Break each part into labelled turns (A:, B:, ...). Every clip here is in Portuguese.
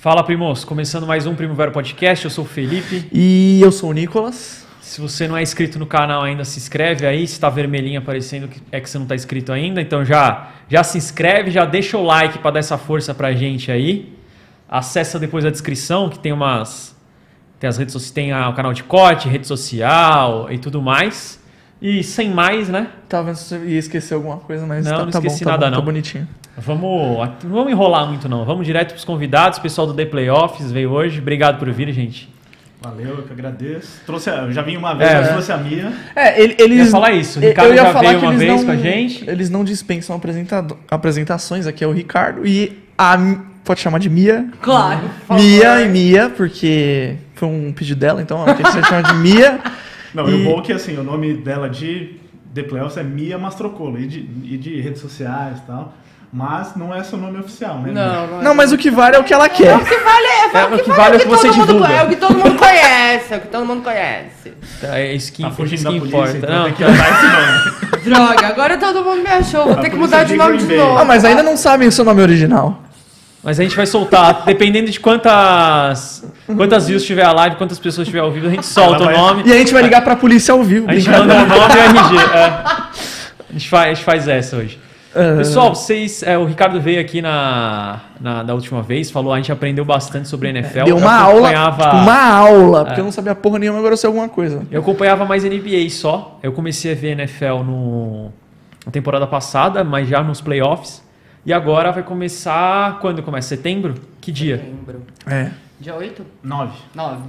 A: Fala, primos! Começando mais um Primo Vero Podcast, eu sou o Felipe.
B: E eu sou o Nicolas.
A: Se você não é inscrito no canal ainda, se inscreve aí. Se tá vermelhinho aparecendo, que- é que você não tá inscrito ainda. Então já, já se inscreve, já deixa o like para dar essa força pra gente aí. Acessa depois a descrição, que tem umas. Tem as redes sociais, tem a- o canal de corte, rede social e tudo mais. E sem mais, né?
B: Talvez você ia esquecer alguma coisa, mas
A: Não,
B: tá,
A: não
B: tá bom,
A: esqueci
B: tá
A: nada,
B: bom,
A: não.
B: tá bonitinho.
A: Vamos, não vamos enrolar muito, não. Vamos direto pros convidados. O pessoal do The Playoffs veio hoje. Obrigado por vir, gente.
C: Valeu, eu que agradeço. Trouxe, a- eu já vim uma vez,
A: É,
C: mas
A: né?
C: trouxe a minha.
B: É, ele- eles...
A: Eu ia falar isso, o
B: eu
A: Ricardo
B: ia
A: já
B: falar
A: veio
B: que
A: uma
B: eles
A: vez
B: não-
A: com a gente.
B: Eles não dispensam apresentado- apresentações, aqui é o Ricardo e a... Mi- Pode chamar de Mia?
D: Claro. por favor.
B: Mia e Mia, porque foi um pedido dela, então ela tem que ser chamada de Mia.
C: Não,
B: E-
C: e o bom é que assim, o nome dela de The Playoffs é Mia Mastrocolo, e de, e de redes sociais e tal. Mas não é seu nome oficial, né?
D: Não, não. é.
B: Não, mas o que vale é o que ela quer.
D: O que vale é,
A: É, o que vale é o que você
D: todo mundo
A: divulga.
D: conhe- É o que todo mundo conhece, é o que todo mundo conhece.
A: É isso que,
C: Tá fugindo
A: isso
C: da
A: que
C: polícia,
A: importa.
C: então
A: não,
C: tem que usar esse nome.
D: Droga, agora todo mundo me achou. Vou
C: A
D: ter que
C: polícia
D: mudar de
C: de
D: nome
C: Green
D: de
C: Bay.
D: novo.
B: Ah, mas ainda não sabem o seu nome original.
A: Mas a gente vai soltar, dependendo de quantas quantas views tiver a live, quantas pessoas tiver ao vivo, a gente solta o
C: Ela vai-
A: nome.
B: E a gente vai ligar pra polícia ao vivo.
A: A gente
B: brincadeira.
A: manda o nome e o RG. é. A, gente faz, a gente faz essa hoje.
B: Ah.
A: Pessoal, vocês. é, o Ricardo veio aqui na, na, da última vez, falou, a gente aprendeu bastante sobre NFL. eu
B: Deu uma aula,
A: acompanhava- É.
B: tipo, uma aula, porque eu não sabia porra nenhuma, agora eu sei alguma coisa.
A: Eu acompanhava mais NBA só. Eu comecei a ver NFL no, na temporada passada, mas já nos playoffs. E agora vai começar. Quando começa? Setembro? Que dia?
D: Lembro.
B: É.
D: Dia 8?
C: Nove.
D: 9.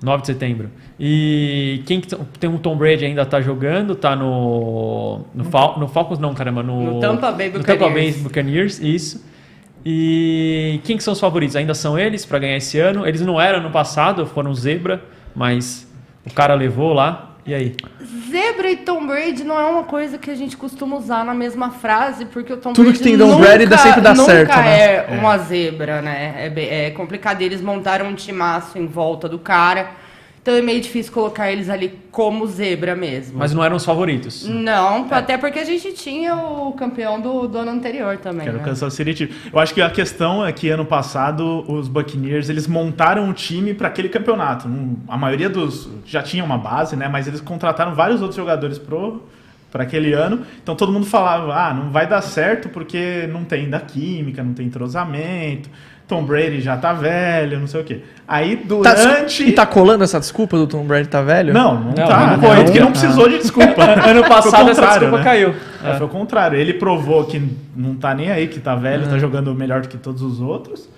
A: 9 de setembro. E quem que t- tem um Tom Brady ainda tá jogando, tá no. No, Fal, no Falcons, não, caramba, no.
D: No Tampa Bay
A: no Tampa Bay
D: Buccaneers.
A: Buccaneers, isso. E quem que são os favoritos? Ainda são eles pra ganhar esse ano? Eles não eram no passado, foram zebra, mas o cara levou lá. E aí?
D: Zebra e Tom Brady não é uma coisa que a gente costuma usar na mesma frase, porque o Tom
B: Tudo
D: Brady
B: que tem Tom Brady dá
D: nunca-
B: sempre dá certo,
D: Nunca
B: né?
D: é uma zebra, né? É, bem- é complicado. Eles montaram um timaço em volta do cara, então é meio difícil colocar eles ali como zebra mesmo.
A: Mas não eram os favoritos.
D: Não,
C: É.
D: até porque a gente tinha o campeão do, do ano anterior também.
C: Quero
D: né?
C: Kansas City Chiefs. Eu acho que a questão é que ano passado os Buccaneers eles montaram o time para aquele campeonato. Não- A maioria dos já tinha uma base, né? Mas eles contrataram vários outros jogadores pro para aquele ano. Então todo mundo falava, ah, não vai dar certo porque não tem da química, não tem entrosamento. Tom Brady já tá velho, não sei o quê. Aí
B: Tá,
C: durante
B: E tá colando essa desculpa do Tom Brady tá velho?
C: não, não,
A: Não, né?
C: tá.
A: não
C: Não,
A: foi.
C: que não precisou de desculpa.
A: Ano
C: Foi
A: passado
C: o
A: essa
C: contrário,
A: desculpa
C: né?
A: caiu.
C: É, Foi o contrário. Ele provou que não tá nem aí, que tá velho,
A: Uhum.
C: tá jogando melhor do que todos os outros.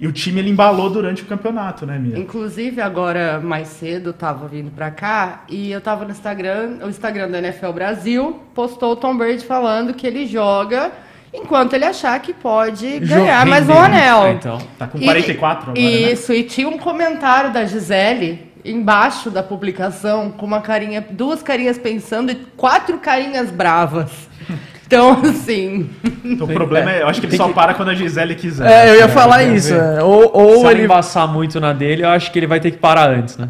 C: E o time ele embalou durante o campeonato, né, Mia?
D: Inclusive, agora mais cedo, eu tava vindo pra cá e eu tava no Instagram, o Instagram da NFL Brasil postou o Tom Brady falando que ele joga enquanto ele achar que pode ganhar mais um anel.
A: É, então.
C: Tá com
D: E-
C: 44 agora, né?
D: Isso, e tinha um comentário da Gisele embaixo da publicação com uma carinha, duas carinhas pensando e quatro carinhas bravas. Então, assim,
C: Então o problema é, eu acho que ele só para quando a Gisele quiser.
B: É, eu ia
C: É,
B: falar
A: quer
B: isso.
A: ver?
B: é. Ou,
A: Se
B: ou
A: ele
B: ele.
A: embaçar muito na dele, eu acho que ele vai ter que parar antes, né?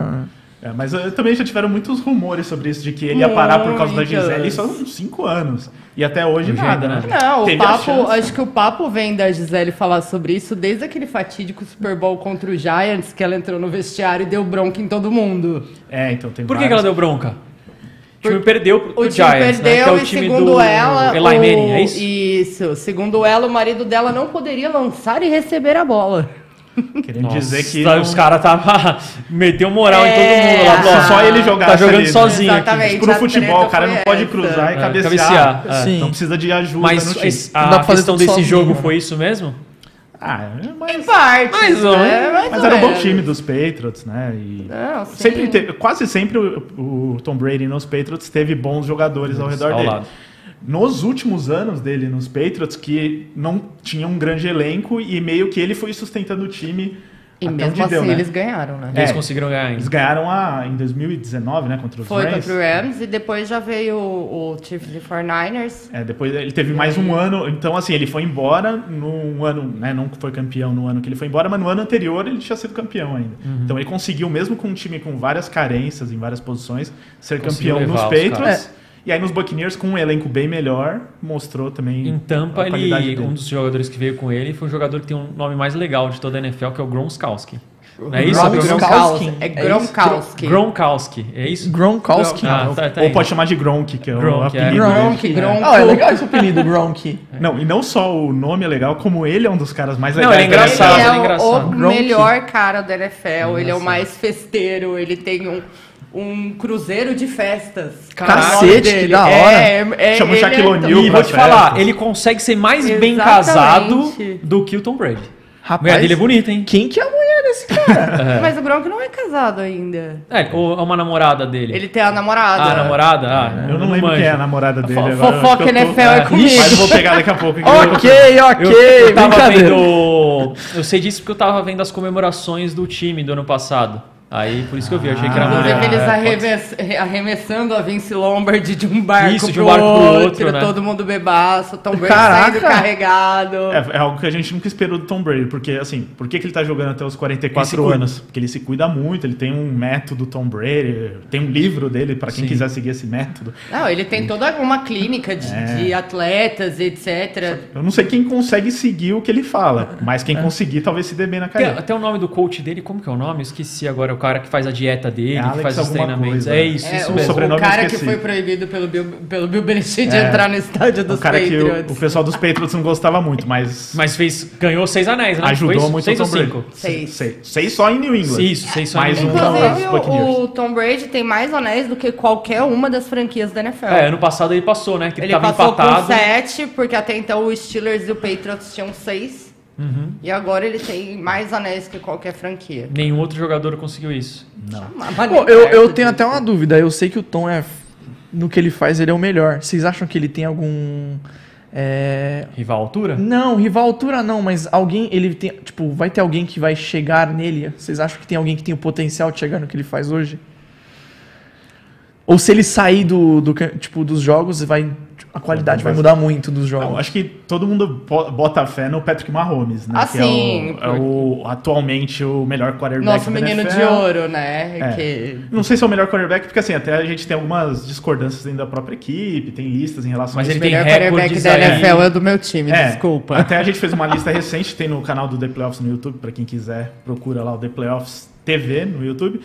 C: é, mas eu, também já tiveram muitos rumores sobre isso, de que ele ia parar por causa da Gisele isso há uns 5 anos. E até hoje
A: Hoje
C: nada,
A: ainda
C: né?
D: Não, o
C: Teve a
D: papo,
C: chance.
D: acho que o papo vem da Gisele falar sobre isso desde aquele fatídico Super Bowl contra o Giants, que ela entrou no vestiário e deu bronca em todo mundo.
C: É, então tem
A: Por que, que
C: vários.
A: ela deu bronca? O time perdeu pro
D: O
A: pro
D: time
A: Giants, né?
D: perdeu
A: Que é o
D: e
A: time
D: segundo
A: do
D: ela,
A: Eli
D: o...
A: Manning, é isso?
D: Isso, segundo ela, o marido dela não poderia lançar e receber a bola.
C: Querendo dizer que
A: Nossa,
C: não-
A: os caras tava meteu moral em todo
D: É,
A: mundo lá. falou,
D: ah,
A: só ele jogasse Tá jogando
C: ali, né?
A: sozinho aqui.
D: Exatamente.
C: pro
D: a
C: futebol,
D: treta
C: o cara
D: É, foi
C: não pode
D: essa.
C: cruzar e
A: É,
C: cabecear.
A: cabecear, é.
B: Sim.
C: Então precisa de ajuda no
A: Mas é
C: time.
A: esse-
B: Não dá
A: a
B: pra fazer
A: questão
B: tudo
A: desse
B: sozinho,
A: jogo
B: né?
A: foi isso mesmo?
C: Ah, é,
D: Em
C: mas,
D: parte.
A: Mais ou menos.
C: mas era um bom time dos Patriots, né? E
D: Não, É. sim.
C: sempre teve- quase sempre o, o Tom Brady nos Patriots teve bons jogadores ao redor
A: ao
C: dele.
A: lado.
C: Nos últimos anos dele nos Patriots, que não tinha um grande elenco e meio que ele foi sustentando o time
D: E
C: até
D: mesmo
C: onde
D: assim
C: deu, né?
D: eles ganharam, né?
A: Eles
C: É.
A: conseguiram ganhar
C: Eles
A: ainda.
C: ganharam a, em 2019, né? Contra os
D: Foi
C: Rams.
D: contra o Rams e depois já veio o, o Chiefs e 49ers.
C: É, depois ele teve mais um ano, então assim, ele foi embora num ano, né, não foi campeão no ano que ele foi embora, mas no ano anterior ele tinha sido campeão ainda.
A: Uhum.
C: Então ele conseguiu, mesmo com um time com várias carências em várias posições, ser
A: Conseguiu
C: campeão nos
A: levar os
C: Patriots. E aí nos Buccaneers, com um elenco bem melhor, mostrou também
A: Em Tampa,
C: a qualidade
A: ele,
C: dele.
A: um dos jogadores que veio com ele foi um jogador que tem um nome mais legal de toda a NFL, que é o Gronskowski. Não é isso?
B: Gronkowski.
D: É
B: É isso?
D: Gronkowski.
A: Gronkowski, é isso?
B: Gronkowski.
A: Ah, tá, tá
C: Ou
A: aí.
C: pode chamar de Gronk, que é o
A: Gronk, é.
C: apelido. dele.
D: Gronk, Gronk.
B: Ah, é legal esse apelido, Gronk.
C: Não, e não só o nome é legal, como ele é um dos caras mais
A: Não,
C: legais.
A: ele é
C: da
D: Ele
A: engraçado,
C: NFL.
A: ele
D: é
A: é engraçado.
D: o
B: Gronk.
D: melhor cara da NFL, ele é o
A: Engraçado.
D: mais festeiro, ele tem um, um cruzeiro de festas.
B: Cacete, que da hora.
D: É, é,
C: Chama o
D: ele
C: Shaquille
D: é-
C: O'Neal.
A: E vou te
C: Gilbert.
A: falar, ele consegue ser mais bem casado
D: Exatamente.
A: do que o Tom Brady. A
B: Rapaz,
A: mulher dele é bonita, hein?
B: quem que é a mulher desse cara?
D: Mas o Gronk não é casado ainda.
A: É, ou é uma namorada dele.
D: Ele tem a namorada.
A: Ah, a namorada? Ah,
C: Eu não lembro
A: manjo.
C: quem é a namorada dele.
A: Fo-
C: agora,
D: fofoca
C: acho que eu
D: NFL é comigo.
C: Mas eu vou pegar daqui a pouco. aqui.
B: ok, ok.
A: Eu, eu tava
B: brincadeira.
A: vendo. Eu sei disso porque eu tava vendo as comemorações do time do ano passado. Aí, por isso que eu vi, eu achei que era mulher.
D: Ah, Inclusive, eles
A: É, pode ser.
D: arremes- arremessando a Vince Lombardi de um barco
A: Isso, de
D: pro
A: um barco pro
D: outro,
A: outro, né?
D: todo mundo bebaço, Tom Brady
B: Caraca.
D: saindo carregado.
C: É, é algo que a gente nunca esperou do Tom Brady, porque assim, por que, que ele tá jogando até os
A: Ele se
C: 44
A: cuida.
C: anos? Porque ele se cuida muito, ele tem um método Tom Brady, tem um livro dele pra quem
A: Sim.
C: quiser seguir esse método.
D: Não, ele tem toda uma clínica de, de atletas, etc.
C: Eu não sei quem consegue seguir o que ele fala, mas
A: É.
C: quem conseguir talvez se dê bem na
A: Tem
C: carreira.
A: até o nome do coach dele, como que é o nome? Eu esqueci agora. O cara que faz a dieta dele,
C: É
A: que
C: Alex
A: faz os
C: alguma
A: treinamentos.
C: coisa. né?
A: É isso,
D: É,
A: isso
D: o,
A: mesmo.
C: sobrenome
D: o
C: eu
D: cara que
C: esqueci.
D: foi proibido pelo Bill, pelo Bill Belichick de
C: É.
D: entrar no estádio dos
C: O cara que o,
D: Patriots.
C: o pessoal dos Patriots não gostava muito, mas,
A: Mas fez, ganhou seis anéis, né?
C: ajudou
A: Foi isso?
C: muito
A: seis
C: o
A: ou
C: Tom Brady.
A: cinco?
D: Seis.
C: Seis. Seis só em New England.
A: Isso, seis
C: Mais
A: anéis.
C: um pra lá.
D: Inclusive,
C: Os Buccaneers.
D: o, o Tom Brady tem mais anéis do que qualquer uma das franquias da NFL.
A: É, ano passado ele passou, né? Que ele
D: Ele
A: tava
D: passou
A: empatado.
D: com sete, porque até então o Steelers e o Patriots tinham seis.
C: Uhum.
D: E agora ele tem mais anéis que qualquer franquia.
A: Nenhum outro jogador conseguiu isso.
B: Pô, eu, eu tenho até uma dúvida. Eu sei que o Tom é. No que ele faz, ele é o melhor. Vocês acham que ele tem algum. É...
A: Rival à altura?
B: Não, rival à altura não, mas alguém. Ele tem. Tipo, vai ter alguém que vai chegar nele? Vocês acham que tem alguém que tem o potencial de chegar no que ele faz hoje? Ou se ele sair do, do ca- tipo, dos jogos, vai. A qualidade vai mudar muito dos
C: Não,
B: jogos.
C: acho que todo mundo po- bota fé no Patrick Mahomes, né?
D: Ah,
C: que
D: sim,
C: É, o, é o- atualmente o melhor um quarterback
D: Nosso
C: da
D: menino
C: NFL.
D: de ouro, né?
C: É.
D: Que...
C: Não sei se é o melhor quarterback, porque assim, até a gente tem algumas discordâncias dentro da própria equipe, tem listas em relação
A: Mas
C: a
A: ele
C: isso.
A: tem
D: melhor
A: recordes
D: quarterback da
A: aí.
D: NFL é do meu time,
C: É,
D: desculpa.
C: Até a gente fez uma lista recente, tem no canal do The Playoffs no YouTube, pra quem quiser, procura lá o The Playoffs TV no YouTube,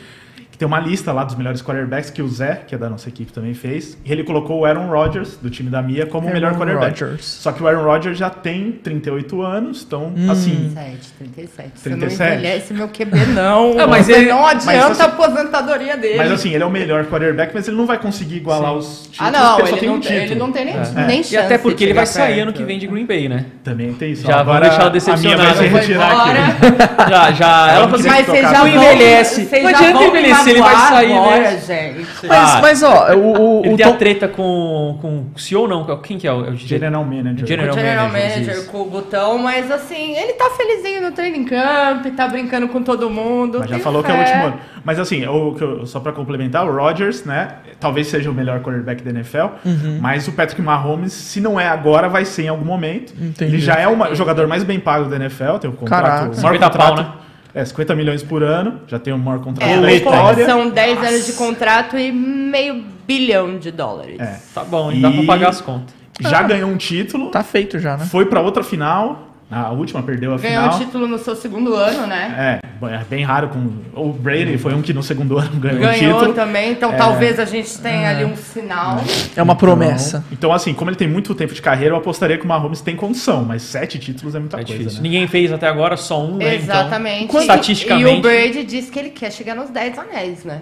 C: que tem uma lista lá dos melhores quarterbacks que o Zé, que é da nossa equipe, também fez. E ele colocou o Aaron Rodgers, do time da Mia, como o é melhor
B: Aaron
C: quarterback.
B: Rodgers.
C: Só que o Aaron Rodgers já tem 38 anos, então,
A: Hum.
C: assim,
D: 37, 37. Você
C: 37?
D: não envelhece é meu QB, não.
A: Ah, mas
D: Você
A: ele-
D: não adianta
C: mas assim-
D: a aposentadoria dele.
C: Mas assim, ele é o melhor quarterback, mas ele não vai conseguir igualar os títulos.
D: ah, não,
C: porque só
D: ele,
C: tem
D: não,
C: um
D: tem-
C: título.
D: ele não tem nem,
C: É.
D: nem
C: E
D: chance.
A: E até porque
D: de
A: ele vai
D: chegar
A: sair
D: perto.
A: ano que vem de Green Bay, né?
C: Também tem isso.
A: Já vamos
C: Agora
A: deixar ela
C: A minha
A: decepcionada.
C: vai se
D: Vai
C: retirar aqui.
D: embora,
A: Já, já. Ela
C: É Ano
A: falou
C: que
A: assim,
C: vem
D: Mas vocês já
A: Não
D: vão...
A: envelhece.
D: vocês
A: Não
D: já
A: adianta
D: vão
A: envelhecer, ele vai
D: magoar
A: sair, né?
D: agora, gente.
A: Ah.
B: Mas, mas ó, o, o,
A: Ele
B: o
A: tem a
B: Tom.
A: treta com, com o CEO, não? Quem que é? o- é o General,
C: General Manager.
A: General,
D: O general
A: Manager.
D: manager
A: isso.
D: com o botão, mas assim, ele tá felizinho no training camp, tá brincando com todo mundo.
C: Mas já
D: tenho
C: falou que é o
D: fé.
C: último ano. Mas assim, o que eu- só pra complementar, o Rodgers, né? Talvez seja o melhor quarterback da NFL.
A: Uhum.
C: Mas o Patrick Mahomes, se não é agora, vai ser em algum momento.
B: Entendi.
C: Ele já é uma- o jogador mais bem pago da NFL, tem o contrato.
B: Caraca.
C: o maior
A: 50 pau,
C: contrato-
A: né?
C: É, 50 milhões por ano. Já tem o maior contrato
D: É,
C: da
D: o Colts
C: história.
D: são 10 anos de contrato e meio bilhão de dólares.
C: É.
A: Tá bom, e... dá pra
C: E-
A: pagar as contas.
C: Já ganhou um título.
B: Tá feito já, né?
C: Foi pra outra final. A última perdeu a
D: Ganhou
C: final.
D: o título no seu segundo ano, né?
C: É, bom, é bem raro com. O Brady foi um que no segundo ano ganhou, o
D: Ganhou
C: título. É. Uhum.
D: também, então talvez a gente tenha ali um sinal.
B: É uma promessa.
C: Então, então, assim, como ele tem muito tempo de carreira, eu apostaria que o Mahomes tem condição, mas sete títulos é muita
A: É
C: coisa.
A: difícil.
C: Né?
A: Ninguém fez até agora, só um, né? Então,
D: Exatamente. E-
A: estatisticamente...
D: E o Brady disse que ele quer chegar nos 10 anéis, né?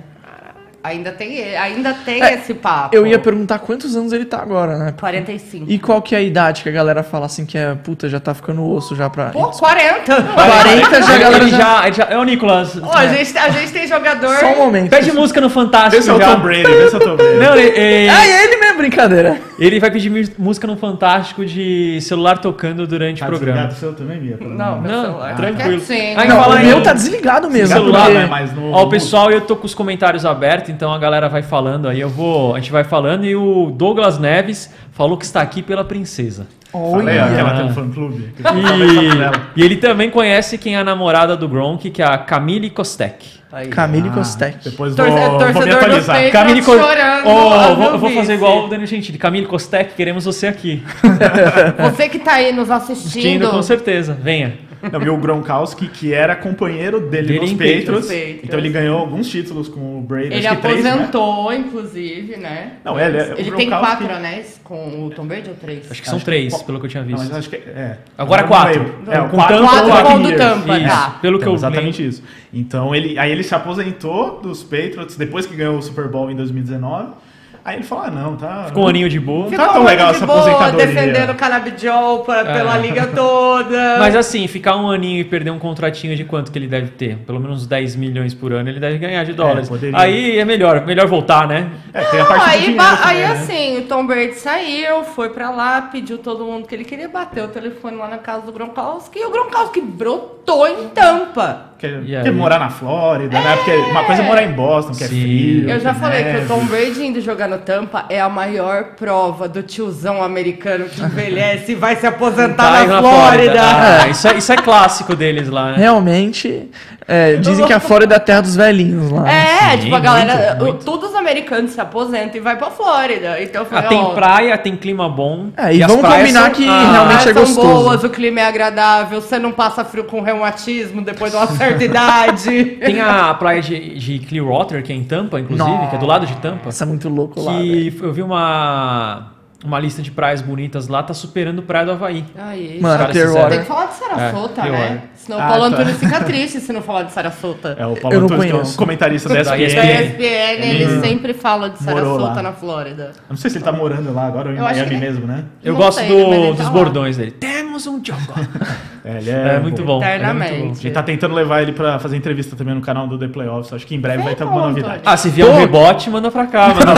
D: Ainda tem, ainda tem
B: É,
D: esse papo.
B: Eu ia perguntar quantos anos ele tá agora, né?
D: 45.
B: E qual que é a idade que a galera fala assim que é, puta, já tá ficando osso já pra...
D: Pô, 40!
B: 40 já, a galera
A: Ele
B: já...
A: já, ele já- É o Nicolas.
D: Ó, a, gente, a gente tem jogador.
B: Só um momento.
A: Pede música no
C: Vê
A: Fantástico
C: se é o
A: já.
C: Tom Brady, vê se é o Tom Brady.
A: Não, ele, ele-
B: Ah, é ele mesmo, brincadeira.
A: ele vai pedir mu- música no Fantástico de celular tocando durante
C: tá
A: o programa.
C: desligado o seu também, Bia? pelo
D: Não,
C: amor de
D: meu
A: Não,
D: celular.
A: tranquilo.
D: Quietinho.
A: Aí
B: Não,
A: fala
B: o
A: aí.
B: meu tá desligado
C: Deus.
B: mesmo.
C: Celular,
B: porque-
C: né? Mas no,
A: Ó, o pessoal, eu tô com os comentários abertos, então a galera vai falando aí, eu vou, a gente vai falando e o Douglas Neves falou que está aqui pela princesa.
C: Falei, ó, que ela tem um fã-clube. que eu falei só pra ela.
A: E, e ele também conhece quem é a namorada do Gronk, que é a Camille Kostek.
E: Aí.
B: Camille
C: Ah,
B: Kostek.
C: Depois vou,
D: Torce-
C: vou me
D: torcedor do
C: atualizar.
D: peito
A: Camille Kos-
D: tá chorando.
A: Oh, eu
D: ó,
A: vou,
D: meu
A: eu vou fazer
D: vice.
A: igual o Danilo Gentili. Camille Kostek, queremos você aqui.
D: Você que tá aí nos assistindo.
A: Tindo, com certeza. Venha.
C: Não, e o Gronkowski, que era companheiro dele,
A: Dele
C: nos
A: em
C: Patriots.
D: Patriots.
C: Então ele ganhou alguns títulos com o Brady.
D: ele
C: acho que três, né?
D: aposentou, inclusive, né?
C: Não, ele- o
D: ele tem
C: Gronkowski-
D: quatro anéis com o Tom Brady ou três?
A: Acho que são
C: Acho que-
A: três, pelo que eu tinha
C: Não,
A: visto.
C: mas acho que é.
A: Agora
C: Eu não
A: quatro.
C: lembro. É,
A: Não,
C: o
A: com
C: quatro,
A: tanto
C: quatro,
A: quatro
C: quatro
A: com o do
C: years.
D: Tampa,
C: Isso.
D: tá.
A: Pelo que
C: Então,
A: eu
C: Exatamente isso. Então ele, aí ele se aposentou dos Patriots depois que ganhou o Super Bowl em 2019. Aí ele falou: ah, não, tá.
A: Ficou um aninho de boa.
C: Tá tão
D: muito
C: legal
D: de
C: essa
D: boa,
C: aposentadoria.
D: defendendo o Canabidiol pra- pela
A: É.
D: liga toda.
A: Mas assim, ficar um aninho e perder um contratinho de quanto que ele deve ter? Pelo menos 10 milhões por ano ele deve ganhar
B: É,
A: de dólares.
C: poderia.
A: aí é melhor, melhor voltar, né?
C: É, tem a
D: Não,
C: parte do
D: aí,
C: dinheiro
D: ba-
C: também,
D: aí
C: né?
D: assim, o Tom Brady saiu, foi pra lá, pediu todo mundo que ele queria, bateu o telefone lá na casa do Gronkowski e o Gronkowski brotou em tampa.
C: Quer,
A: E
C: quer
A: aí?
C: morar na Flórida, né? Porque uma coisa é morar em Boston, que é
A: Sim.
C: frio.
D: Eu já
C: que
D: falei que
C: neve.
D: o Tom Brady indo jogar no Tampa é a maior prova do tiozão americano que envelhece e vai se aposentar
A: Tá aí
D: na, Flórida.
A: Ah, isso, é, isso é clássico deles lá, né?
B: Realmente, é, dizem que a Flórida é a terra dos velhinhos lá.
D: É,
A: Sim,
D: tipo, a galera,
A: muito, muito.
D: todos os americanos se aposentam e vai pra Flórida. Então foi
A: Ah, tem praia, tem clima bom.
B: É, e
A: as
B: vamos
A: praias
B: combinar que realmente é
D: são
B: gostoso.
D: boas, o clima é agradável, você não passa frio com reumatismo depois de uma certa idade.
A: Tem a praia de, de Clearwater, que é em Tampa, inclusive, que é do lado de Tampa.
B: Nossa, é muito louco lá. velho.
A: Que eu vi uma, uma lista de praias bonitas lá, tá superando o Praia do Havaí.
D: Aí,
B: Mano,
D: cara,
B: Clearwater.
D: é tem que falar de Sarasota,
A: É,
D: né?
A: Clearwater.
D: Senão o
C: Ah,
D: Paulo
C: tá.
D: Antônio fica triste se não falar de Sarasota.
C: É, o Paulo
B: Eu não
C: Antunes, que é o
B: conheço.
C: comentarista da
A: Da
D: Da
A: ESPN.
C: ESPN.
D: ESPN,
C: Ele
D: ele sempre fala de
C: morou
D: Sarasota
C: lá.
D: na Flórida.
C: Eu Não sei se ele tá morando lá agora ou em
D: Eu acho
C: Miami
D: que- é.
C: mesmo, né?
A: Eu
D: Não
A: gosto
D: sei,
A: do-
D: mas ele tá
A: dos
D: lá.
A: bordões dele. Temos um jogo.
C: É, ele
A: É, muito bom. ele é muito bom.
D: Eternamente.
C: A gente tá tentando levar ele pra fazer entrevista também no canal do The Playoffs. Acho que em breve vai ter alguma
D: Paulo
C: novidade.
D: Antônio.
A: Ah, se vier um rebote, manda pra cá. Manda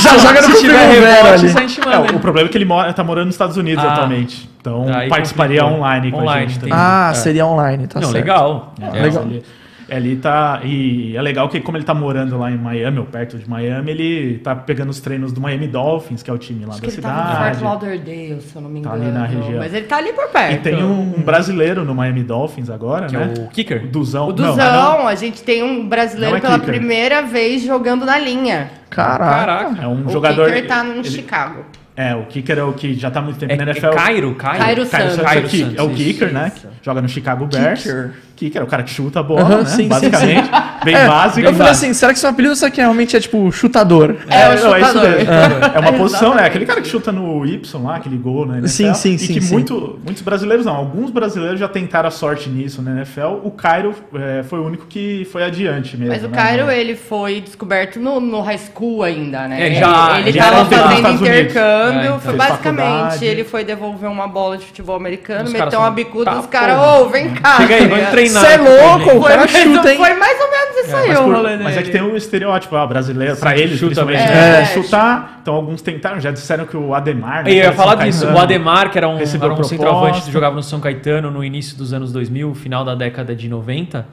B: Já joga no
A: se tiver
B: primavera
A: rebote,
B: ali.
A: a gente
C: É,
A: manda.
C: o, o problema é que ele mora, tá morando nos Estados Unidos
A: Ah.
C: atualmente. Então
A: Aí
C: participaria
A: complicou.
C: online com a
A: Online,
C: gente também.
A: entendi.
B: Ah,
A: É.
B: seria online, tá
A: Não,
B: certo.
A: legal.
C: É,
B: legal.
C: Ele, ele tá. E é legal que, como ele tá morando lá em Miami, ou perto de Miami, ele tá pegando os treinos do Miami Dolphins, que é o time lá
D: Acho
C: da
D: que ele tá tava em
C: cidade.
D: Fort Lauderdale, se eu não me
C: Tá
D: engano.
C: ali na região.
D: Mas ele tá ali por perto.
C: e tem um, um brasileiro no Miami Dolphins agora,
A: Que é
C: né?
A: o kicker.
C: Duzão.
D: O
C: Não, é
D: Duzão,
C: não.
D: a gente tem um brasileiro
C: Não é
D: pela
C: kicker.
D: primeira vez jogando na linha.
B: Caraca.
A: Ah, Caraca.
C: É um
D: O
C: jogador.
D: kicker tá no
C: ele-
D: Chicago.
C: É, o kicker é o que já tá há muito tempo
A: É,
C: na
A: é
C: NFL.
A: Cairo, Cairo.
D: Cairo
C: Caio Santos é o
A: Cairo
C: kick-
A: Santos,
C: é o
A: isso,
C: kicker, né?
D: isso.
C: Joga no Chicago Bears.
B: Kicker.
C: Kicker. é o cara que chuta a bola,
B: Aham,
C: né?
B: sim, sim,
C: Basicamente. Bem
B: É,
C: básico.
B: eu falei assim, será que isso é um apelido ou será que realmente é tipo chutador?
D: É, o
C: não, isso
D: chutador.
C: mesmo. É uma posição, né?
D: Exatamente.
C: Aquele cara que chuta no Y lá, aquele gol, né?
B: Sim, sim,
C: e
B: sim,
C: que
B: sim.
C: muito- muitos brasileiros não. Alguns brasileiros já tentaram a sorte nisso na NFL. O Cairo é, foi o único que foi adiante mesmo.
D: Mas o
C: né?
D: Cairo, ele foi descoberto no, no high school ainda, né?
A: É, já-
D: ele ele
A: já era
D: tava
A: lá nos
D: fazendo
C: Estados Unidos.
D: intercâmbio.
A: É, então.
D: foi
C: Fez
D: basicamente,
C: faculdade.
D: ele foi devolver uma bola de futebol americano,
A: Os caras
D: meteu uma
A: são-
D: bicuda,
A: tá,
D: os caras,
A: pô.
D: ô, vem cá.
A: Chega aí,
D: tá
A: vamos
D: ligado?
A: treinar.
B: Você é
A: aqui pra
B: louco, o
D: Foi,
B: cara
D: mais ou-
B: chuta, hein?
D: foi mais ou menos isso aí,
C: Mas,
D: o
C: por-
D: rolê
C: mas é
D: dele.
C: que tem um estereótipo, ah, brasileiro, pra eles,
A: Chuta
C: principalmente,
A: mesmo.
C: né?
D: É.
C: chutar. Então alguns tentaram, já disseram que o Ademar. né,
A: Eu
C: que
A: ia
C: era
A: falar
C: São
A: disso. O
C: Caetano,
A: Ademar, que era um,
C: recebeu
A: era um
C: proposta.
A: centroavante que jogava no São Caetano no início dos anos 2000, final da década de 90.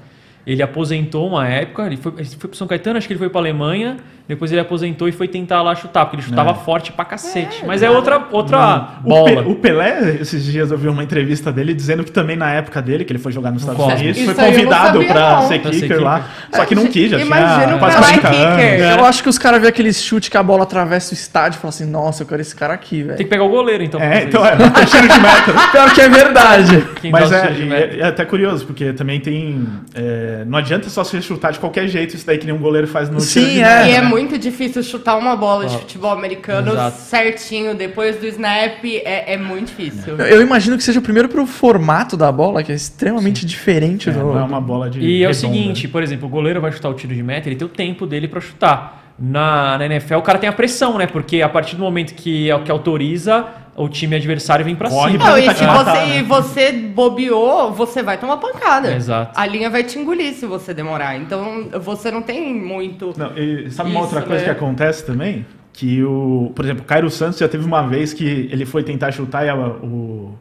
A: Ele aposentou uma época, ele foi, ele foi pro São Caetano, acho que ele foi pra Alemanha, depois ele aposentou e foi tentar lá chutar, porque ele chutava
C: É.
A: forte pra cacete. Mas é outra, outra
C: Ah, O, Pe-
A: bola.
C: o Pelé, esses dias eu vi uma entrevista dele dizendo que também na época dele, que ele foi jogar nos Estados
A: Cosmos.
C: Unidos,
D: Isso
C: foi
D: aí eu não
C: convidado
D: sabia,
C: pra
D: não.
C: ser
A: Um Pra ser
C: kicker lá. Só que não quis, já
D: Imagina
C: tinha
D: o
C: quase
D: Pelé
C: 40 anos.
D: kicker.
B: Eu acho que os caras vê aquele chute que a bola atravessa o estádio e fala assim, nossa, eu quero esse cara aqui,
A: Tem
B: velho.
A: que pegar o goleiro, então. pra
C: É,
A: fazer
C: então
A: isso.
C: é, não tem tiro de meta.
B: Pior que é verdade.
A: Quem
C: Mas
A: dá o
C: é,
A: tiro de
C: e-
A: meta.
C: é até curioso, porque também tem. é, não adianta só se chutar de qualquer jeito, isso daí que nenhum goleiro faz no
B: Sim,
C: tiro de
B: é.
C: meta,
D: E é
C: né?
D: muito difícil chutar uma bola de futebol americano
A: Exato.
D: certinho depois do snap. É, é muito difícil.
B: Eu- Eu imagino que seja primeiro pro formato da bola, que é extremamente diferente
C: É,
B: do. Ah,
C: não é uma bola de.
A: E é o
C: redonda.
A: seguinte, por exemplo, o goleiro vai chutar o tiro de meta, ele tem o tempo dele pra chutar. Na, na NFL, o cara tem a pressão, né? Porque a partir do momento que, é que autoriza, o time adversário vem pra
C: Corre
A: cima.
C: pra
D: Não, e
C: tentar
D: se
C: te matar,
D: você,
C: né?
D: e você bobeou, você vai tomar pancada.
A: Exato.
D: A linha vai te engolir se você demorar. Então você não tem muito.
C: Não, e sabe uma
D: Isso,
C: outra coisa
D: né?
C: que acontece também? Que o. Por exemplo, o Cairo Santos já teve uma vez que ele foi tentar chutar e a- o.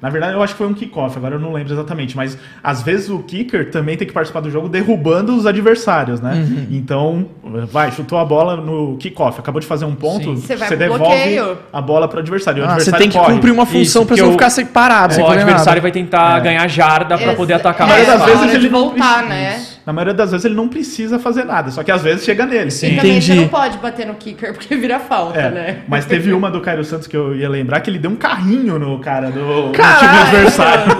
C: Na verdade, eu acho que foi um kickoff, agora eu não lembro exatamente, mas às vezes o kicker também tem que participar do jogo derrubando os adversários, né?
B: Uhum.
C: Então, vai, chutou a bola no kickoff, acabou de fazer um ponto,
A: Sim.
D: Você vai
C: você
D: pro
C: devolve
D: bloqueio.
C: a bola para o adversário. O
B: Ah, você
C: adversário
B: tem que
C: corre.
B: cumprir uma função
A: Isso,
B: pra
A: porque
B: você não
A: o- é,
B: ficar sem parado, sem
A: o
B: fazer
A: adversário
B: nada.
A: vai tentar ganhar jarda pra poder atacar.
C: Na maioria
D: É,
C: das vezes
D: hora de
C: ele não
D: voltar,
C: precisa-
D: né?
C: Na maioria das vezes ele não precisa fazer nada, só que às vezes chega nele.
A: Sim.
D: E também você
B: Entendi.
D: não pode bater no kicker porque vira falta,
C: É,
D: né?
C: Mas teve uma do Cairo Santos que eu ia lembrar que ele deu um carrinho no cara do, do time
B: Caralho!
C: adversário.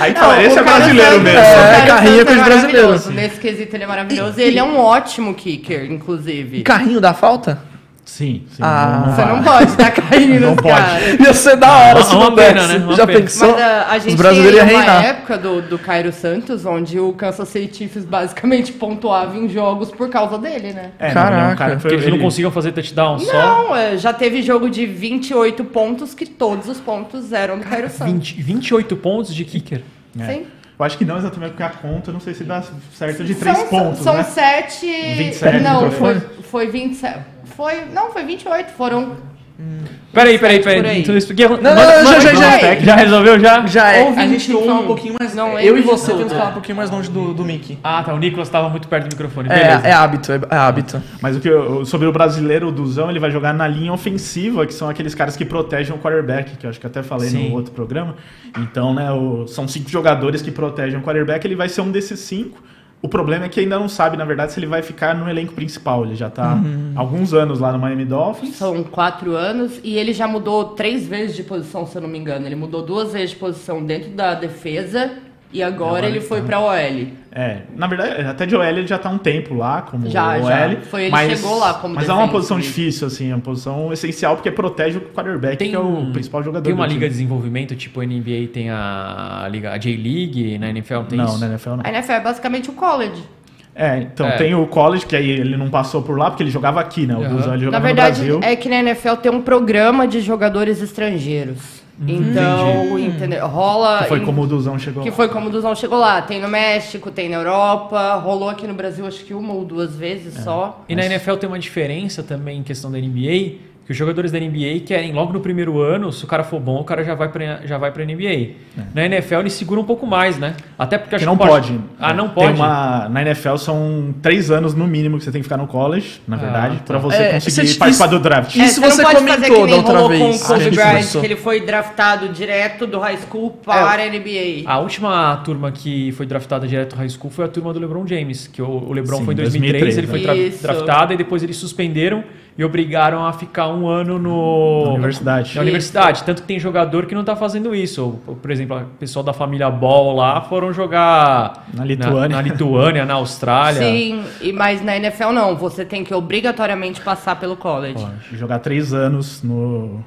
C: Aí
D: Não,
C: fala, esse
D: o
C: é
D: Caio
C: brasileiro
D: Santos-
C: mesmo.
D: o Caio
B: É, carrinho
D: Santos
B: com os brasileiros,
D: maravilhoso.
B: assim.
D: Nesse quesito ele é maravilhoso. E, ele é um ótimo kicker, inclusive.
B: um Carrinho da falta?
C: Sim, sim.
B: Ah.
D: Você não
C: vai.
D: pode dar carrinho
C: Não
D: nos
C: pode.
D: caras.
B: Ia ser da hora
A: Uma-
B: se não
A: uma pena,
B: desse.
A: né? Uma
B: Já
A: pena.
B: pensou?
D: Mas ah, uh, a, a gente
B: Os brasileiros iam
D: tem aí uma
B: reinar.
D: época do, do Cairo Santos, onde o Kansas City Chiefs basicamente pontuava em jogos por causa dele, né?
C: É, não, ele é um cara
B: Caraca.
C: que foi-
A: Porque eles não
C: ele-
A: conseguiam fazer touchdown só.
D: Não, é, já teve jogo de 28 pontos que todos os pontos eram do Cairo Santos.
A: 20, 28 pontos de kicker.
C: É.
D: Sim.
C: Eu acho que não exatamente porque a conta, não sei se dá certo de três
D: São,
C: pontos,
D: são
C: né?
D: sete...
C: 27
D: Não,
C: no
D: foi, foi 27... Foi, não, foi 28, foram...
A: Peraí, peraí,
D: Por
A: peraí.
D: aí.
A: Então, isso- Gui, manda-
B: não, não, já, já, já.
A: técnica. já resolveu já?
B: Já
D: Ou
B: é. A
D: 21.
B: gente tem que falar um pouquinho mais.
D: Não
B: eu
D: lembro
B: e
D: de
B: você
D: tudo.
B: temos que falar um pouquinho mais longe do, do Mickey.
A: Ah, tá. O Nicolas tava muito perto do microfone. Beleza.
B: É, é hábito, é, é hábito.
C: Mas o que eu- sobre o brasileiro, o Duzão, ele vai jogar na linha ofensiva, que são aqueles caras que protegem o quarterback, que eu acho que eu até falei
A: Sim.
C: no outro programa. Então, né, o- são cinco jogadores que protegem o quarterback, ele vai ser um desses cinco. O problema é que ainda não sabe, na verdade, se ele vai ficar no elenco principal. Ele já tá há alguns anos lá no Miami Dolphins.
D: Uhum. São quatro anos e ele já mudou três vezes de posição, se eu não me engano. Ele mudou duas vezes de posição dentro da defesa e agora ele foi pra OL.
C: É, na verdade, até de OL ele já tá há um tempo lá, como
D: Já,
C: OL.
D: já. Foi, ele
C: mas,
D: chegou lá como
C: Mas é uma
D: defensive.
C: posição difícil, assim, é uma posição essencial, porque protege o quarterback,
A: Tem
C: que é o
A: um-
C: principal jogador
A: Tem uma
C: do time.
A: liga de desenvolvimento, tipo a NBA tem a liga a J-League, na NFL tem
C: Não, né,
A: isso.
C: na NFL não.
D: A NFL é basicamente o college.
C: É, então
A: É.
C: tem o college, que aí ele não passou por lá, porque ele jogava aqui, né? O
A: Aham.
C: Guzão, ele
D: Na
C: jogava
D: verdade,
C: no Brasil.
D: é que na NFL tem um programa de jogadores estrangeiros. Então, entendeu? Rola.
C: que foi
D: em-
C: como o Duzão chegou
D: Que
C: lá.
D: foi como o Duzão chegou lá. Tem no México, tem na Europa. Rolou aqui no Brasil, acho que uma ou duas vezes só.
A: E na NFL tem uma diferença também em questão da NBA, que os jogadores da NBA querem logo no primeiro ano, se o cara for bom, o cara já vai pra, já vai pra NBA. Na NFL ele segura um pouco mais, né? Até porque acho
C: Que É. não
A: que
C: pode. né?
A: Ah, não
C: Tem
A: pode?
C: uma- na NFL são três anos no mínimo que você tem que ficar no college, na verdade,
A: tá.
C: pra você
B: É, isso é
C: conseguir
B: difícil.
C: participar do draft.
B: Isso
D: não
B: você
D: pode fazer
B: comentou
D: que nem
B: da outra
D: rolou
B: vez.
D: Com o Kobe
B: Ah, isso
D: Bryant, que
B: começou.
D: ele foi draftado direto do high school para a NBA.
A: A última turma que foi draftada direto ao high school foi a turma do LeBron James, que o, o LeBron
C: Sim,
A: foi em 2003,
C: 2003,
A: ele foi
D: né?
A: tra-
D: Isso.
A: draftado e depois eles suspenderam e obrigaram a ficar um ano no
C: Na universidade.
A: Na universidade, tanto que tem jogador que não tá fazendo isso. Ou, Por exemplo, o pessoal da família Ball lá foram jogar
C: Na Lituânia.
A: na, na Lituânia, na Austrália.
D: Sim, e, mas na NFL não. Você tem que obrigatoriamente passar pelo college.
C: Pode. Jogar três anos no,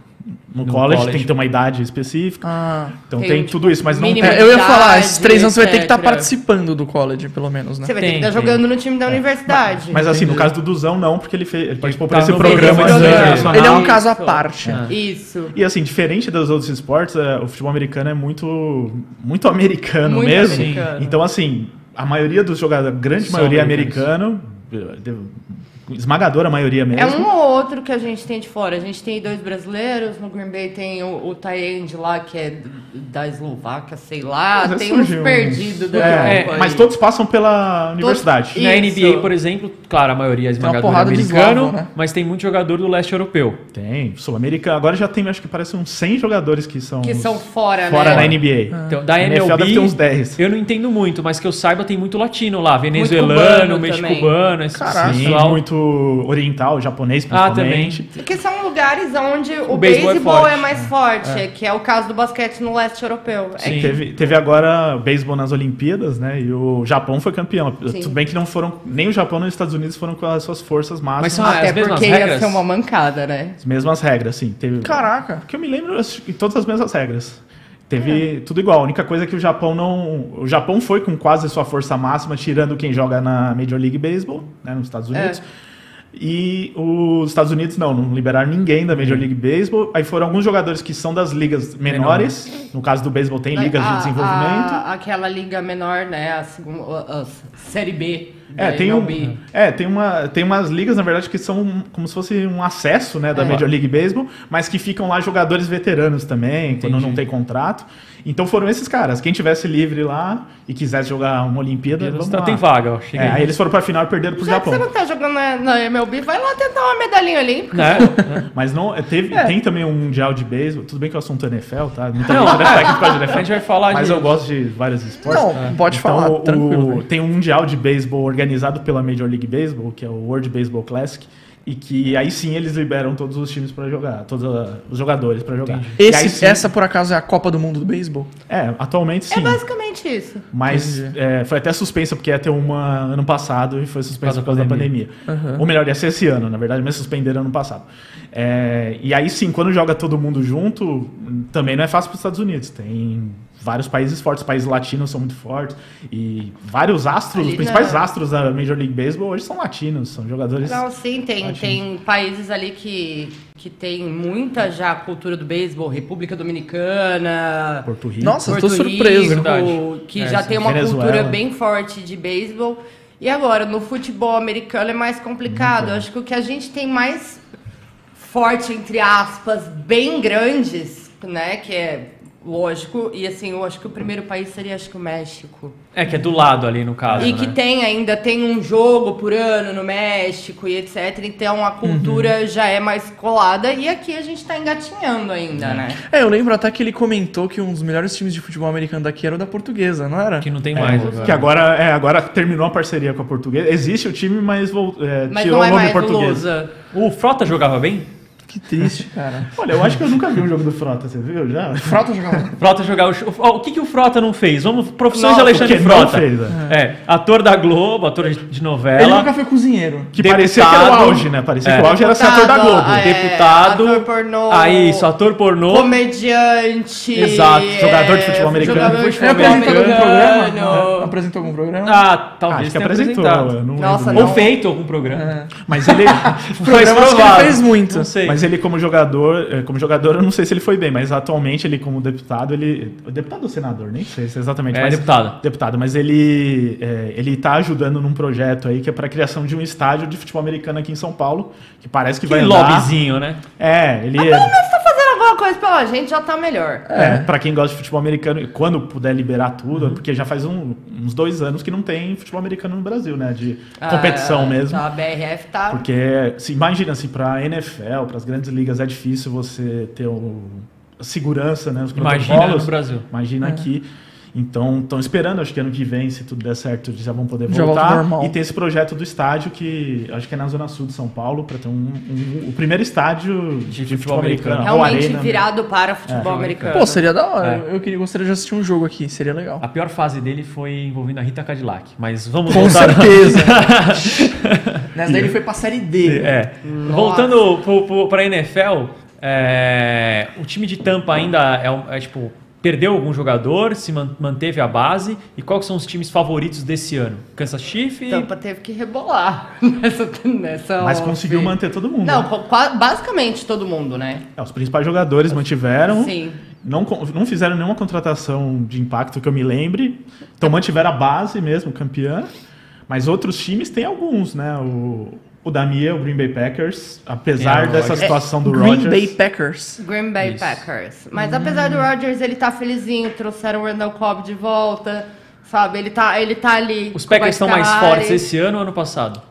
C: no, college,
A: college.
C: tem que ter uma idade específica.
B: Ah.
C: Então
D: Tem,
C: tem,
D: tipo,
C: tudo isso, mas não
D: mínimo
C: tem.
B: É, eu ia falar, esses três anos você vai ter que estar
D: etc.
B: participando do college, pelo menos, né?
D: Você vai ter que
A: Tem,
D: estar
A: tem.
D: jogando no time da universidade.
C: Mas assim, no caso do Duzão, não, porque ele, fez, ele participou por
A: tá
C: esse
A: no
C: programa
A: programa Ah.
C: de
A: dele.
C: internacional.
B: Ele é um
D: Isso.
B: caso à parte.
D: Isso.
C: E assim, diferente dos outros esportes, eh, o futebol americano é muito, muito americano
D: Muito
C: mesmo.
D: americano.
C: Então, assim, a maioria dos jogadores, a grande
A: São
C: maioria é
A: americanos.
C: americano, eh, de- esmagadora maioria mesmo.
D: É um ou outro que a gente tem de fora. A gente tem dois brasileiros, no Green Bay tem o, o Tayend lá, que é d- da Eslováquia, sei lá.
C: Às vezes
D: ah, tem uns
C: surge uns-
D: perdidos da
C: um- É,
D: Europa aí.
C: mas todos passam pela universidade.
A: Na
D: Isso.
A: NBA, por exemplo, claro, a maioria é esmagadora
B: porrada de
A: americano,
B: eslavo, né?
A: mas tem muito jogador do leste europeu.
C: Tem, sul-americano. Agora já tem, acho que parece uns 100 jogadores que são,
D: Que
C: os-
D: são fora,
C: fora
D: né?
C: da NBA.
A: Então, da
C: A NFL
A: NLB,
C: deve ter uns 10.
A: eu não entendo muito, mas que eu saiba, tem muito latino lá.
D: cubano
A: Venezuelano,
D: também.
A: mexicubano, esse
D: Ah.
B: Caraca.
C: Sim,
A: pessoal.
C: muito oriental, japonês
A: Ah,
C: principalmente.
D: Porque são lugares onde o,
A: O beisebol é
D: beisebol é,
A: forte.
C: né?
D: mais forte, que é o caso do basquete no leste europeu. É
A: Sim.
C: Teve, teve agora o beisebol nas Olimpíadas, né? E o Japão foi campeão.
D: Sim.
C: Tudo bem que não foram. Nem o Japão nem os Estados Unidos foram com as suas forças máximas.
A: Mas são as
D: Até
A: mesmas
D: porque ia
A: regras?
D: ser uma mancada, né?
C: As mesmas regras, sim. Teve,
B: Caraca.
C: Porque eu me lembro acho que todas as mesmas regras. Teve tudo igual. A única coisa é que o Japão não. O Japão foi com quase sua força máxima, tirando quem joga na Major League Baseball, né? Nos
D: É.
C: Estados Unidos. E os Estados Unidos não, não liberaram ninguém da Major League Baseball. Aí foram alguns jogadores que são das ligas menores. No caso do beisebol, tem ligas
D: A-
C: de desenvolvimento.
D: a- aquela liga menor, né? A, segunda, a, a Série B.
C: É,
D: da
C: tem,
D: MLB.
C: um, é tem, uma, tem umas ligas, na verdade, que são um- como se fosse um
A: É.
C: acesso né, da Major League Baseball, mas que ficam lá jogadores veteranos também, quando não tem contrato. Então foram esses caras. Quem tivesse livre lá e quisesse jogar uma Olimpíada, vamos
A: Tá-
C: lá.
A: Tem vaga, ó. Cheguei.
C: É, aí eles foram pra final e perderam pro
D: Já que
C: um Japão.
D: você não tá jogando na, na MLB, vai lá tentar uma medalhinha olímpica.
A: Né?
C: Mas não, teve,
B: É.
C: tem também um mundial de beisebol. Tudo bem que o assunto é NFL, tá? Muita
A: Não. é.
C: gente deve estar aqui por causa de
A: A gente
C: NFL.
A: vai falar
C: Mas
A: de...
C: eu gosto de vários esportes. né? Então,
B: Não, pode falar,
C: o-
B: tranquilo.
C: o-
B: velho.
C: tem um mundial de beisebol organizado pela Major League Baseball, que é o World Baseball Classic, e que aí sim eles liberam todos os times pra jogar, todos ah, os jogadores pra jogar. E aí
B: Esse,
C: sim-
B: essa, por acaso, é a Copa do Mundo do Beisebol?
C: é, atualmente sim.
D: É basicamente isso.
C: Mas
B: Entendi.
C: é, foi até suspensa, porque ia ter uma ano passado e foi suspensa por causa da pandemia. Ou melhor, ia ser esse ano, na verdade, mas suspenderam ano passado. É, e aí sim, quando joga todo mundo junto, também não é fácil para os Estados Unidos. Tem vários países fortes, os países latinos são muito fortes. E vários astros,
D: Ali
C: os principais
D: na-
C: astros da Major League Baseball hoje são latinos, são jogadores.
D: Não, sim, tem,
C: Ótimo.
D: tem países ali que, que tem muita já cultura do beisebol, República Dominicana,
C: Porto Rico.
B: Nossa, eu tô
D: Porto
B: surpreso.
D: Rico,
A: Verdade.
D: que
A: É,
D: já
A: sim.
D: tem uma
C: Venezuela.
D: cultura bem forte de beisebol. E agora, no futebol americano é mais complicado. Eu acho que o que a gente tem mais forte, entre aspas, bem grandes, né? Que é lógico. E assim, eu acho que o primeiro país seria acho que o México.
A: É, que é do lado ali, no caso,
D: E que
A: né?
D: tem ainda, tem um jogo por ano no México e etc. Então a cultura
C: Uhum.
D: já é mais colada e aqui a gente tá engatinhando ainda, né?
B: É, eu lembro até que ele comentou que um dos melhores times de futebol americano daqui era o da portuguesa, não era?
A: Que não tem
C: É,
A: mais agora.
C: que agora, é, agora terminou a parceria com a portuguesa. Existe o time, mas, vol- é,
D: Mas
C: tirou
D: não é
C: o nome
D: mais
C: português.
D: Lusa.
A: O Frota jogava bem?
B: Que triste, cara.
C: Olha, eu acho que eu nunca vi um jogo do Frota, você viu já?
B: Frota jogava.
A: Frota jogava... O o que, que o Frota não fez? Vamos... Profissões de
C: Nossa,
A: Alexandre
C: o que não
A: Frota.
C: fez, é.
A: é. ator da Globo, ator de de
B: Ele
A: novela.
B: nunca foi cozinheiro.
C: Que parecia que era o
A: Deputado.
C: auge, né? Parecia
A: É.
C: que o auge era ser ator da Globo.
D: Ah, é.
A: Deputado.
D: ator pornô.
A: Aí, isso, ator pornô.
D: Comediante. É,
A: Exato,
C: jogador de futebol americano. um
D: jogador de
A: Ele
B: Ele
D: futebol
B: apresentou algum programa?
D: americano.
C: né?
B: É, Apresentou algum programa?
A: Ah,
C: Ah,
A: talvez
C: acho que
A: tenha
C: apresentou.
A: apresentado.
C: eu não
D: Nossa,
C: lembro.
A: Ou
D: não.
A: feito algum programa.
B: É.
C: Mas ele,
A: Mas
B: Programa acho que ele
A: provável.
B: fez muito.
A: Não sei.
C: mas ele como jogador, eh, como jogador, eu não sei se ele foi bem, mas atualmente ele como deputado, ele é deputado ou senador, nem sei se exatamente,
A: É,
C: mas
A: deputado.
C: deputado, mas ele eh, ele tá ajudando num projeto aí que é para criação de um estádio de futebol americano aqui em São Paulo, que parece que,
A: que
C: vai andar.
A: lobbyzinho, né?
C: É, ele é,
D: Mas tá fazendo alguma coisa pela gente, já tá melhor.
C: É, pra quem gosta de futebol americano, e quando puder liberar tudo, porque já faz um- uns dois anos que não tem futebol americano no Brasil, né? De competição
D: Ah,
C: mesmo.
D: Tá, a BRF tá.
C: Porque, se, imagina, se pra NFL, pras grandes ligas, é difícil você ter o, a segurança, né? Os
A: Imagina no
C: protocolos.
A: Brasil.
C: Imagina aqui. Então, estão esperando, acho que ano que vem, se tudo der certo, eles já vão poder
B: Já volta
C: voltar.
B: normal.
C: E tem esse projeto do estádio que acho que é na Zona Sul de São Paulo, pra ter um, um- o primeiro estádio de, futebol, americano. ou
D: Realmente
C: arena, né?
D: virado para o futebol americano.
B: Pô, seria da hora. Eu queria, gostaria de assistir um jogo aqui, seria legal.
A: A pior fase dele foi envolvendo a Rita Cadillac. Mas vamos
B: Com
A: voltar.
B: certeza. Nessa daí ele foi pra série D.
A: É. Voltando pro- pro- pra NFL, é, o time de Tampa ainda é, um- é, tipo. Perdeu algum jogador, se man- manteve a base. E quais são os times favoritos desse ano? Kansas Chiefs?
D: Tampa teve que rebolar nessa. nessa
C: Mas conseguiu
D: off.
C: manter todo mundo.
D: Não,
C: né?
D: co- qua- basicamente todo mundo, né?
C: É, os principais jogadores
A: Então,
C: mantiveram.
D: Sim.
C: Não, con- não fizeram nenhuma contratação de impacto que eu me lembre. Então mantiveram a base mesmo, campeã. Mas outros times têm alguns, né? O, o Damia, o Green Bay Packers, apesar
A: É,
C: dessa
A: lógico.
C: situação do
B: Green
C: Rodgers.
B: Bay Packers.
D: Green Bay
A: Isso. Hum.
D: Packers. Mas apesar do Rodgers, ele tá felizinho, trouxeram o Randall Cobb de volta, sabe? Ele tá, ele tá ali.
A: Os
D: vai
A: Packers estão mais
D: ficar
A: fortes
D: ali.
A: esse ano ou ano passado?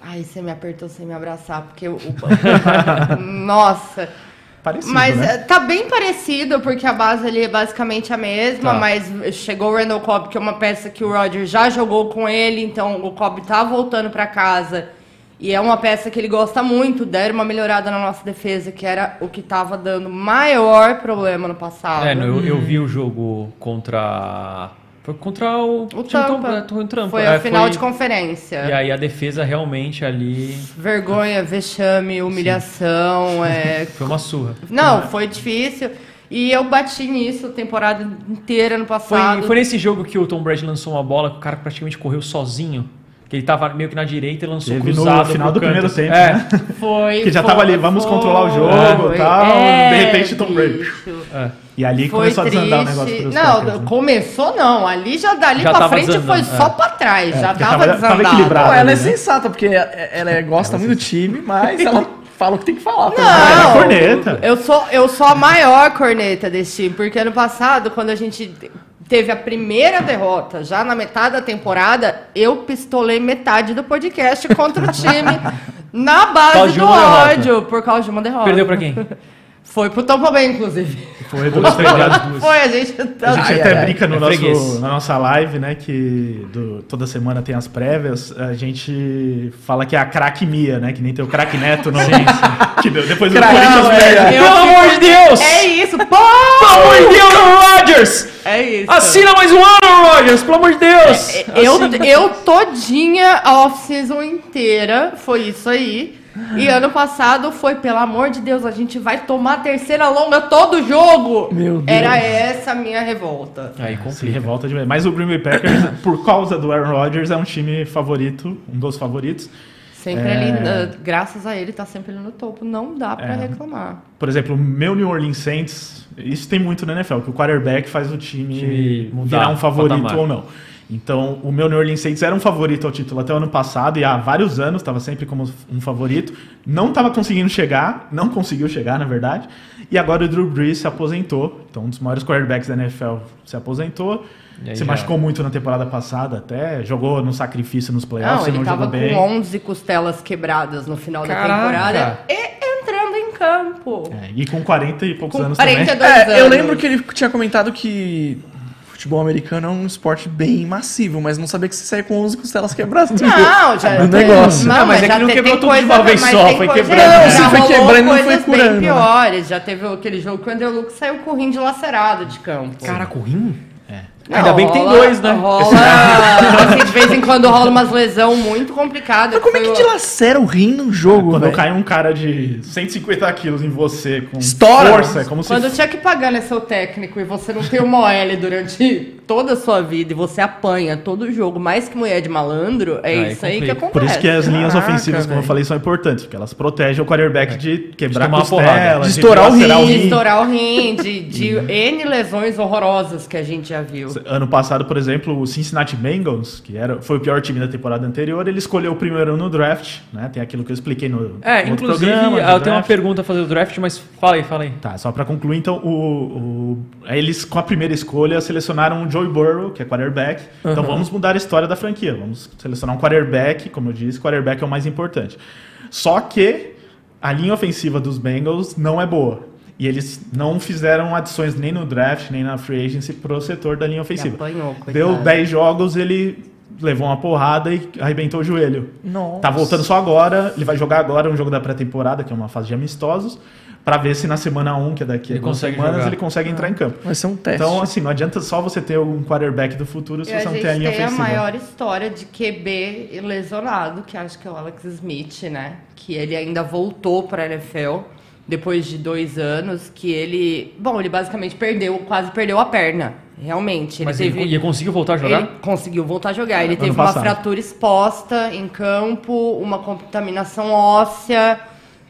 D: Ai, você me apertou sem me abraçar, porque o. o- Nossa.
C: Parecido,
D: mas
C: né?
D: eh, tá bem parecido, porque a base ali é basicamente a mesma,
A: Tá.
D: mas chegou o Randall Cobb, que é uma peça que o Roger já jogou com ele, então o Cobb tá voltando pra casa. E é uma peça que ele gosta muito, deram uma melhorada na nossa defesa, que era o que tava dando maior problema no passado.
A: É, eu,
D: hum.
A: eu vi o jogo contra. Foi contra o.
D: O
A: time Tom-
D: Tampa.
A: é, Tom- Tampa.
D: Foi
A: É,
D: a final
A: foi-
D: de conferência.
A: E aí a defesa realmente ali.
D: Vergonha, vexame, humilhação, é,
A: Foi uma surra.
D: Não, foi difícil. E eu bati nisso a temporada inteira no
A: Foi,
D: passado.
A: foi nesse jogo que o Tom Brady lançou uma bola que o cara praticamente correu sozinho. Que ele tava meio que na direita e lançou
C: Teve no
A: cruzado.
C: final
A: pro
C: do
A: canto.
C: primeiro tempo,
A: É.
C: né?
D: Foi,
C: Que já
D: foi, É,
C: tava ali, vamos controlar o jogo e tal, de repente, Tom Brady.
D: bicho.
C: E ali
D: é, Foi
C: começou a desandar o negócio
D: triste.
C: pros
D: Não,
C: Packers, né?
D: começou não. Ali já dali
A: Já
D: pra
A: tava
D: frente foi
A: desandando,
D: só
A: é.
D: pra trás. já
C: porque
D: tava,
C: tava- tava
D: desandado.
C: equilibrado.
B: Não,
C: Bravo,
B: ela é
C: né?
B: sensata, porque ela, ela gosta muito do time, mas ela fala o que tem que falar. tá ligado?
C: Ela
D: Não,
C: é corneta.
D: Eu sou, eu sou a maior corneta desse time, porque ano passado, quando a gente teve a primeira derrota, já na metade da temporada, eu pistolei metade do podcast contra o time na
A: causa
D: base
A: de
D: do
A: uma derrota.
D: ódio, por causa de uma derrota.
A: Perdeu pra quem?
D: Foi pro Tampa Bay, inclusive.
C: Foi duas, três das duas.
D: Foi, a gente... tá-
C: A gente
B: Ai,
C: até
B: ai, ai.
C: brinca no
A: É freguês.
C: nosso, na nossa live, né? Que do- toda semana tem as prévias. A gente fala que é a craque Mia, né? Que nem tem o craque Neto no. que deu- depois do
B: Craque
C: Corinthians
B: Mia.
C: perde.
A: Pelo amor de Deus!
D: É isso, pô!
A: Pelo amor de Deus, Rodgers!
D: É isso. É,
A: Assina mais um ano, Rodgers! Pelo amor de Deus!
D: Eu, eu todinha a off-season inteira, foi isso aí. E ano passado foi, pelo amor de Deus, a gente vai tomar a terceira longa todo jogo.
B: Meu Deus.
D: Era essa a minha revolta.
A: Aí complica.
C: Se revolta demais. Mas o Green Bay Packers, por causa do Aaron Rodgers, é um time favorito, um dos favoritos.
D: Sempre ali, eh, graças a ele, tá sempre ali no topo. Não dá pra
C: É.
D: reclamar.
C: Por exemplo, o meu New Orleans Saints, isso tem muito na NFL, que o quarterback faz o time,
A: Time
C: virar
A: mudar,
C: um favorito
A: patamar.
C: ou não. Então, o meu New Orleans Saints era um favorito ao título até o ano passado e há vários anos estava sempre como um favorito. Não estava conseguindo chegar, não conseguiu chegar, na verdade. E agora o Drew Brees se aposentou, então um dos maiores quarterbacks da NFL se aposentou.
A: E aí
C: Se
A: já-
C: machucou muito na temporada passada até, jogou no sacrifício nos playoffs,
D: Não,
C: não,
D: ele
C: jogou
D: tava
C: bem.
D: com 11 costelas quebradas no final
A: Caraca.
D: da temporada e entrando em campo.
C: É, e com 40 e poucos
D: Com
C: anos
D: 42
C: também.
D: anos.
B: É, eu lembro que ele tinha comentado que futebol americano é um esporte bem massivo, mas não sabia que você saía com 11 costelas quebradas. do jogo.
D: Não, já.
B: Do negócio.
D: Não,
A: Ah, mas
D: mas
A: é que
D: já
A: não
D: te-
A: quebrou
D: tem
A: tudo de uma
D: coisa-
A: vez
D: mas
A: só,
D: tem
A: foi
D: coisa-
A: quebrando,
D: Não,
A: né?
D: já
B: Sim, foi
D: rolou
B: quebrando, não foi
D: coisas bem
B: curando, né?
D: piores. Já teve aquele jogo que o Andrew Luke saiu correndo de lacerado de campo.
A: Caraca, o rim?
D: Não,
A: Ainda bem que tem
D: rola-
A: dois, né?
D: Rola. assim, de vez em quando rola umas lesão muito complicadas.
B: Mas como é que
D: Foi o-
B: dilacera o rim num jogo,
C: Quando
B: velho?
C: cai um cara de 150 quilos em você com
B: Estoura!
C: força, é como
D: Quando o
C: se...
D: Chuck Pagano é seu técnico e você não tem uma OL durante toda a sua vida e você apanha todo jogo, mais que mulher de malandro, é
A: Aí
D: isso aí que
A: complica.
D: acontece.
C: Por isso que é as linhas
B: Caraca,
C: ofensivas, como eu
B: velho.
C: falei, são importantes, porque elas protegem o quarterback de quebrar
A: tomar uma porrada.
C: costela,
B: De estourar o
C: lacerar
B: rim.
D: De estourar o rim, de, de N lesões horrorosas que a gente já viu.
C: Ano passado, por exemplo, o Cincinnati Bengals, que era, foi o pior time da temporada anterior, ele escolheu o primeiro no draft, né? Tem aquilo que eu expliquei no,
A: É,
C: no outro
A: inclusive,
C: programa, do
A: eu tenho uma
C: draft.
A: pergunta a fazer do draft, mas fala aí, fala aí.
C: Tá, só pra concluir, então, o, o- eles com a primeira escolha selecionaram o Joey Burrow, que é quarterback. Então vamos mudar a história da franquia. Vamos selecionar um quarterback, como eu disse, quarterback é o mais importante. Só que a linha ofensiva dos Bengals não é boa. E eles não fizeram adições nem no draft, nem na free agency pro setor da linha
D: E
C: ofensiva.
D: apanhou,
C: Deu
D: coitado.
C: 10 jogos, ele levou uma porrada e arrebentou o joelho.
B: Nossa.
C: Tá voltando só agora, ele vai jogar agora um jogo da pré-temporada, que é uma fase de amistosos, pra ver se na semana 1, que é daqui a
A: Ele
C: duas
A: consegue
C: semanas,
A: jogar.
C: ele consegue entrar em campo.
B: Vai ser um
D: É.
B: teste.
C: Então, assim, não adianta só você ter um quarterback do futuro se
D: E a
C: você não
D: gente
C: tem a linha
D: tem a
C: ofensiva.
D: maior história de QB lesionado, que acho que é o Alex Smith, né? Que ele ainda voltou para a NFL depois de dois anos, que ele, bom, ele basicamente perdeu, quase perdeu a perna, realmente. Ele
A: Mas
D: teve,
A: ele, ele conseguiu voltar a jogar?
D: ele conseguiu voltar a jogar. Ele teve
C: passado.
D: uma fratura exposta em campo, uma contaminação óssea.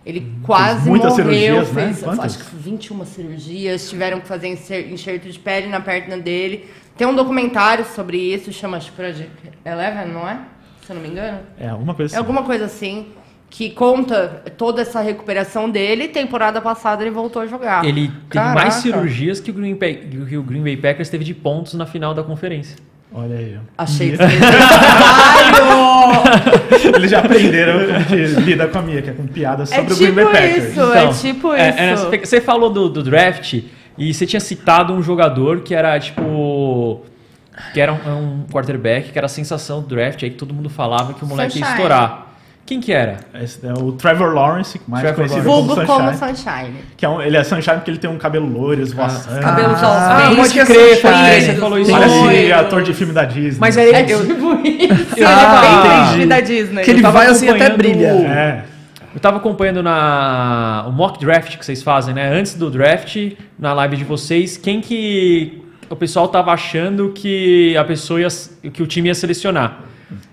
D: Ele quase
C: Hum, muitas
D: morreu,
C: cirurgias, né?
D: fez
C: Quantas?
D: acho que 21 cirurgias, tiveram que fazer enxer- enxerto de pele na perna dele. Tem um documentário sobre isso, chama acho que Project Eleven, não é? Se eu não me engano.
C: É, alguma coisa
D: É
C: assim.
D: alguma coisa assim que conta toda essa recuperação dele. Temporada passada ele voltou a jogar.
A: Ele teve
B: Caraca.
A: mais cirurgias que o, Green Bay, que o Green Bay Packers teve de pontos na final da conferência.
C: Olha aí. ó.
D: Achei que Caralho!
C: Eles já aprenderam como que lida com a minha, que é com piada
D: É
C: sobre o Green Bay
D: tipo
C: Packers. Então,
D: isso, é tipo
A: é- é
D: isso.
A: nessa pe- você falou do, do draft e você tinha citado um jogador que era tipo. Que era um, um quarterback, que era a sensação do draft aí que todo mundo falava que o moleque ia
D: Sunshine.
A: estourar. Quem que era?
C: Esse é o Trevor Lawrence, mais
A: Trevor
C: conhecido
D: Vulgo
C: como
D: como
C: Sunshine.
D: Sunshine.
C: Que é um- ele é Sunshine porque ele tem um cabelo loiro, esvoaçante.
D: Cabelo
B: Ah,
D: ah,
B: pode
A: crer, pode crer,
B: crer, Sunshine.
A: você falou isso.
C: Parece é ator de filme da Disney.
A: Mas aí
D: É
A: eu,
D: tipo isso. Ele
A: Ah,
D: é bem
A: entendi.
D: triste da Disney.
B: Que ele
A: eu tava
B: vai assim até
A: acompanhando-
B: brilha.
C: É.
A: Eu tava acompanhando na o mock draft que vocês fazem, né? Antes do draft, na live de vocês, quem que o pessoal tava achando que a pessoa ia, que o time ia selecionar.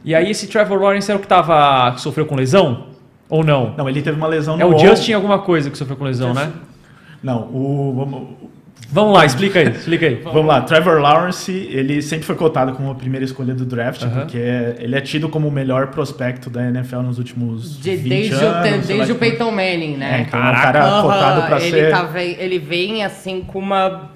A: E aí esse Trevor Lawrence era o que tava que sofreu com lesão ou não?
C: Não, ele teve uma lesão
A: É
C: no
A: o
C: ombro.
A: Justin alguma coisa que sofreu com lesão, né?
C: Não, o. vamos-
A: Vamos lá, explica aí, explica aí.
C: Vamos lá, Trevor Lawrence, ele sempre foi cotado como a primeira escolha do draft,
A: Aham.
C: porque ele é tido como o melhor prospecto da NFL nos últimos
D: De-
C: 20
D: desde
C: anos.
D: o,
C: sei lá,
D: desde o
C: tipo,
D: Peyton Manning,
C: É,
D: né?
C: então é um cara
D: Aham,
C: cotado pra
D: ele
C: ser...
D: tá vem, ele vem assim com uma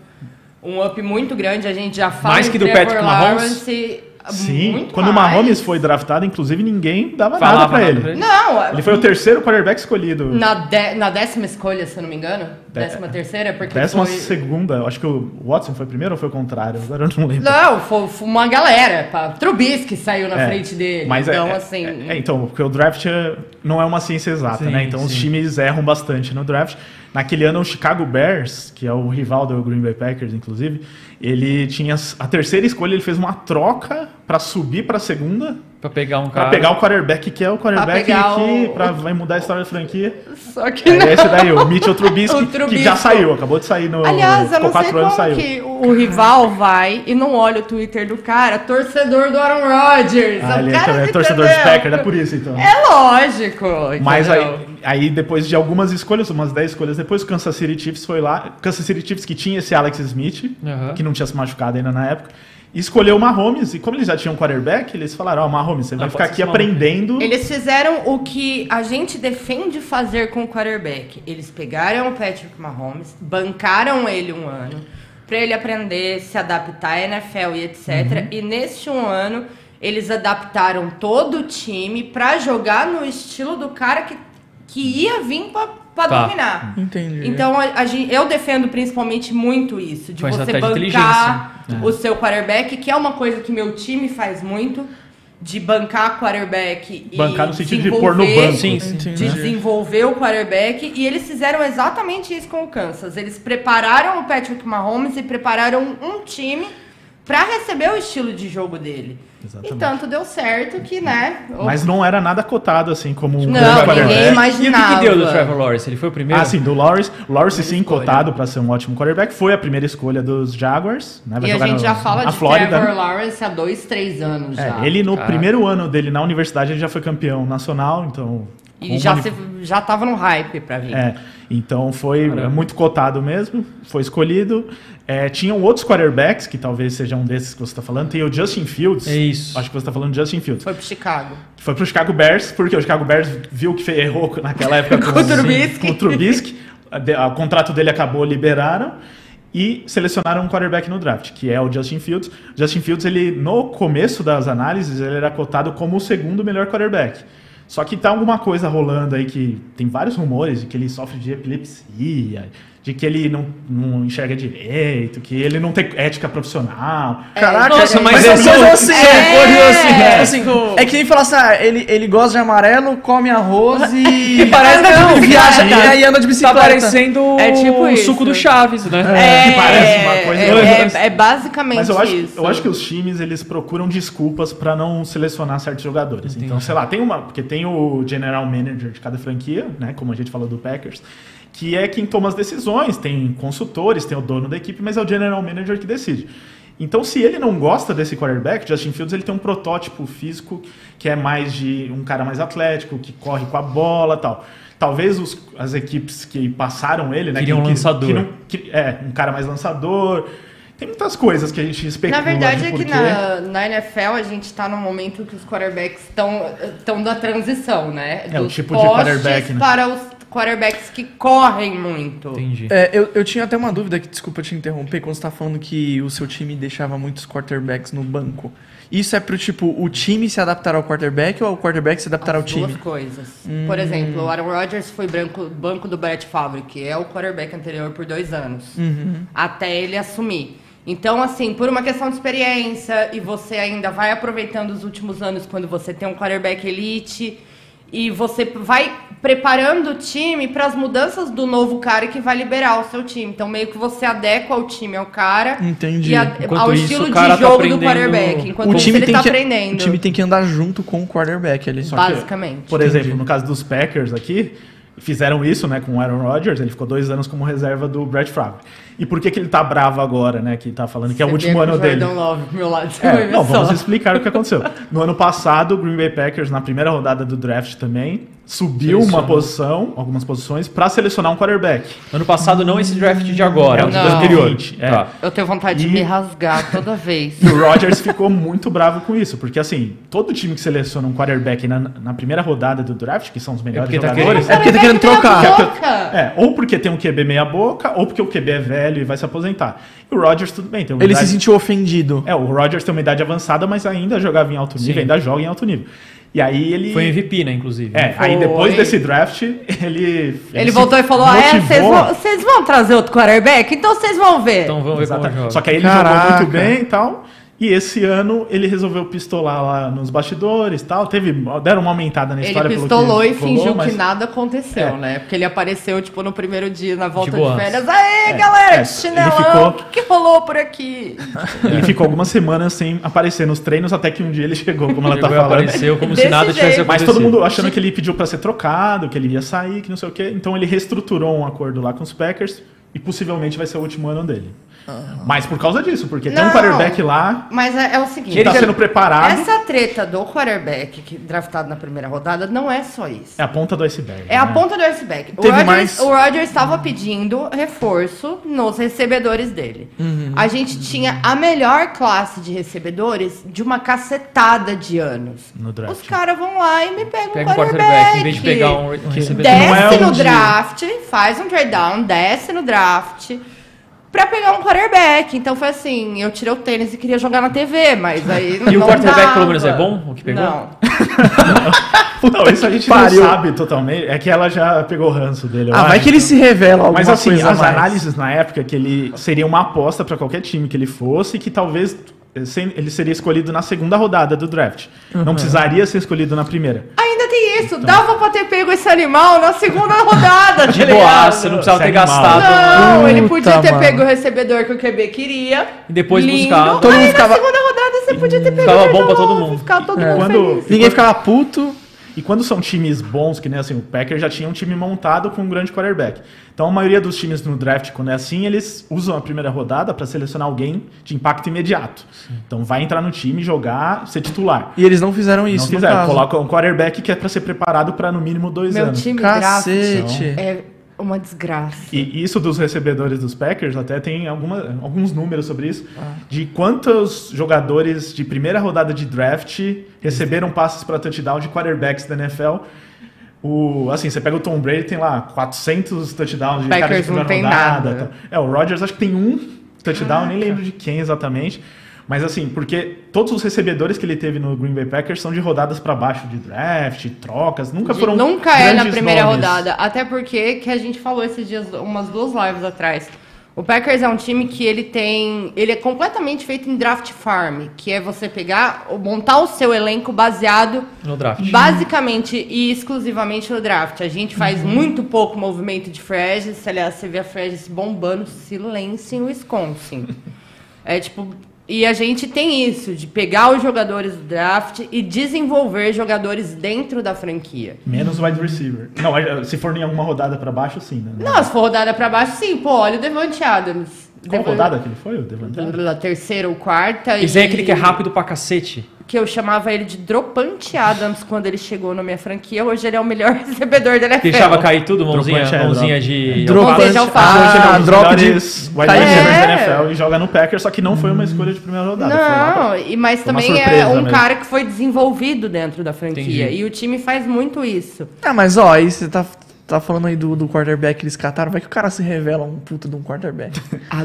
D: um up muito grande, a gente já fala
A: Mais
D: em
A: que do
D: Trevor
A: Patrick Mahomes?
D: Lawrence, ah,
C: Sim,
D: muito
C: quando o
D: mais.
C: Mahomes foi draftado, inclusive, ninguém dava
A: Falava
C: nada pra
A: nada
C: ele.
A: pra ele.
D: Não,
C: Ele foi o terceiro quarterback escolhido.
D: na, dé- na décima escolha, se eu não me engano. Décima terceira, porque
C: Décima
D: foi...
C: segunda, eu acho que o Watson foi primeiro ou foi o contrário? Agora eu não lembro.
D: Não, foi, foi uma galera, pá. Trubisky saiu na
C: É,
D: frente dele.
C: Mas é-
D: então,
C: é,
D: assim.
C: é, é, então, porque o draft é- não é uma ciência exata,
A: Sim,
C: né? Então os
A: sim.
C: times erram bastante no draft. Naquele ano, o Chicago Bears, que é o rival do Green Bay Packers, inclusive, ele tinha s- a terceira escolha, ele fez uma troca pra subir pra segunda,
A: Pra pegar um
C: pra
A: cara.
C: pegar o quarterback, que é o quarterback
D: pegar
C: que
D: o-
C: pra- vai mudar a história da franquia.
D: Só que.
C: É
D: não.
C: esse daí, o Mitchell Trubisky,
D: O
C: que
D: Trubisky.
C: já saiu, acabou de sair no.
D: Aliás, eu
C: ficou
D: não sei
C: quatro anos,
D: como
C: saiu.
D: que o, o rival vai e não olha o Twitter do cara, torcedor do Aaron Rodgers.
C: Ah,
D: o
C: ele é
D: cara
C: também
D: se
C: torcedor de
D: entendeu?
C: Packers, é por isso então.
D: É lógico.
C: Mas aí,
D: entendeu?
C: aí, depois de algumas escolhas, umas 10 escolhas depois, o Kansas City Chiefs foi lá. Kansas City Chiefs que tinha esse Alex Smith,
A: Aham.
C: um que não tinha se machucado ainda na época, escolheu o Mahomes. E como eles já tinham um quarterback, eles falaram: Ó, Mahomes, você vai
A: pode
C: ficar
A: ser
C: aqui
A: esse maluco.
C: aprendendo.
D: Eles fizeram o que a gente defende fazer com o quarterback. Eles pegaram o Patrick Mahomes, bancaram ele um ano pra ele aprender, se adaptar à NFL e etc. E neste um ano eles adaptaram todo o time pra jogar no estilo do cara que, que ia vir pra, pra
A: Tá.
B: Uhum.
D: dominar.
B: Entendi.
D: Então a, a gen- eu defendo principalmente muito isso, de
A: Uma
D: você
A: estratégia de
D: bancar o seu quarterback, que é uma coisa que meu time faz muito, de bancar quarterback e
C: Bancar no sentido de pôr no
D: desenvolver-
C: banco.
A: Sim, sim.
B: Entendi.
D: de desenvolver o quarterback e eles fizeram exatamente isso com o Kansas. Eles prepararam o Patrick Mahomes e prepararam um time pra receber o estilo de jogo dele.
C: Exatamente.
D: E tanto deu certo que, né? o-
C: Mas não era nada cotado assim como um
D: Não,
C: grande
D: ninguém
C: quarterback.
D: mais-
A: E o que, que
D: Imaginava.
A: deu do Trevor Lawrence? Ele foi o primeiro? Tá
C: Ah, sim, do Lawrence. Lawrence, sim,
D: escolha.
C: cotado pra ser um ótimo quarterback. Foi a primeira escolha dos Jaguars. Né? Vai
D: e a
C: jogar
D: gente
C: no-
D: já fala
C: na
D: de
C: Flórida. né?
D: Trevor Lawrence há dois, três anos já.
C: É, ele no
A: Caraca.
C: primeiro ano dele na universidade ele já foi campeão nacional, então. com
D: E já,
C: mani-
D: se, já tava no hype pra vir.
C: É, então foi
A: Caramba.
C: é, muito cotado mesmo, foi escolhido. É, tinham outros quarterbacks, que talvez seja um desses que você está falando. Tem o Justin Fields.
A: É isso.
C: Acho que você está falando de Justin Fields.
D: Foi pro Chicago.
C: Foi pro Chicago Bears, porque o Chicago Bears viu que fe- errou naquela época com,
D: Com o Trubisky.
C: com o Trubisky. A de- a- O contrato dele acabou, liberaram. E selecionaram um quarterback no draft, que é o Justin Fields. Justin Fields, ele no começo das análises, ele era cotado como o segundo melhor quarterback. Só que tá alguma coisa rolando aí que tem vários rumores de que ele sofre de epilepsia, de que ele não, não enxerga direito, que ele não tem ética profissional. Caraca,
A: nossa, mas
B: é
A: é
B: só
A: só-
B: assim, é, curioso, assim, é, assim, é que nem falar assim, ah, ele, ele gosta de amarelo, come arroz e...
A: E parece que
B: e
A: não,
B: viaja
A: cara.
B: e aí anda de
A: Tá
B: bicicleta.
A: parecendo
D: É tipo
A: o
D: isso.
A: suco do Chaves, né?
D: É,
C: parece uma coisa- assim.
D: é, é, é basicamente
C: Mas eu acho,
D: isso.
C: eu acho que os times eles procuram desculpas pra não selecionar certos jogadores. Então, sei lá, tem uma, porque tem o general manager de cada franquia, né, como a gente falou do Packers, que é quem toma as decisões, tem consultores, tem o dono da equipe, mas é o general manager que decide. Então, se ele não gosta desse quarterback, Justin Fields, ele tem um protótipo físico que é mais de um cara mais atlético, que corre com a bola, tal. Talvez os- as equipes que passaram ele, né,
A: Queriam
C: que-
A: um
C: que-
A: lançador.
C: que não- que- é, um cara mais lançador. Tem muitas coisas que a gente especula.
D: Na verdade,
C: de
D: é que
C: porquê.
D: na, na NFL a gente tá num momento que os quarterbacks estão da transição, né?
C: É, o tipo de
D: postes
C: quarterback, né?
D: Para os quarterbacks que correm muito.
A: Entendi.
B: É, eu, eu tinha até uma dúvida, que desculpa te interromper, quando você tá falando que o seu time deixava muitos quarterbacks no banco. Isso é pro tipo, o time se adaptar ao quarterback ou o quarterback se adaptar ao
D: As duas
B: time? Hum.
D: coisas. Por exemplo, o Aaron Rodgers foi branco, banco do Brett Favre, que é o quarterback anterior por dois anos.
B: Uhum.
D: Até ele assumir. Então, assim, por uma questão de experiência, e você ainda vai aproveitando os últimos anos quando você tem um quarterback elite, e você vai preparando o time para as mudanças do novo cara que vai liberar o seu time. Então, meio que você adequa o time ao cara
B: Entendi.
D: e a-
A: Enquanto
D: ao
A: isso,
D: estilo
A: o cara tá
D: de jogo do
A: aprendendo-
D: quarterback. Enquanto isso, ele tá
B: que,
D: aprendendo.
B: o time tem que andar junto com o quarterback ali.
C: Só que,
D: Basicamente.
C: por
B: Entendi.
C: exemplo, no caso dos Packers aqui, fizeram isso né, com o Aaron Rodgers. Ele ficou dois anos como reserva do Brett Favre. E por que, que ele tá bravo agora, né? Que tá falando que é o
D: Você
C: último
D: pega
C: ano
D: o
C: dele.
D: Jordan Love pro meu lado, você vai
C: É,
D: ver
C: não,
D: só.
C: vamos explicar o que aconteceu. No ano passado, o Green Bay Packers, na primeira rodada do draft também, subiu uma
A: Selecionou.
C: posição, algumas posições, pra selecionar um quarterback.
A: Ano passado não esse draft de agora,
C: É,
A: o de
D: Não.
A: 2020. É.
C: Tá.
D: Eu tenho vontade
C: E-
D: de me rasgar toda vez.
C: E o Rodgers ficou muito bravo com isso, porque assim, todo time que seleciona um quarterback na, na primeira rodada do draft, que são
D: É
C: os melhores
A: porque tá
C: jogadores,
A: querendo-
B: É porque tá querendo trocar.
C: Quer
D: Meia
C: que eu-
D: boca.
C: é, ou porque tem um QB meia boca, ou porque o QB é velho e vai se aposentar. E o Rodgers, tudo bem, tem uma
B: Ele se
C: idade-
B: sentiu ofendido.
C: É, o Rodgers tem uma idade avançada, mas ainda jogava em alto nível,
A: Sim.
C: ainda joga em alto nível. E aí ele.
A: Foi MVP, né, inclusive.
C: É, aí depois
D: Foi.
C: desse draft, ele. Ele,
D: Ele
C: se
D: voltou e falou: "Ah, é, vocês
C: É. motivou.
D: vão, vocês vão trazer outro quarterback? Então vocês vão ver.
A: Então vamos ver
C: Exatamente.
A: como joga.
C: Só que aí ele jogou
B: Caraca.
C: muito bem e tal. E esse ano ele resolveu pistolar lá nos bastidores e tal. Teve, deram uma aumentada na
D: ele
C: história. pelo
D: pistolou e
C: rolou,
D: fingiu
C: mas-
D: que nada aconteceu,
C: É.
D: né? Porque ele apareceu, tipo, no primeiro dia, na volta
A: De
D: de,
A: boas.
D: férias. Aê, galera,
C: é,
D: de chinelão,
C: ele ficou-
D: o que, que rolou por aqui?
C: Ele ficou algumas semanas sem aparecer nos treinos, até que um dia ele chegou, como ela tá
A: Chegou e
C: falando.
A: apareceu como se
D: Desse
A: nada tivesse
D: jeito.
A: acontecido.
C: Mas todo mundo achando que ele pediu pra ser trocado, que ele ia sair, que não sei o quê. Então ele reestruturou um acordo lá com os Packers e possivelmente vai ser o último ano dele. Mas por causa disso, porque tem um
D: Não.
C: quarterback lá
D: Mas é, é o
C: que
D: seguinte:
C: ele tá sendo preparado.
D: essa treta do quarterback que draftado na primeira rodada não é só isso.
C: É a ponta do iceberg.
D: É a
A: Uhum.
C: né?
D: ponta do iceberg. O
B: Teve
D: Rodgers-
B: mais-
D: O Rodgers estava pedindo reforço nos recebedores dele.
A: Uhum.
D: A gente tinha a melhor classe de recebedores de uma cacetada de anos.
C: No draft.
D: Os caras vão lá e me pegam
A: Pega
D: um
A: um
D: quarterback.
A: quarterback, em vez de pegar um, um recebedor.
C: Não é
D: Desce no
C: onde-
D: draft, faz um trade down, desce no draft pra pegar um quarterback. Então foi assim, eu tirei o tênis e queria jogar na TV, mas aí não
A: E o quarterback,
D: dava.
A: pelo menos, é bom? O que pegou?
D: Não.
C: Não, isso a gente
B: Pariu.
C: não sabe totalmente. É que ela já pegou o ranço dele. eu
B: Ah, vai
C: acho.
B: que ele se revela alguma
C: Mas assim,
B: coisa a
C: as
B: mais.
C: análises na época que ele seria uma aposta pra qualquer time que ele fosse, que talvez eh, sem- ele seria escolhido na segunda rodada do draft.
B: Uhum.
C: Não precisaria ser escolhido na primeira.
D: Ainda tem isso, dava pra ter pego esse animal na segunda rodada, tá
A: Então. De
D: ligado?
A: boaça, não precisava
C: Esse
A: ter
C: animal.
A: gastado.
D: Não,
B: Puta,
D: ele podia ter
B: mano.
D: pego o recebedor que o QB queria.
A: E depois
D: lindo.
A: buscar.
B: Todo
D: Aí
B: mundo
D: na
B: ficava- É.
D: segunda rodada você podia ter pego
A: Ficava bom
D: o
A: pra
D: Jordan
A: todo
D: Love,
A: mundo.
D: Ficava todo
C: E
D: mundo
C: quando-
D: feliz.
B: Ninguém ficava puto.
C: E quando são times bons, que nem assim, o Packers já tinha um time montado com um grande quarterback. Então a maioria dos times no draft, quando é assim, eles usam a primeira rodada pra selecionar alguém de impacto imediato. Então vai entrar no time, jogar, ser titular.
B: E eles não fizeram isso,
C: não
B: no
C: quiser,
B: caso.
C: coloca um quarterback que é pra ser preparado pra no mínimo dois
D: Meu
C: anos.
D: time
B: Cacete.
D: draft é uma desgraça.
C: E isso dos recebedores dos Packers, até tem alguma- alguns números sobre isso,
D: Ah.
C: de quantos jogadores de primeira rodada de draft receberam passes para touchdown de quarterbacks da NFL. O, assim, você pega o Tom Brady, tem lá 400 touchdowns de cara de
D: Packers
C: primeira
D: não tem
C: rodada.
D: nada.
C: tal. É, o Rodgers acho que tem um touchdown, nem lembro de quem exatamente. Mas assim, porque todos os recebedores que ele teve no Green Bay Packers são de rodadas para baixo de draft, trocas, nunca
D: De-
C: foram
D: Nunca é na
C: grandes
D: primeira
C: nomes.
D: rodada. Até porque, que a gente falou esses dias, umas duas lives atrás. O Packers é um time que ele tem. Ele é completamente feito em draft farm, que é você pegar, montar o seu elenco baseado
A: No draft.
D: Basicamente e exclusivamente no draft. A gente
A: Uhum.
D: faz muito pouco movimento de free agents. Aliás, você vê a free agents bombando silêncio em Wisconsin. é tipo... E a gente tem isso, de pegar os jogadores do draft e desenvolver jogadores dentro da franquia.
C: Menos wide receiver. Não, é- se for em alguma rodada pra baixo, sim, né?
D: Não, se for rodada pra baixo, sim. Pô, olha o Devante Ah, Adams.
C: Qual
D: Devon-
C: rodada que ele foi, o Devante?
D: Pela Terceira ou quarta.
A: Esse aí é aquele
D: e-
A: que é rápido pra cacete.
D: que eu chamava ele de Dropante Adams quando ele chegou na minha franquia. Hoje ele é o melhor recebedor da NFL.
A: Deixava cair tudo, mãozinha,
C: Dropante é,
A: mãozinha
C: drop.
A: de...
D: Dropante.
A: alface.
D: Seja, eu falo.
C: Hoje ele é
B: Ah,
C: um dos
B: drop de...
C: melhores wide
B: tight
C: receivers
D: end.
C: da NFL e joga no Packers, só que não foi uma escolha de primeira rodada. Ah, foi lá pra-
D: Não, e, mas
C: foi uma
D: também é
C: surpresa
D: um
C: mesmo.
D: cara que foi desenvolvido dentro da franquia.
A: Entendi.
D: E o time faz muito isso.
B: Ah, mas ó, aí você tá, tá falando aí do, do quarterback que eles cataram. Vai que o cara se revela um puto de um quarterback.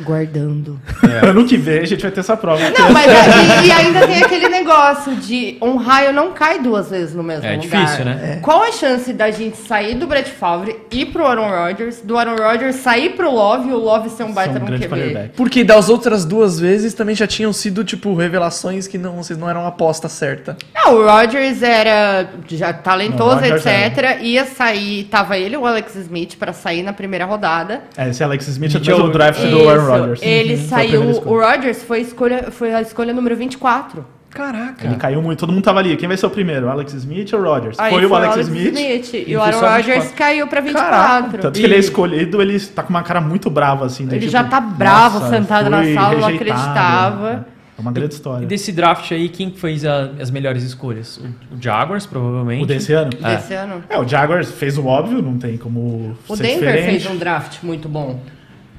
D: Aguardando.
C: Ano que vem a gente vai ter essa prova.
D: Não, mas aí, e ainda tem aquele negócio de um raio não cai duas vezes no mesmo
A: É
D: lugar.
A: difícil, né?
D: Qual a chance da gente sair do Brett Favre, ir pro Aaron Rodgers, do Aaron Rodgers sair pro Love e o Love ser um baita
C: São um
D: no
C: grande
D: QB?
C: quarterback.
B: Porque das outras duas vezes também já tinham sido, tipo, revelações que não, vocês não eram a aposta certa.
D: Não, o Rodgers era já
C: Não,
D: talentoso,
C: o Rodgers é.
D: etc. Ia sair, tava ele e o Alex Smith pra sair na primeira rodada.
C: É, esse Alex Smith é
A: Mitchell-
C: o draft do
D: Isso,
C: Aaron Rodgers.
D: Ele
C: Uhum. Foi a
D: saiu.
C: primeira
D: O
C: escolha.
D: Rodgers foi, escolha, foi a escolha número 24.
B: Caraca.
C: Ele caiu muito, todo mundo tava ali. Quem vai ser o primeiro? Alex Smith ou Rodgers?
D: Aí
C: foi o Alex, Smith.
D: E
A: ele
D: o
A: foi
D: Aaron
A: só
D: Rodgers
A: 24.
D: caiu pra 24.
B: Caraca,
C: Tanto que ele é escolhido, ele tá com uma cara muito brava, assim. do
D: Ele
C: tipo,
D: já tá bravo,
C: "Nossa,
D: sentado na
C: fui
D: sala, não
C: rejeitado".
D: acreditava.
C: É uma grande história.
A: E desse draft aí, quem fez a- as melhores escolhas? O, o Jaguars, provavelmente.
C: O desse ano?
A: É.
D: Desse ano.
C: É, o Jaguars fez o óbvio, não tem como
D: O
C: ser
D: Denver
C: é diferente.
D: fez um draft muito bom.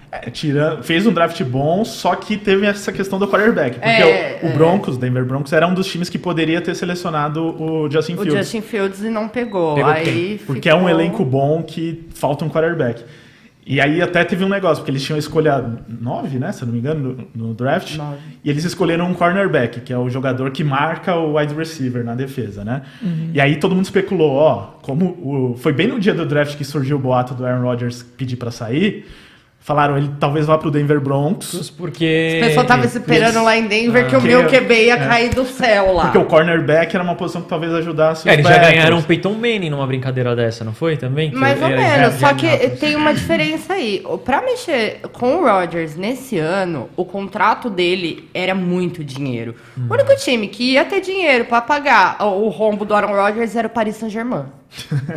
C: É, tira- fez um draft bom, só que teve essa questão do quarterback. Porque
D: É,
C: o, o
D: é.
C: Broncos, Denver Broncos, era um dos times que poderia ter selecionado o Justin
D: O
C: Fields.
D: Justin Fields e não pegou.
A: Pegou
D: aí
C: Porque é um
D: ficou-
C: elenco bom que falta um quarterback. E aí até teve um negócio, porque eles tinham a escolha 9, né? Se eu não me engano, no, no draft.
D: Nove.
C: E eles escolheram um cornerback, que é o jogador que marca o wide receiver na defesa, né?
D: Uhum.
C: E aí todo mundo especulou, ó, como o, foi bem no dia do draft que surgiu o boato do Aaron Rodgers pedir pra sair. Falaram, ele talvez vá pro Denver Broncos.
A: Porque.
D: O pessoal tava se esperando lá em Denver que o
C: Ah.
D: meu
C: Que-
D: QB ia
C: é.
D: cair do céu lá.
C: Porque o cornerback era uma posição que talvez ajudasse os
A: É, eles já
C: Packers.
A: ganharam o Peyton Manning numa brincadeira dessa, não foi também? Que
D: Mais ou
A: era-
D: menos,
A: já-
D: só que
A: já-
D: tem uma diferença aí. Pra mexer com o Rodgers nesse ano, o contrato dele era muito dinheiro.
A: Hum.
D: O único time que ia ter dinheiro pra pagar o o rombo do Aaron Rodgers era o Paris Saint-Germain.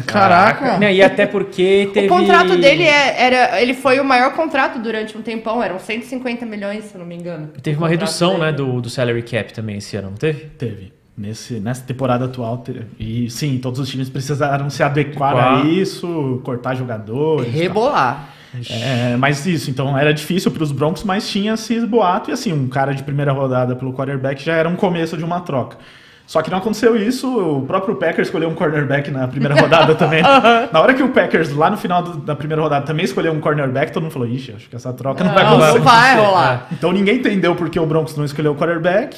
B: Caraca.
A: Não, e até porque teve.
D: O contrato dele é- era, ele foi o maior contrato durante um tempão, eram 150 milhões, se eu não me engano.
A: Teve uma
D: O contrato
A: redução, né,
D: dele.
A: do, do salary cap também esse ano, não teve?
C: Teve. Nesse, nessa temporada atual. teve. E sim, todos os times precisaram se adequar
A: Adequar.
C: a isso, cortar
A: né?
C: jogadores.
D: Rebolar.
C: tá. É, mas isso, então era difícil para os Broncos, mas tinha esse boato. E assim, um cara de primeira rodada pelo quarterback já era um começo de uma troca. Só que não aconteceu isso, o próprio Packers escolheu um cornerback na primeira rodada também. Na hora que o Packers, lá no final do- da primeira rodada, também escolheu um cornerback, todo mundo falou, ixi, acho que essa troca não, vai
D: Não,
C: rolar.
D: não vai
A: Ah.
D: rolar.
C: Então ninguém entendeu por que o Broncos não escolheu o quarterback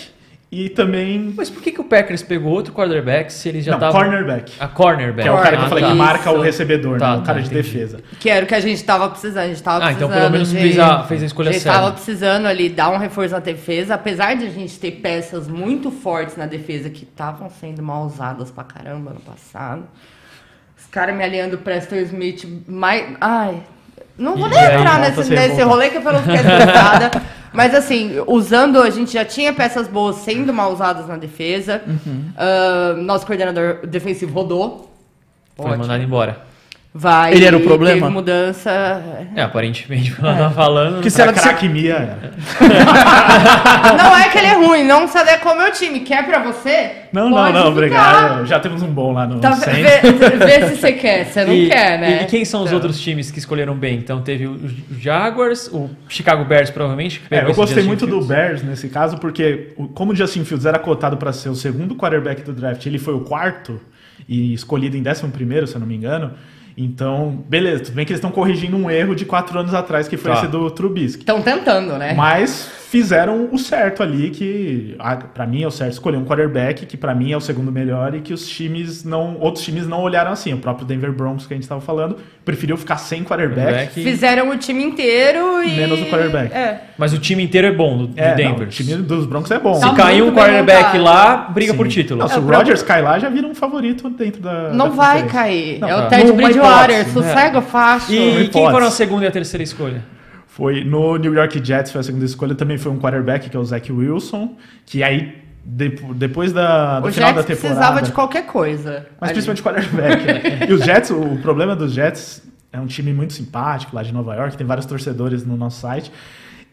C: e também...
A: Mas por que, que o Packers pegou outro quarterback se ele já
C: não,
A: tava.
C: cornerback.
A: A cornerback.
C: Que é o cara que eu
A: Ah,
C: falei
A: tá.
C: que
D: Isso.
C: marca o recebedor,
A: Tá,
C: né? o
A: tá,
C: cara de
A: entendi.
C: defesa.
D: Que era o que a gente tava precisando, a gente tava
A: Ah, então
D: precisando.
A: pelo menos
D: de-
A: fez a- fez a escolha
D: A gente
A: certa.
D: tava precisando ali dar um reforço na defesa, apesar de a gente ter peças muito fortes na defesa que estavam sendo mal usadas pra caramba no passado. Os caras me alinhando o Preston Smith mais. Ai. Não vou
A: E
D: nem
A: aí
D: entrar
C: volta
D: nesse,
C: sem
D: nesse
C: voltar.
D: rolê que eu pra não ficar estressada. Mas assim, usando, a gente já tinha peças boas sendo mal usadas na defesa.
A: Uhum.
D: Ah, nosso coordenador defensivo rodou.
A: Foi mandado embora.
D: Vai.
B: Ele era o problema?
D: Teve mudança.
A: É, aparentemente, ela tá falando.
B: Porque se
C: Era
B: ela disser
C: craque Mia. é. era.
D: Não é que ele é ruim, não se adequou ao meu time. Quer pra você?
C: Não, não,
D: Pode
C: não,
D: ficar.
C: obrigado. Já temos um bom lá no
D: Tá,
C: Saints.
D: vê, vê se você quer, você não
A: E-
D: quer, né?
A: E, e quem são os
D: Então.
A: outros times que escolheram bem? Então teve o o Jaguars, o Chicago Bears, provavelmente. que
C: É,
A: pegou
C: eu
A: esse
C: gostei
A: Justin
C: muito do
A: Fields.
C: Bears nesse caso, porque o- como o Justin Fields era cotado para ser o segundo quarterback do draft, ele foi o quarto e escolhido em décimo primeiro, se eu não me engano. Então, beleza, tudo bem que eles estão corrigindo um erro de quatro anos atrás, que foi
A: Tá.
C: esse do Trubisky.
D: Estão tentando,
A: É.
D: né?
C: Mas fizeram o certo ali, que ah, pra mim é o certo escolher um quarterback, que pra mim é o segundo melhor, e que os times não. Outros times não olharam assim. O próprio Denver Broncos que a gente tava falando, preferiu ficar sem quarterback.
A: Quarterback.
D: Fizeram o time inteiro e.
C: Menos o quarterback.
D: É.
A: Mas o time inteiro é bom do, do
C: É, não,
A: Denver.
C: o time dos Broncos é bom.
A: Se
D: Tá
A: cair um
D: muito bem
A: quarterback
D: montado.
A: lá, briga
C: Sim.
A: por título.
C: Não, se
D: É,
C: o
D: pra-
C: Rodgers cai lá, já vira um favorito dentro da.
D: Não
C: da
D: vai
C: conferência.
D: cair.
C: Não,
D: é o
C: tá.
D: Ted
C: Numa
D: Bridgewater,
C: hipótese, né?
D: sossega o facho.
A: E
C: Hipótese.
A: quem foram a segunda e a terceira escolha?
C: Foi no New York Jets, foi a segunda escolha, também foi um quarterback, que é o Zach Wilson, que aí. depo- Depois da, do
D: O
C: final da
D: Jets
C: temporada.
D: precisava de qualquer coisa.
C: Mas
D: ali.
C: principalmente quarterback. né? e os Jets, o problema dos Jets é um time muito simpático lá de Nova York, tem vários torcedores no nosso site.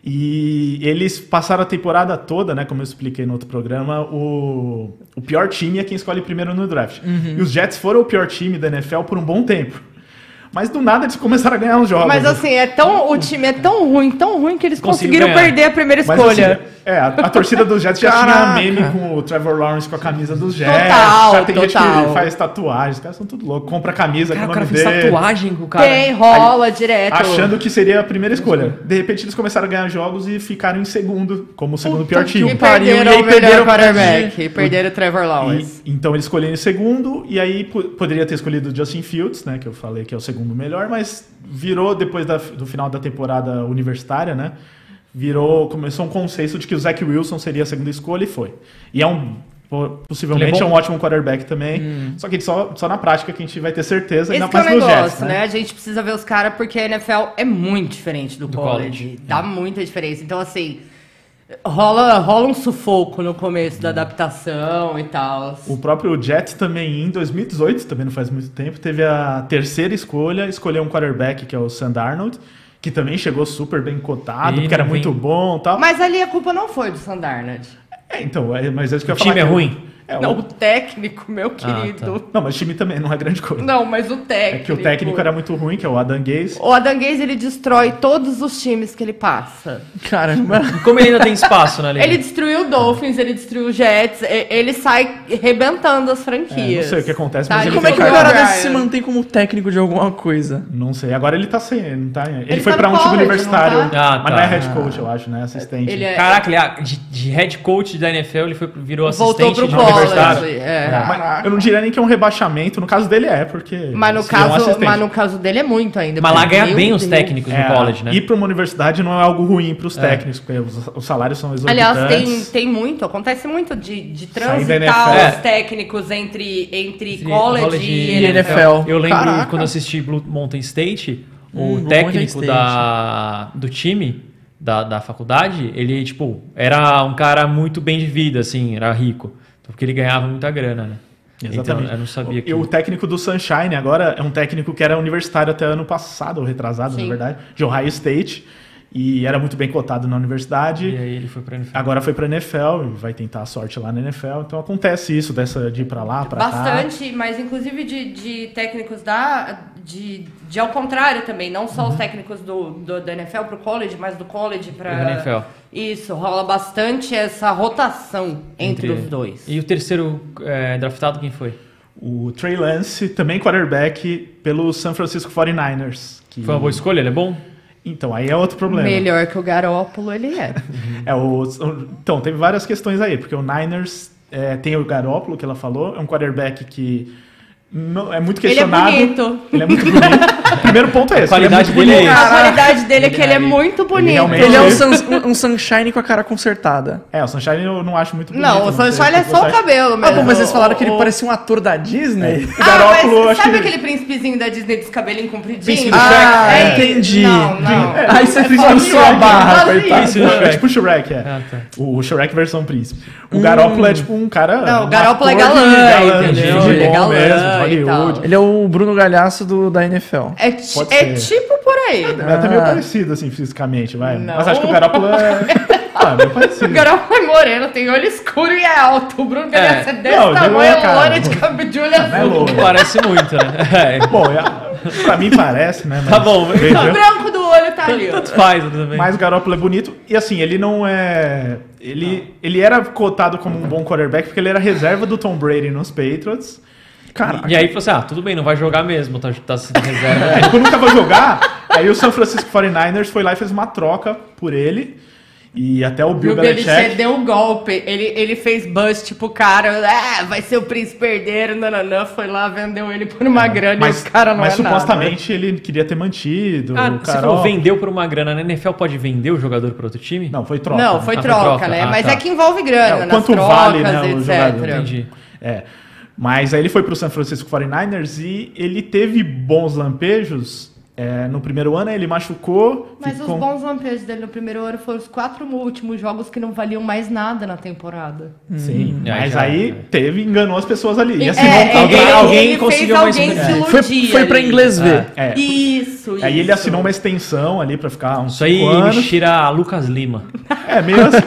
C: E eles passaram a temporada toda, né? Como eu expliquei no outro programa, o, o pior time é quem escolhe primeiro no draft.
D: Uhum.
C: E os Jets foram o pior time da NFL por um bom tempo. Mas do nada eles começaram a ganhar uns jogos. né?
D: Mas assim, é tão, o time é tão ruim, tão ruim que eles
A: Conseguiu
D: conseguiram
A: ganhar.
D: perder a primeira
C: Mas,
D: escolha.
C: assim, é, a, a torcida dos Jets já
B: Caraca.
C: tinha meme com o Trevor Lawrence com a camisa dos Jets.
D: Total,
C: já tem gente
D: total.
C: que faz tatuagem, os caras são tudo louco, compra camisa
A: Cara,
C: com
A: o
C: o
A: cara
C: nome
A: fez
C: dele.
A: tatuagem com o cara.
D: Tem, rola direto.
C: achando que seria a primeira escolha. De repente eles começaram a ganhar jogos e ficaram em segundo, como o segundo pior
D: E
C: time.
D: perderam
C: E aí
D: o melhor
C: perderam pra
D: quarterback.
C: Jets.
D: E perderam o Trevor Lawrence.
C: E- então eles escolheram em segundo, e aí po- poderia ter escolhido o Justin Fields, né? Que eu falei que é o segundo melhor, mas virou depois da- do final da temporada universitária, né? Virou, começou um consenso de que o Zach Wilson seria a segunda escolha e foi. E é um. po- Possivelmente
A: Ele é
C: é
A: bom. Hum.
C: um ótimo quarterback também. Só que só, só na prática que a gente vai ter certeza,
D: Esse
C: ainda
D: que é o
C: mais no
D: negócio,
C: Jets.
D: né?
C: Né?
D: A gente precisa ver os caras porque a NFL é muito diferente do,
A: Do college.
D: college.
C: é.
D: Dá muita diferença. Então, assim, rola, rola um sufoco no começo da adaptação e tal.
C: Hum. O próprio Jets também, em 2018, também não faz muito tempo, teve a terceira escolha, escolheu um quarterback que é o Sand Arnold, que também chegou super bem cotado,
A: E
C: porque era
A: não
C: muito
A: vem.
C: bom e tal.
D: Mas ali a culpa não foi do Sandarnad.
C: É, então, é, mas é isso que eu
A: O
C: ia falar
A: time é
C: que
A: ruim?
C: É,
D: Não,
C: o- Ah,
D: o técnico, meu querido.
C: Não, mas o time também não é grande coisa.
D: Não, mas o
C: é
D: técnico.
C: que o técnico era muito ruim, que é o Adanguês.
D: O Adanguês, ele destrói todos os times que ele passa.
B: Caramba.
A: Como ele ainda tem espaço
C: É.
A: na liga?
D: Ele destruiu o Dolphins, ele destruiu o Jets, e- ele sai rebentando as
C: É,
D: franquias.
C: não sei o que acontece,
D: Tá,
C: mas
D: e
C: ele
B: Como é que um
D: o
C: foi-
B: cara
D: Brian.
B: desse se mantém como técnico de alguma coisa?
C: Não sei, agora ele tá sem. Ele, não tá, ele,
D: Ele
C: foi
D: tá
C: pra um
D: no
C: time
D: college,
C: universitário.
D: não
A: tá? Ah,
C: Mas não
A: tá.
C: é head coach, eu acho, né? Assistente.
D: Ele é-
A: Caraca, ele é- de, de head coach da NFL, ele foi, virou
D: Voltou
A: assistente
D: pro
A: de um universitário.
D: college.
C: universitário.
D: é.
C: Mas eu não diria nem que é um rebaixamento, no caso dele é, porque.
D: Mas, no
C: se é um
D: caso,
C: assistente.
D: mas no caso dele é muito ainda.
A: Mas lá
D: porque,
A: ganha
D: meu
A: bem os
D: Deus.
A: técnicos
C: É,
A: no college, né?
C: Ir pra uma universidade não é algo ruim pros técnicos, porque os, os salários são exorbitantes.
D: Aliás, tem, tem muito, acontece muito de, de
C: Sair da
D: transitar
A: NFL.
D: os técnicos entre, entre,
A: Entre
D: college, e
B: e
D: NFL.
B: NFL.
A: Eu lembro
C: Caraca.
A: quando eu assisti Blue Mountain State, o
B: Hum, Blue Mountain
A: técnico da, do time da, da faculdade, ele, tipo, era um cara muito bem de vida, assim, era rico. Porque ele ganhava muita grana, né?
C: Exatamente.
A: Então, eu não sabia que.
C: E o técnico do Sunshine agora é um técnico que era universitário até ano passado, ou retrasado,
D: Sim.
C: na verdade, de Ohio State. E era muito bem cotado na
A: E
C: universidade.
A: aí ele foi pra NFL.
C: Agora foi pra NFL e vai tentar a sorte lá na NFL. Então acontece isso, dessa de ir pra lá, pra cá.
D: Bastante, mas inclusive de, de técnicos da. De, de ao contrário também, não só os técnicos do, do, da NFL pro college, mas do college pra.
A: Pro NFL.
D: Isso, rola bastante essa rotação entre, os dois.
A: E o terceiro é, draftado, quem foi?
C: O Trey Lance, também quarterback pelo San Francisco 49ers. que-
A: Foi uma boa escolha? Ele é bom?
C: Então, aí é outro problema.
D: Melhor que o Garópolo ele é.
C: É, o, então, teve várias questões aí, porque o Niners é, tem o Garópolo, que ela falou, é um quarterback que não, é muito
D: Ele é
C: questionado.
D: bonito.
C: Ele é muito bonito. Primeiro ponto é esse. ele é
A: qualidade
C: muito
A: dele é
C: bonito.
A: esse.
D: A qualidade dele é que ele é muito bonito.
C: realmente-
B: Ele é um, suns- um- um sunshine com a cara consertada.
C: É, o Sunshine eu não acho muito bonito. né?
D: Não, o
C: sei
D: Sunshine
C: o
D: é
C: que você
D: só o
C: acha. É,
D: cabelo
B: Ah,
D: mesmo.
B: bom, mas eles falaram que ele
D: O-
B: parecia um ator da Disney.
C: O
D: Ah,
C: Garópolo, eu
D: mas
C: acho
D: sabe
C: que...
D: aquele príncipezinho da Disney dos cabelinhos compridinhos?
A: Príncipe do
B: Ah,
D: É,
B: entendi.
D: Não, não.
B: Aí você fez
D: só
B: a
D: isso,
B: sua
D: é
B: barra,
D: só isso.
B: coitado.
A: Isso, Shrek.
C: É tipo o Shrek, é.
A: Ah, tá.
C: O Shrek versão príncipe. O Garópolo é tipo um cara...
D: Hum. Não, o
C: um
D: Garópolo é
C: ator de
D: galã,
C: de
A: entendeu?
C: bom
A: Ele
D: é galã
C: mesmo, de
D: e tal.
C: Hollywood.
B: Ele é o Bruno Galhaço do, da NFL.
D: É, ti-
C: Pode
D: é
C: ser.
D: tipo por aí.
C: É até meio
B: Ah.
C: parecido, assim, fisicamente, vai.
D: Não.
C: Mas acho que o Garópolo é... Ah, é meio parecido.
D: O garoto é moreno, tem olho escuro e é alto. O Bruno Galhaço é, desse
C: Não,
D: tamanho,
C: não é, cara.
D: loira de cabelo de olho
C: Não é
D: azul.
C: louco.
A: Parece muito, né? É.
C: Bom, é- pra mim parece, né? mas-
A: Tá bom,
D: O
C: Entendeu?
D: branco do olho tá ali, ó.
A: Tanto faz também.
C: Mas o Garoppolo é bonito. E assim, ele não é. Ele, ele era cotado como um bom quarterback porque ele era reserva do Tom Brady nos Patriots.
A: E aí falou assim: ah, tudo bem, não vai jogar mesmo, tá, tá sendo reserva.
C: Aí, tipo, nunca vai jogar. Aí o San Francisco 49ers foi lá e fez uma troca por ele. E até o
D: E
C: Bill
D: o Belichick
C: Belichick.
D: deu um golpe, ele, ele fez bust pro cara, ah, vai ser o príncipe herdeiro, nananã, foi lá, vendeu ele por uma grana
C: É, Mas,
D: e os caras não
C: mas
D: é nada.
C: supostamente ele queria ter mantido.
A: Ah,
C: o
A: você
C: Carol.
A: falou, vendeu por uma grana. né? Na NFL pode vender o jogador para outro time?
C: Não, foi troca.
D: Não,
C: né?
D: foi
A: Ah, foi
D: troca,
A: troca.
D: né?
A: Ah,
D: Mas
A: tá.
D: é que envolve grana,
C: É,
D: nas
C: quanto
D: trocas,
C: vale, né, o jogador,
D: etc.
A: Entendi.
C: É. Mas aí ele foi pro San Francisco 49ers e ele teve bons lampejos. É, no primeiro ano ele machucou.
D: Mas os
C: ficou-
D: bons lampejos dele no primeiro ano foram os quatro últimos jogos que não valiam mais nada na temporada.
C: Sim,
A: É,
C: mas
A: já-
C: aí teve, enganou as pessoas ali. E assim,
D: É,
C: não-
A: alguém-
D: ele-
A: alguém
D: ele fez
A: conseguiu mais
D: alguém
A: um-
D: se
A: É.
D: iludir
B: Foi, foi pra
D: ali.
B: inglês ver.
C: é,
D: Isso, isso.
C: aí ele assinou uma extensão ali pra ficar uns
A: Isso aí
C: cinco
A: me
C: anos.
A: tira a Lucas Lima.
C: É, meio assim.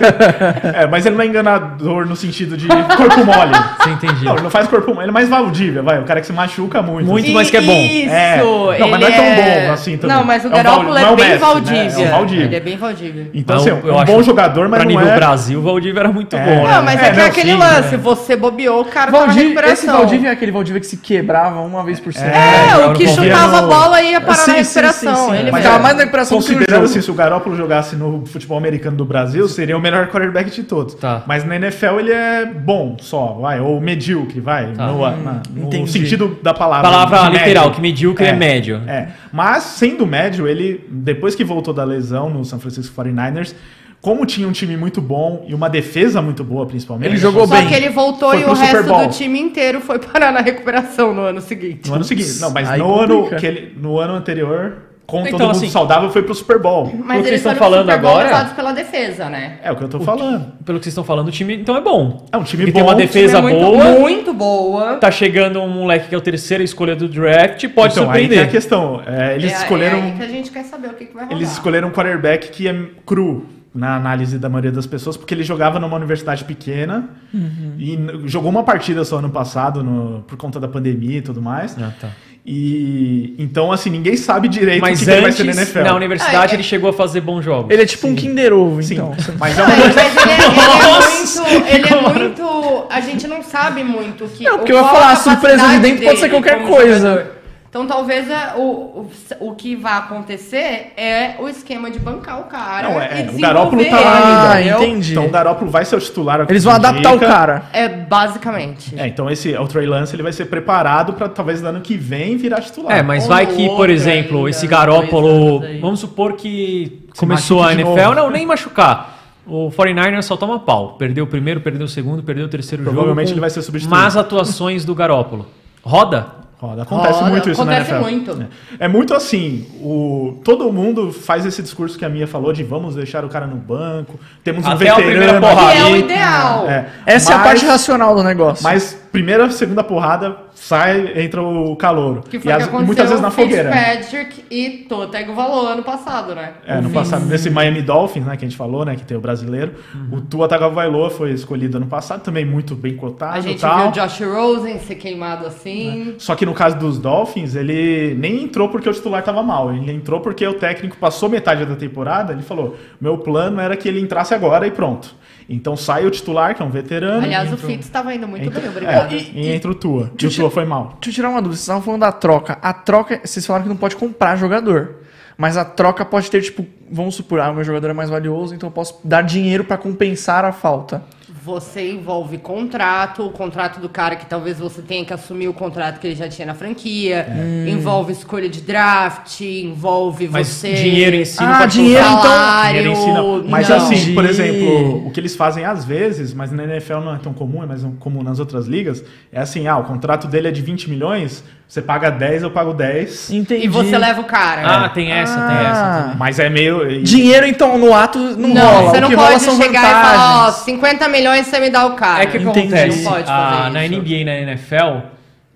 C: É, mas ele não é enganador no sentido de corpo mole.
A: Você entendiu?
C: Não, ele não faz corpo mole, ele é mais Valdívia, vai, o cara que se machuca muito.
A: Muito
C: assim.
A: mais que é bom.
D: Isso,
C: É. Não, mas
D: ele
C: não é tão bom assim também.
D: Não, mas o
C: É um Val-
D: Garópolo é,
C: não é o
D: bem
C: Messi, né?
D: Valdívia.
C: É um Valdívia.
D: Ele é bem Valdívia.
C: Então,
A: Mas
C: assim,
A: eu- eu
C: um
A: acho
C: bom jogador, mas
A: Pra
C: não
A: nível
C: é...
A: Brasil, o Valdívia era muito
C: É.
A: bom. né?
D: Não, mas é,
C: É,
D: que
C: não,
D: é aquele
A: sim,
D: lance,
A: é.
D: você bobeou, o cara tá na
B: Valdir,
D: recuperação.
B: esse Valdívia é aquele Valdívia que se quebrava uma vez por semana.
D: É,
A: agora
D: o que
A: eu confio
D: chutava a
C: no-
D: bola ia parar
B: Sim,
D: na
B: sim,
D: recuperação.
B: sim, sim.
D: Ele
B: Mas
D: ficava-
C: é,
B: tava mais na recuperação do que no
C: Considerando
B: jogo.
C: assim, se o Garoppolo jogasse no futebol americano do Brasil, seria o melhor quarterback de todos.
A: Tá.
C: Mas na NFL ele é bom só, vai, ou medíocre, vai.
A: Tá.
C: No, na- no
B: entendi.
C: sentido da
A: A
C: palavra.
A: palavra
C: de
A: literal,
C: médio.
A: que medíocre é,
C: É.
A: médio.
C: É. Mas sendo médio, ele, depois que voltou da lesão no San Francisco 49ers, como tinha um time muito bom e uma defesa muito boa, principalmente.
B: Ele jogou
D: Só
B: bem.
D: que ele voltou
C: Foi
D: e
C: pro
D: o
C: Super
D: resto
C: Bowl.
D: do time inteiro foi parar na recuperação no ano seguinte.
C: No ano seguinte. Não, mas
B: Aí
C: no ano,
B: complica.
C: que ele, no ano anterior. com
A: Então,
C: todo mundo
A: assim-
C: saudável foi pro Super Bowl.
A: O
D: Mas
A: que
D: eles
A: estão
D: foram pro
A: falando
D: Super Bowl
A: agora-
D: levados pela defesa, né?
C: É o que eu tô falando.
A: Pelo que vocês estão falando, o time então é bom.
C: É um time
A: Ele
C: bom.
A: tem uma
C: um time-
A: defesa
D: é muito,
A: boa.
D: Muito boa.
A: Tá chegando um moleque que é o terceiro escolha do draft, pode
C: então, aí tem a
A: surpreender.
C: questão. É, eles
D: É-
C: escolheram.
D: É aí que a gente quer saber o que, que vai rolar.
C: Eles escolheram um quarterback que é cru na análise da maioria das pessoas, porque ele jogava numa universidade pequena
D: Uhum.
C: e n- jogou uma partida só ano passado no- por conta da pandemia e tudo mais.
A: Ah, tá.
C: E então assim, ninguém sabe direito o
A: Mas
C: que, que ele vai ser na
A: antes,
C: NFL.
A: na universidade,
D: Ah, é-
A: ele chegou a fazer bons jogos.
B: Ele é tipo um Kinder Ovo,
C: Sim,
B: então.
C: mas é
D: Não,
C: uma
D: mas ele é,
A: Nossa!
D: ele é muito. Ele é muito. A gente não sabe muito o que.
B: Não, porque
D: o-
B: eu ia
D: qual a
B: falar, a surpresa de
D: capacidade
B: dentro pode ser
D: dele
B: qualquer
D: como
B: coisa.
D: jogador. Então talvez é, o, o, o que vai acontecer é o esquema de bancar o cara.
C: Não, é,
D: e
C: o
D: desenvolver
C: Garópolo tá lá
B: Ah,
D: ele, entendeu?
B: entendi.
C: Então o Garoppolo vai ser o titular. é o que
B: Eles vão
C: tudo
B: adaptar o
C: indica.
B: cara.
D: É basicamente.
C: É, então esse o Trey Lance ele vai ser preparado pra talvez no ano que vem virar titular.
A: É, mas
D: Ou
A: vai
D: no
A: que, por
D: outro
A: exemplo,
D: ainda,
A: esse
D: dois
A: Garópolo.
D: anos né? aí.
A: Vamos supor que começou a
C: machuque de
A: NFL.
C: novo.
A: Não, nem machucar. O 49ers só toma pau. Perdeu o primeiro, perdeu o segundo, perdeu o terceiro jogo.
C: Provavelmente
A: com
C: ele vai ser substituído.
A: Más atuações do Garópolo. Roda?
C: Roda, acontece
D: Roda,
C: muito isso
D: acontece
C: na NFL.
D: muito.
C: É, É muito assim, o, todo mundo faz esse discurso que a Mia falou de vamos deixar o cara no banco, temos um
A: Até a
C: veterano
A: primeira
C: aqui.
A: porrada.
D: Que é o ideal.
C: É,
B: Essa é a
C: mas-
B: parte racional do negócio.
C: Mas primeira, segunda porrada, sai, entra o calouro.
D: Que foi
C: E
D: o
C: as-
D: que aconteceu
C: muitas vezes na
D: com o
C: fogueira. né?
D: Fitzpatrick e Totego Valor ano passado, né?
C: É, no passado, nesse Miami Dolphins, né, que a gente falou, né, que tem o brasileiro. O Tua Tagovailoa foi escolhido ano passado, também muito bem cotado
D: A
C: e
D: gente
C: tal.
D: viu o Josh Rosen ser queimado assim.
C: Só que no caso dos Dolphins, ele nem entrou porque o titular estava mal. Ele entrou porque o técnico passou metade da temporada. Ele falou: meu plano era que ele entrasse agora e pronto. Então sai o titular, que é um veterano.
D: Aliás, o
C: entra-
D: Fitz estava indo muito
C: entra- é,
D: bem, obrigado.
C: e, entra o Tua. E o Tua foi mal.
B: Deixa eu tirar uma dúvida. Vocês estavam falando da troca. A troca, vocês falaram que não pode comprar jogador. Mas a troca pode ter, tipo, vamos supor, ah, o meu jogador é mais valioso, então eu posso dar dinheiro pra compensar a falta.
D: Você envolve contrato, o contrato do cara que talvez você tenha que assumir o contrato que ele já tinha na franquia. Envolve escolha de draft, envolve
A: Mas
D: você.
A: dinheiro em si não
B: Ah,
A: pode
B: dinheiro,
A: usar.
B: então-
D: salário.
C: Ninguém ensina. Mas
D: Oh, não.
C: assim, por
B: Entendi.
C: exemplo, o que eles fazem às vezes, mas na NFL não é tão comum, é mais um- comum nas outras ligas, é assim, ah, o contrato dele é de 20 milhões, você paga 10, eu pago 10.
B: Entendi.
D: E você leva o cara.
C: então.
A: Ah, tem essa, tem essa.
B: Ah.
C: Mas é meio. e-
B: Dinheiro, então, no ato não,
D: não,
B: rola.
D: você
B: o
D: não
B: que rola
D: pode
B: são
D: chegar e
B: vantagens.
D: falar, ó, 50 milhões você me dá o cara.
A: É que
B: Entendi.
A: acontece Ah, é
D: Não pode
A: a-
D: fazer
A: na
D: isso.
A: NBA, na NFL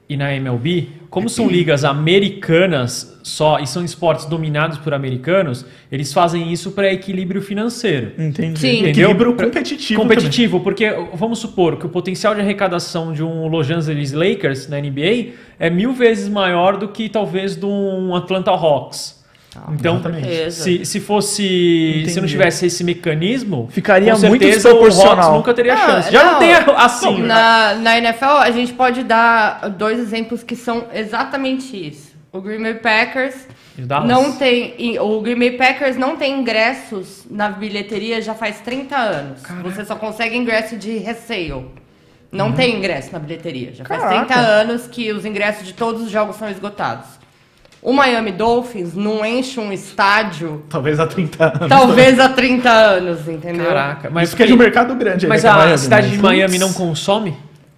A: e na MLB, como são ligas americanas só e são esportes dominados por americanos, eles fazem isso para equilíbrio financeiro.
B: Entendi.
D: Sim.
A: Entendeu?
C: Equilíbrio
A: Pra-
C: competitivo.
A: competitivo, porque vamos supor que o potencial de arrecadação de um Los Angeles Lakers na NBA é mil vezes maior do que talvez de um Atlanta Hawks. Então,
C: exatamente.
A: se, se fosse. Se não
B: Entendi.
A: tivesse esse mecanismo,
B: Ficaria
A: com
B: muito
A: certeza o Hawks
B: desproporcional.
A: nunca teria
D: Ah,
A: chance. Já não,
D: não.
A: tem a- assim.
D: Na, na NFL, a gente pode dar dois exemplos que são exatamente isso. O Green Bay Packers
A: E o Dallas?
D: não tem. e O Green Bay Packers não tem ingressos na bilheteria já faz 30 anos. Você só consegue ingresso de resale. Não
A: Hum.
D: tem ingresso na bilheteria. Já
B: Caraca.
D: faz 30 anos que os ingressos de todos os jogos são esgotados. O Miami Dolphins não enche um estádio,
C: Talvez há 30 anos.
D: talvez há 30 anos, entendeu?
A: Ah, tá- Caraca, mas,
C: Isso que é de um mercado grande. aí,
A: mas
C: né, que é
A: a
C: Miami,
A: cidade
C: né?
A: de Miami não
C: Putz.
A: consome?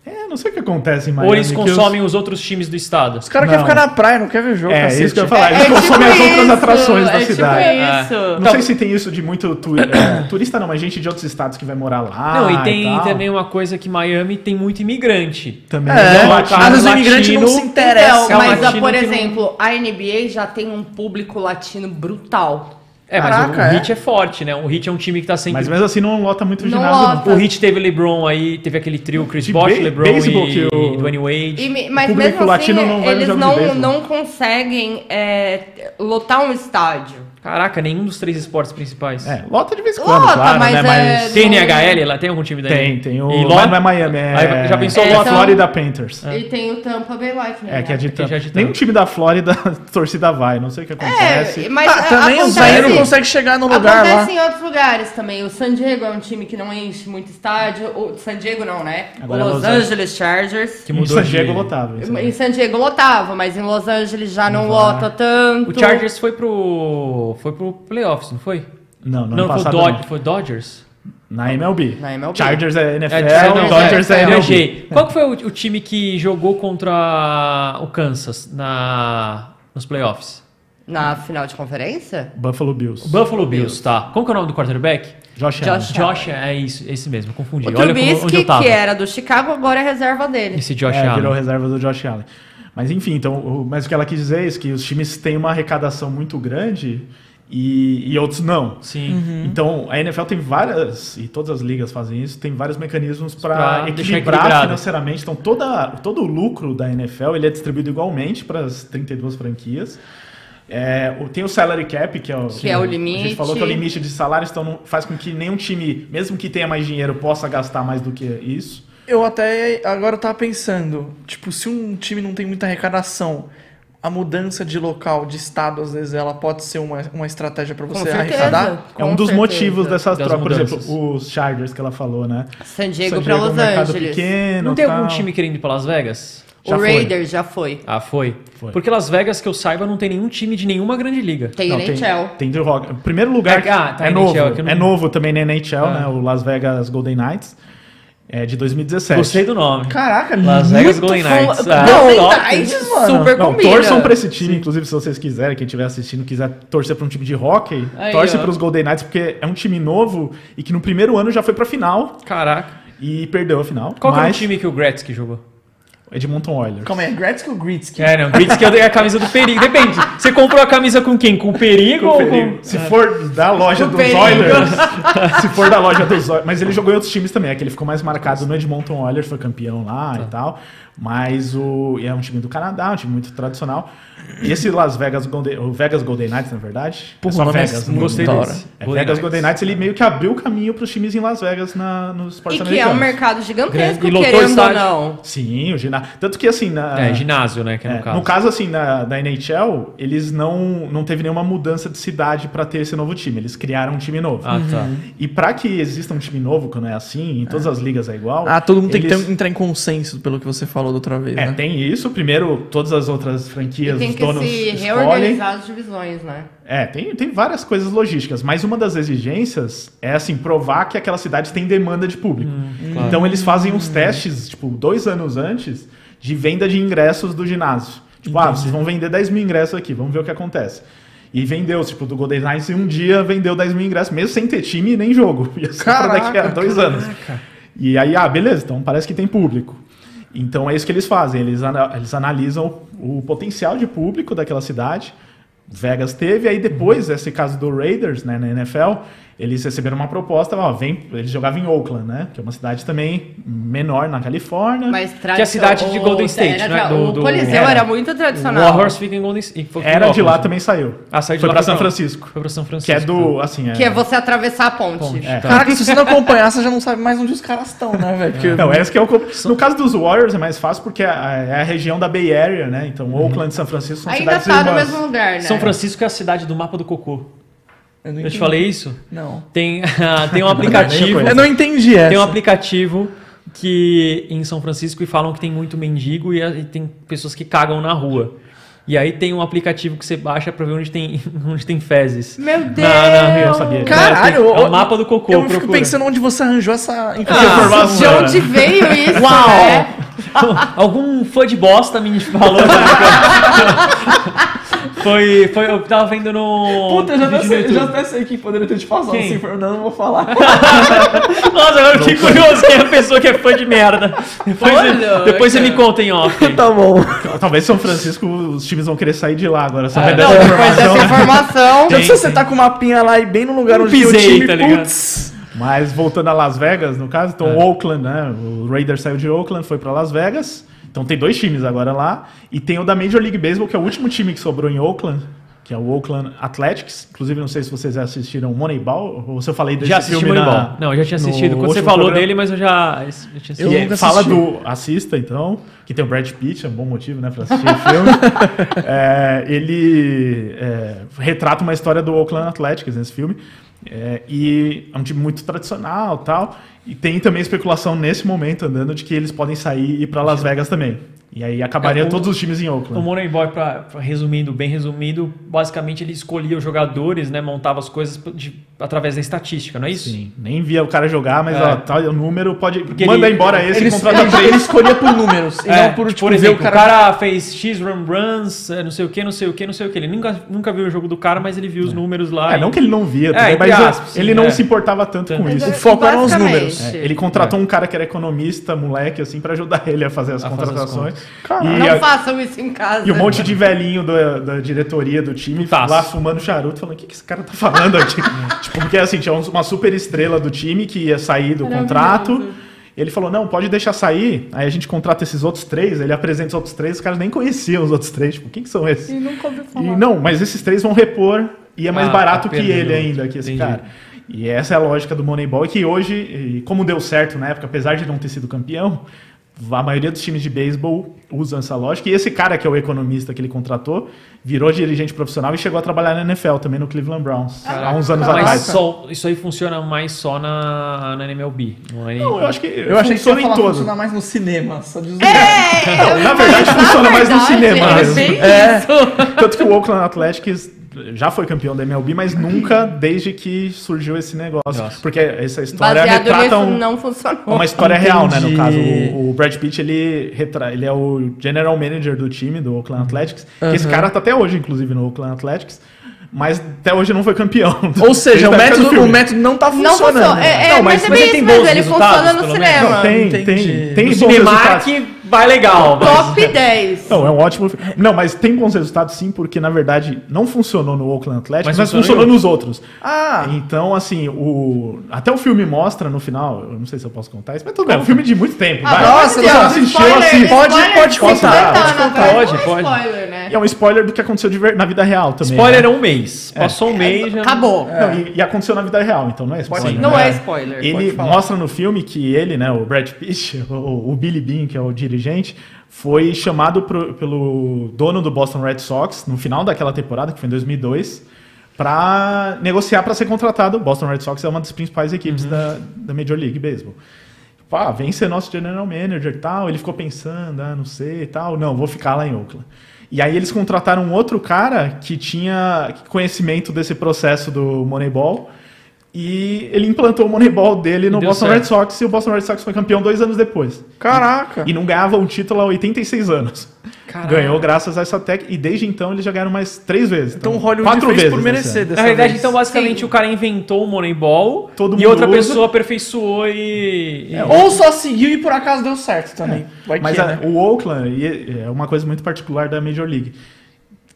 C: É, não sei o que acontece em Miami.
A: ou eles
C: que
A: consomem os... outros times do estado?
B: Os caras querem
C: Não.
B: ficar na praia, não quer ver
C: os-
B: jogo.
C: É,
B: cacete.
C: isso que eu ia falar. Eles
D: tipo
C: consomem as outras
D: isso,
C: atrações da
D: é tipo
C: cidade.
D: isso.
A: É.
C: Não
A: Então-
C: sei se tem isso de muito tu- é, turista, não, mas gente de outros estados que vai morar lá.
A: Não, e tem
C: Ah, tal.
A: também uma coisa que Miami tem muito imigrante.
C: Também.
B: É,
C: Não,
A: Latino-
B: às vezes o imigrante não se
A: Latino-
B: interessa.
D: Então, mas,
A: latino
D: por
A: é que não-
D: exemplo, a NBA já tem um público latino brutal.
A: É, mas
B: Caraca,
A: o
B: é?
A: Heat é. forte, né? O Heat é um time que tá sempre...
C: Mas mesmo assim não lota muito o
D: Não
C: ginásio.
D: lota.
C: não.
A: O Heat teve LeBron aí, teve aquele trio Chris
C: De
A: Bosh,
C: be-
A: LeBron
C: beisebol
A: e,
C: que o-
A: e Dwayne Wade.
D: E me- mas
C: público
D: mesmo assim,
C: latino não vai no
D: eles
C: jogo de
D: não,
C: beisebol.
D: não conseguem é, lotar um estádio.
A: Caraca, nenhum dos três esportes principais.
C: É, lota de vez em quando,
D: Lota,
C: claro,
D: mas
C: né?
D: é-
C: Mas
A: Tem NHL lá? Tem algum time daí?
C: tem, tem o...
A: E
C: Mas
A: lá
C: não é Miami, é...
A: Aí já pensou
D: É,
C: o
D: são-
C: Florida Panthers. É.
D: E tem o Tampa Bay Lightning.
C: que é
D: né?
C: de
A: que já
C: tanto.
A: de tanto.
C: Nenhum time da Flórida a torcida vai, não sei o que acontece.
D: É, mas
B: Ah,
D: a-
B: também os
D: acontece-
B: aí não conseguem chegar no lugar
D: Acontece
B: lá.
D: em outros lugares também. O San Diego é um time que não enche muito estádio. O San Diego não, né?
C: Agora é
D: o Los
C: Los Anles.
D: Angeles Chargers.
A: Que
C: Em
A: mudou
C: San
A: de-
C: Diego lotava. isso
D: Em
C: aí.
D: San Diego lotava, mas em Los Angeles já não, lota tanto.
A: O Chargers foi pro... Foi pro playoffs, não foi?
C: Não, no
A: não,
C: ano
A: foi, o
C: passado
A: Dod-
C: não.
A: foi o Dodgers?
C: Na MLB.
D: Na MLB.
C: Chargers é NFL,
A: É, não,
C: Dodgers é,
A: é,
C: MLB.
A: viajei. Qual que foi o, o time que jogou contra o Kansas na, nos playoffs?
D: Na final de conferência?
C: Buffalo Bills.
A: Buffalo Bills, tá. Como que é o nome do quarterback?
C: Josh Allen.
D: Josh
A: Josh, é isso, esse mesmo, confundi.
D: O
A: Olha como, onde
D: Trubisky,
A: eu tava.
D: que era do Chicago, agora é reserva dele.
A: Esse Josh
C: É, virou
A: Allen.
C: reserva do Josh Allen. Mas enfim, então, o- mas o que ela quis dizer é isso, que os times têm uma arrecadação muito grande e, e outros não.
A: Sim.
D: Uhum.
C: Então, a NFL tem várias, e todas as ligas fazem isso, tem vários mecanismos
A: Pra
C: para
A: deixar
C: equilibrar
A: equilibrado.
C: financeiramente. Então, toda, todo o lucro da NFL ele é distribuído igualmente para as 32 franquias. É, o- tem o salary cap, que é o,
D: Que é o
C: A gente
D: limite.
C: falou que é o limite de salários, então não, faz com que nenhum time, mesmo que tenha mais dinheiro, possa gastar mais do que isso.
B: Eu até agora eu tava pensando, tipo, se um time não tem muita arrecadação, a mudança de local, de estado, às vezes, ela pode ser uma, uma estratégia pra você
D: certeza.
B: arrecadar.
C: é um
D: Com
C: dos
D: certeza.
C: motivos dessas
A: Das
C: trocas. Por
A: mudanças.
C: exemplo, os Chargers que ela falou, né?
D: San Diego,
C: San
D: pra
C: é um
D: Los
C: mercado
D: Angeles.
C: Pequeno,
A: Não tem
C: tal.
A: algum time querendo ir pra Las Vegas?
C: Já
D: o
C: foi.
D: Raiders já foi.
A: Ah, foi?
C: Foi.
A: Porque Las Vegas, que eu saiba, não tem nenhum time de nenhuma grande liga.
D: Tem
C: Não,
D: NHL.
C: Tem, tem Drew Hock. Em Primeiro lugar,
A: É, ah, tá,
C: é,
A: NHL,
C: novo,
A: que eu não-
C: é novo também na NHL,
A: Ah.
C: né? O Las Vegas Golden Knights, é de 2017.
A: Gostei do nome.
B: Caraca,
A: Las Vegas
B: muito
A: Golden
B: fo-
A: Knights. Ah,
B: Golden
A: top.
B: Knights, mano.
D: Super
C: Não,
D: combina.
C: torçam pra esse time, inclusive, se vocês quiserem, quem estiver assistindo, quiser torcer pra um time de hockey,
A: Aí,
C: torce
A: ó.
C: pros Golden Knights, porque é um time novo e que no primeiro ano já foi pra final
A: Caraca.
C: e perdeu a final.
A: Qual que era o
C: mas
A: time que o Gretzky jogou?
C: Edmonton Oilers.
B: Calma aí, é Gretzky ou Gretzky?
A: É, não. Gretzky é a camisa do Perigo. Depende. Você comprou a camisa com quem? Com o Perigo
C: Com
A: ou
C: o perigo.
A: com...
C: Se for da loja
D: Com
C: dos
D: perigo.
C: Oilers, se for da loja dos Oilers, mas ele jogou em outros times também, é que ele ficou mais marcado no Edmonton Oilers, foi campeão
D: Tá.
C: lá e tal, mas o e é um time do Canadá, um time muito tradicional. E esse Las Vegas Golden, o Vegas Golden Knights, na verdade,
B: Pô,
C: é só
B: o nome é
C: Vegas,
B: muito
A: Gostei
B: da hora.
A: desse.
C: É, Vegas Golden Knights, ele meio que abriu o caminho para os times em Las Vegas na, no
D: E
C: esporte
D: que é
C: americano.
D: um mercado gigantesco,
A: Grande. E lotou o
D: querendo ou
A: estádio.
D: não.
C: Sim, o ginásio. Tanto que assim, na,
A: É, ginásio, né? Que é
C: É,
A: no caso.
C: no caso, assim, na, da NHL, eles não, não teve nenhuma mudança de cidade para ter esse novo time. Eles criaram um time novo.
A: Ah, tá.
D: Uhum.
C: E para que exista um time novo, quando é assim, em todas as ligas é igual.
B: Ah, todo mundo tem que
C: eles-
B: ter- entrar em consenso pelo que você falou da outra vez,
C: É,
B: né?
C: tem isso. Primeiro, todas as outras franquias,
D: E tem
C: os
D: que
C: donos
D: se
C: escolhem.
D: reorganizar as divisões, né?
C: É, tem, tem várias coisas logísticas, mas uma das exigências é, assim, provar que aquela cidade tem demanda de público.
A: claro.
C: Então eles fazem uns testes, tipo, dois anos antes, de venda de ingressos do ginásio. Tipo, ah, vocês vão vender 10 mil ingressos aqui, vamos ver o que acontece. E vendeu, tipo, do Golden Knights em um dia vendeu 10 mil ingressos, mesmo sem ter time nem jogo. Ia ser pra daqui a
B: Caraca,
C: dois anos. E aí, ah, beleza, então parece que tem público. Então é isso que eles fazem, eles, ana- eles analisam o, o potencial de público daquela cidade. Vegas teve, aí depois
A: Uhum.
C: esse caso do Raiders, né, na NFL, eles receberam uma proposta, ó, vem, eles jogavam em Oakland, né, que é uma cidade também menor na Califórnia.
D: Mas
A: Que é a cidade de
D: o-
A: Golden State,
D: era-
A: né? Do-
D: O
A: do-
D: Coliseu
A: era.
D: era muito
A: O
D: tradicional.
A: Warhorse fica em Golden State. foi pro
C: Era de lá
A: Oakland.
C: também saiu.
A: Ah, saiu de
C: Foi
A: lá
C: pra
A: pra
C: São
A: lá.
C: Francisco.
A: Foi pra São Francisco.
C: Que é do, assim, é...
D: Que é você atravessar a ponte.
A: Ponte.
C: É.
A: tá.
B: Caraca, se você não acompanhar, você já não sabe mais onde os caras estão, né, velho? Porque-
C: Não, essa que é o... co- No caso dos Warriors é mais fácil porque é a, é a região da Bay Area, né, então
A: Uhum.
C: Oakland e São Francisco são
D: Ainda
C: cidades
D: tá no
C: irmãs.
D: mesmo lugar, né?
A: São Francisco é a cidade do mapa do cocô.
B: Eu, não
A: Eu te
B: entendi.
A: falei isso?
B: Não.
A: Tem, tem um aplicativo...
B: Eu não entendi essa.
A: Tem um aplicativo que em São Francisco e falam que tem muito mendigo e, e tem pessoas que cagam na rua. E aí tem um aplicativo que você baixa pra ver onde tem, onde tem fezes.
D: Meu Deus!
A: na-
C: eu sabia.
B: Caralho,
A: É o
B: eu-
A: mapa do cocô,
B: Eu fico
A: procura.
B: pensando onde você arranjou essa
C: Ah,
B: informação.
D: De onde veio isso,
A: Uau!
D: né?
A: Algum fã de bosta me falou. foi, foi, eu tava vendo no.
B: Puta, eu já, até
A: vídeo no
B: sei, eu já
A: YouTube.
B: até sei quem poderia ter te passado
A: Quem?
B: essa informação, não vou falar.
A: Nossa, agora eu fiquei curioso quem é a pessoa que é fã de merda. Depois,
D: Olha,
A: depois você me
D: cara.
A: conta em off.
C: Então,
B: tá bom.
C: Talvez São Francisco, os times vão querer sair de né? lá agora. Só vai
A: Ah,
C: dar
A: não,
C: essa
D: Depois dessa
C: informação.
D: informação.
B: Já
A: Tem,
B: se você
A: tem.
B: tá com o mapinha lá e bem no lugar onde tem o
A: pisei,
B: time,
A: tá ligado?
B: putz.
C: Mas voltando a Las Vegas, no caso,
A: É.
C: então Oakland, né? O Raiders saiu de Oakland, foi pra Las Vegas. Então tem dois times agora lá. E tem o da Major League Baseball, que é o último time que sobrou em Oakland, que é o Oakland Athletics. Inclusive, não sei se vocês já assistiram Moneyball, ou se eu falei desse
A: Já assisti
C: filme na-
A: Moneyball. Não, eu já tinha
C: no
A: assistido. Quando você
C: último
A: falou
C: programa.
A: dele, mas eu já. Eu tinha assistido.
B: Eu
C: E
B: nunca
C: fala
B: assisti.
C: do assista então que tem o Brad Pitt é um bom motivo né para assistir o filme É, ele é, retrata uma história do Oakland Athletics nesse filme É, e é um time muito tradicional tal e tem também especulação nesse momento andando de que eles podem sair e ir para Las Vegas também E aí acabaria
A: É, o-
C: todos os times em
A: O
C: Oakland.
A: Money Boy, pra, pra- resumindo, bem resumido, basicamente ele escolhia os jogadores, né? Montava as coisas p- de- através da estatística, não é isso?
C: Sim, nem via o cara jogar, mas
A: É.
C: ó, tá, o número pode.
A: Porque
C: manda
A: ele-
C: embora esse
B: Ele,
C: e contrata
B: ele,
C: três.
B: ele escolhia por números, e
A: É,
B: não por,
A: tipo,
B: tipo,
A: por
B: ver
A: exemplo,
B: o cara...
A: fez X run runs, é, não sei o que, não sei o que, não sei o que. Ele nunca, nunca viu o jogo do cara, mas ele viu os números lá.
C: É, não que ele não via,
A: É,
C: também,
A: entre
C: mas
A: aspas,
C: ele
A: sim,
C: não
A: é.
C: se importava tanto com
D: Mas
C: isso.
D: é-
B: foco eram os
D: basicamente.
B: números.
C: É, ele contratou um cara que era economista, moleque, assim, pra ajudar ele a fazer as
A: A fazer as
C: contratações.
B: Caralho.
C: e,
D: Não né?
C: a-
D: façam isso em casa.
C: e um monte de velhinho da, da diretoria do time
A: Putaço.
C: lá fumando charuto, falando: o que, que esse cara tá falando aqui? tipo, porque assim, tinha uns- uma super estrela do time que ia sair do
D: Maravilhoso.
C: contrato. Ele falou: não, pode deixar sair. Aí a gente contrata esses outros três, ele apresenta os outros três, os caras nem conheciam os outros três. Tipo, quem que são esses?
D: E nunca ouvi
B: Tá
D: falar.
C: E não, mas esses três vão repor e é mais
A: Ah,
C: barato
A: tá
C: que ele
A: perdendo.
C: ainda, que esse
A: Entendi.
C: cara. E essa é a lógica do Moneyball, e que hoje, e como deu certo na época, apesar de não ter sido campeão, a maioria dos times de beisebol usam essa lógica. E esse cara, que é o economista que ele contratou, virou dirigente profissional e chegou a trabalhar na NFL, também no Cleveland Browns, há uns anos
A: mas
C: atrás.
A: tá só- isso aí funciona mais só na, na NMLB. Não, é nem-
C: Não, eu acho que
B: Eu achei que você
C: funciona
B: ia falar
C: em todo.
B: funcionar mais no cinema, só de zoeira.
D: É,
C: Não, na verdade, funciona mais no cinema.
D: É,
C: mesmo.
D: bem
B: É.
D: isso.
C: Tanto que o Oakland Athletics já foi campeão da MLB, mas nunca desde que surgiu esse negócio.
A: Nossa.
C: Porque essa história
D: Baseado
C: retrata
D: nisso,
C: um-
D: não funcionou.
C: uma história real, né? No
B: Entendi.
C: caso, o, o Brad Pitt, ele, retra... ele é o general manager do time, do Oakland Athletics. que Esse
B: Uhum.
C: cara tá até hoje, inclusive, no Oakland Athletics. Mas até hoje não foi campeão.
B: Ou seja,
C: Ele
B: o
C: tá ficando
B: método, o
C: firme.
B: método não tá
D: Não
B: funcionando.
D: funcionou. É, é,
A: Não,
D: mas,
A: mas-
D: é
A: mas
D: bem
A: ele tem
D: isso
A: bons
D: mesmo, ele
A: resultados,
D: funciona no
A: pelo
D: cinema.
C: Não, tem, tem,
B: entendi.
C: tem, tem
A: No
C: bons resultados.
A: Cinemark vai legal. mas-
D: Top 10.
C: Não, é um ótimo. filme. Não, mas tem bons resultados sim, porque na verdade não funcionou no Oakland Athletics,
A: Mas
C: mas,
A: funcionou em
C: funcionou nos outros.
B: Ah.
C: Então, assim, o até o filme mostra no final, eu não sei se eu posso contar isso, mas tudo bem, é um filme de muito tempo.
D: Ah,
C: vai.
D: pelo amor
B: Nossa,
D: de
B: não, tá,
D: Deus,
C: assistiu,
D: spoiler,
C: assim,
B: pode- pode
D: spoiler, pode
B: contar,
D: contar,
A: pode
D: na
A: contar,
D: verdade,
A: pode,
D: não é
A: pode.
D: spoiler, né?
C: E é um spoiler do que aconteceu de ver- na vida real também.
A: Spoiler é
C: né?
A: um mês. Passou um mês já.
D: Acabou.
C: Não, e, e aconteceu na vida real, então não é spoiler.
B: Sim.
C: né?
D: Não é spoiler.
C: Ele mostra no filme que ele, né, o Brad Pitt, o, o Billy Bean, que é o dirigente, foi chamado pro- pelo dono do Boston Red Sox no final daquela temporada, que foi em 2002, para negociar para ser contratado. O Boston Red Sox é uma das principais equipes
A: Uhum.
C: da, da Major League Baseball. Pá, "Ah, vem ser nosso general manager e tal. Ele ficou pensando, ah, não sei e tal. Não, vou ficar lá em Oakland. E aí eles contrataram um outro cara que tinha conhecimento desse processo do Moneyball. E ele implantou o Moneyball dele no
A: deu
C: Boston
A: certo.
C: Red Sox e o Boston Red Sox foi campeão dois anos depois.
B: Caraca.
C: E não ganhava um título há 86 anos.
A: Caraca.
C: Ganhou graças a essa técnica. E desde então eles já ganharam mais três vezes.
B: Então o Hollywood
C: quatro
B: fez
C: vezes
B: por
C: nesse
B: merecer
C: ano.
B: dessa
A: Na verdade,
B: vez.
A: então, basicamente,
D: Sim.
A: o cara inventou o Moneyball
C: Todo
A: e
C: mundo
A: outra
C: usa. É,
A: pessoa aperfeiçoou e. e-
B: Ou só seguiu e por acaso deu certo também. Vai que,
A: é,
C: Mas a-
B: né?
C: o Oakland e- é uma coisa muito particular da Major League.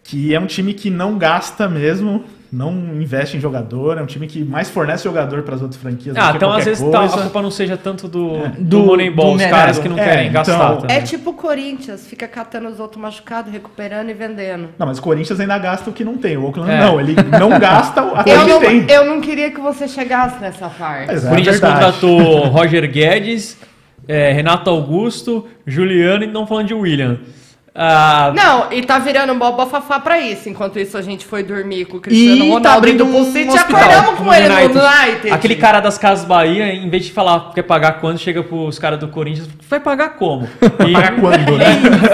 C: Que é um time que não gasta mesmo, não investe em jogador, é um time que mais fornece jogador para as outras franquias. do
A: Ah,
C: que
A: então às
C: qualquer
A: vezes tá, a
C: coisa.
A: culpa não seja tanto do, do,
B: Do-
A: Moneyball,
B: do
A: os
B: mercado.
A: caras que não
C: É,
A: querem
C: então-
A: gastar. também.
D: É tipo o Corinthians, fica catando os outros machucados, recuperando e vendendo.
C: Não, mas o Corinthians ainda gasta o que não tem. O Oakland
A: É.
C: não, ele não gasta o- até
D: Eu
C: o que
D: não,
C: tem.
D: eu não queria que você chegasse nessa parte.
C: Mas
A: O
C: é
A: Corinthians
C: verdade.
A: contratou Roger Guedes, eh, Renato Augusto, Juliano e não falando de William. Ah,
D: Não, e tá virando um mó bafafá pra isso. Enquanto isso, a gente foi dormir com
B: E
D: o Cristiano
B: tá
D: Ronaldo
B: abrindo
D: indo pro
B: um
D: City e
B: hospital
D: acordamos
C: Um
D: com ele
A: United.
D: no United.
A: Aquele cara das Casas Bahia, em vez de falar quer pagar quando, chega pros caras do Corinthians, vai pagar como? E-
C: Pagar quando, né?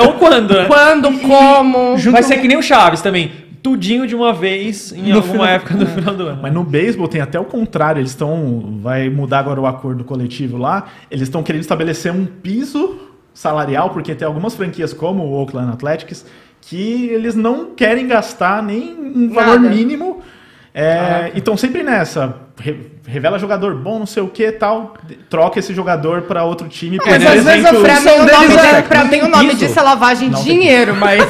A: Ou quando, né?
D: Quando, como...
A: Vai ser que nem o Chaves também. Tudinho de uma vez em
B: No
A: alguma
B: final-
A: época do final É. do ano.
C: Mas no beisebol tem até o contrário, eles estão. Vai mudar agora o acordo coletivo lá. Eles estão querendo estabelecer um piso salarial, porque tem algumas franquias como o Oakland Athletics que eles não querem gastar nem um
D: Nada.
C: valor mínimo. É, e estão sempre nessa. Re- revela jogador bom, não sei o que tal. de- Troca esse jogador para outro
A: É,
C: time. por
D: Mas às vezes,
C: exemplo.
D: pra mim,
B: função
D: o nome,
B: deles é
D: dele-
B: que
D: pra
B: não
D: mim,
B: tem
D: o nome
B: piso.
D: disso é lavagem de
C: Não tem
D: dinheiro, mas...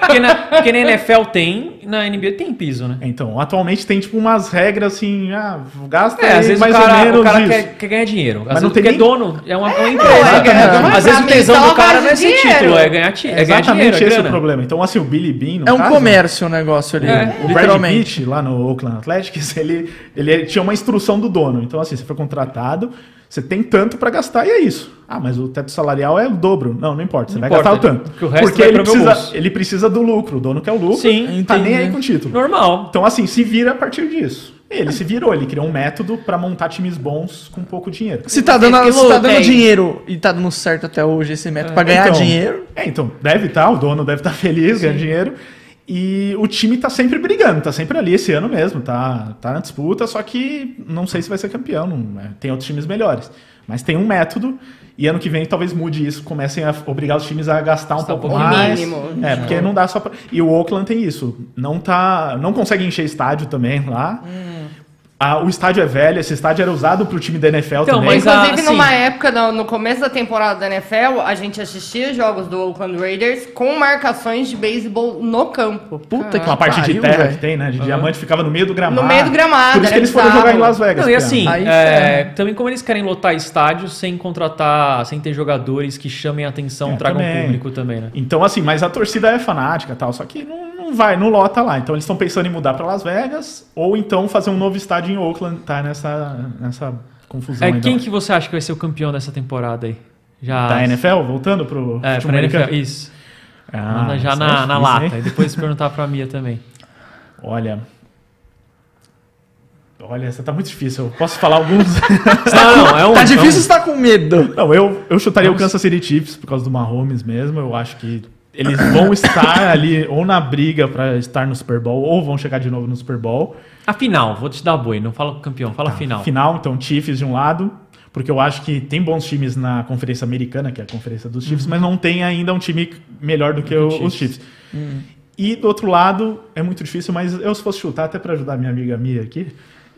A: Porque na, porque na NFL tem, na NBA tem piso, né?
C: Então, atualmente tem tipo umas regras assim, ah, gasta
A: É, às
C: aí
A: vezes
C: mais
A: o
C: ou
A: cara,
C: menos
A: o cara
C: isso.
A: quer, é, quer ganhar dinheiro. Às vezes
C: não
A: o
C: tem
A: que é
C: nem-
A: dono, é uma, é uma empresa.
D: é ganhar
A: Às
D: grana.
A: vezes
D: Pra
A: o
D: mim,
A: tesão
D: então,
A: do cara
D: lavagem
A: não é
D: de
A: ser título,
D: dinheiro.
A: é ganhar, ti- é ganhar
C: Exatamente
A: dinheiro, é
C: esse é o
A: grana.
C: problema. Então, assim, o Billy Bean, no
B: É um
C: caso, né,
B: comércio o negócio ali, né?
A: É.
C: O Brad
B: literalmente.
C: Pitt, lá no Oakland Athletics, ele, ele é, tinha uma instrução do dono. Então, assim, você foi contratado, você tem tanto pra gastar e é isso. Ah, mas o teto salarial é o dobro. Não, não importa, você
A: Não
C: vai
A: importa,
C: gastar o tanto.
A: porque o resto vai pro
C: ele
A: meu
C: precisa,
A: bolso.
C: ele precisa do lucro, o dono quer o lucro,
A: Sim,
C: tá nem
B: entendi.
C: aí com o título.
A: Normal.
C: Então, assim, se vira a partir disso. Ele se virou, ele criou um método pra montar times bons com pouco dinheiro.
B: Se tá dando,
D: Que
B: se tá dando
D: louco, hein?
B: dinheiro e tá dando certo até hoje esse método pra ganhar
C: Então,
B: dinheiro,
C: É, então, deve estar, o dono deve estar feliz, ganhando dinheiro. E o time tá sempre brigando, tá sempre ali esse ano mesmo, tá, tá na disputa, só que não sei se vai ser campeão, não- é, tem outros times melhores. Mas tem um método, e ano que vem talvez mude isso, comecem a obrigar os times a gastar um
A: Gastar um
C: pouco
A: pouquinho Uhum.
C: mais.
D: mínimo.
C: É, porque não dá só pra... E o Oakland tem isso, não tá, não consegue encher estádio também lá.
A: Hum.
C: Ah, o estádio é velho, esse estádio era usado pro time da NFL
A: Então,
C: também.
A: mas a-
D: Inclusive,
A: assim-
D: numa época, no, no começo da temporada da NFL, a gente assistia jogos do Oakland Raiders com marcações de beisebol no campo.
B: puta que
C: Com a parte de
B: pariu,
C: terra
B: velho.
C: que tem, né? De
A: Aham.
C: diamante ficava no meio do gramado.
D: Ah. No meio do gramado,
C: Por isso
D: era
C: que eles foram
D: bizarro.
C: jogar em Las Vegas.
A: Não, e
C: cara.
A: assim,
B: Aí
A: é, também como eles querem lotar estádios sem contratar, sem ter jogadores que chamem a atenção,
C: É,
A: tragam
C: também.
A: público também, né?
C: Então, assim, mas a torcida é fanática e tal, só que não, não vai, não lota lá. Então eles estão pensando em mudar pra Las Vegas ou então fazer um novo estádio em Oakland, tá nessa, nessa confusão
A: É,
C: aí da-
A: quem que você acha que vai ser o campeão dessa temporada aí? Já
C: da NFL, voltando pro
A: É,
C: futebol
A: pra
C: americano.
A: NFL, isso.
C: Ah,
A: Manda já
C: isso é
A: na, na
C: difícil,
A: lata.
C: hein?
A: E depois perguntar pra Mia também.
C: Olha. Olha, essa tá muito difícil. Eu posso falar alguns?
A: Não, não, é um.
B: Tá
A: é um-
B: difícil estar com medo.
C: Não, eu, eu chutaria
A: Vamos-
C: o Kansas City Chiefs por causa do Mahomes mesmo. Eu acho que eles vão estar ali ou na briga pra estar no Super Bowl ou vão chegar de novo no Super Bowl.
A: A final, vou te dar boi, não fala campeão, fala final.
C: Final, então Chiefs de um lado, porque eu acho que tem bons times na Conferência Americana, que é a Conferência dos Chiefs, mas não tem ainda um time melhor do que
A: Uhum.
C: o-
A: Chiefs. Uhum.
C: os Chiefs. E do outro lado, é muito difícil, mas eu se fosse chutar, até pra ajudar minha amiga Mia aqui,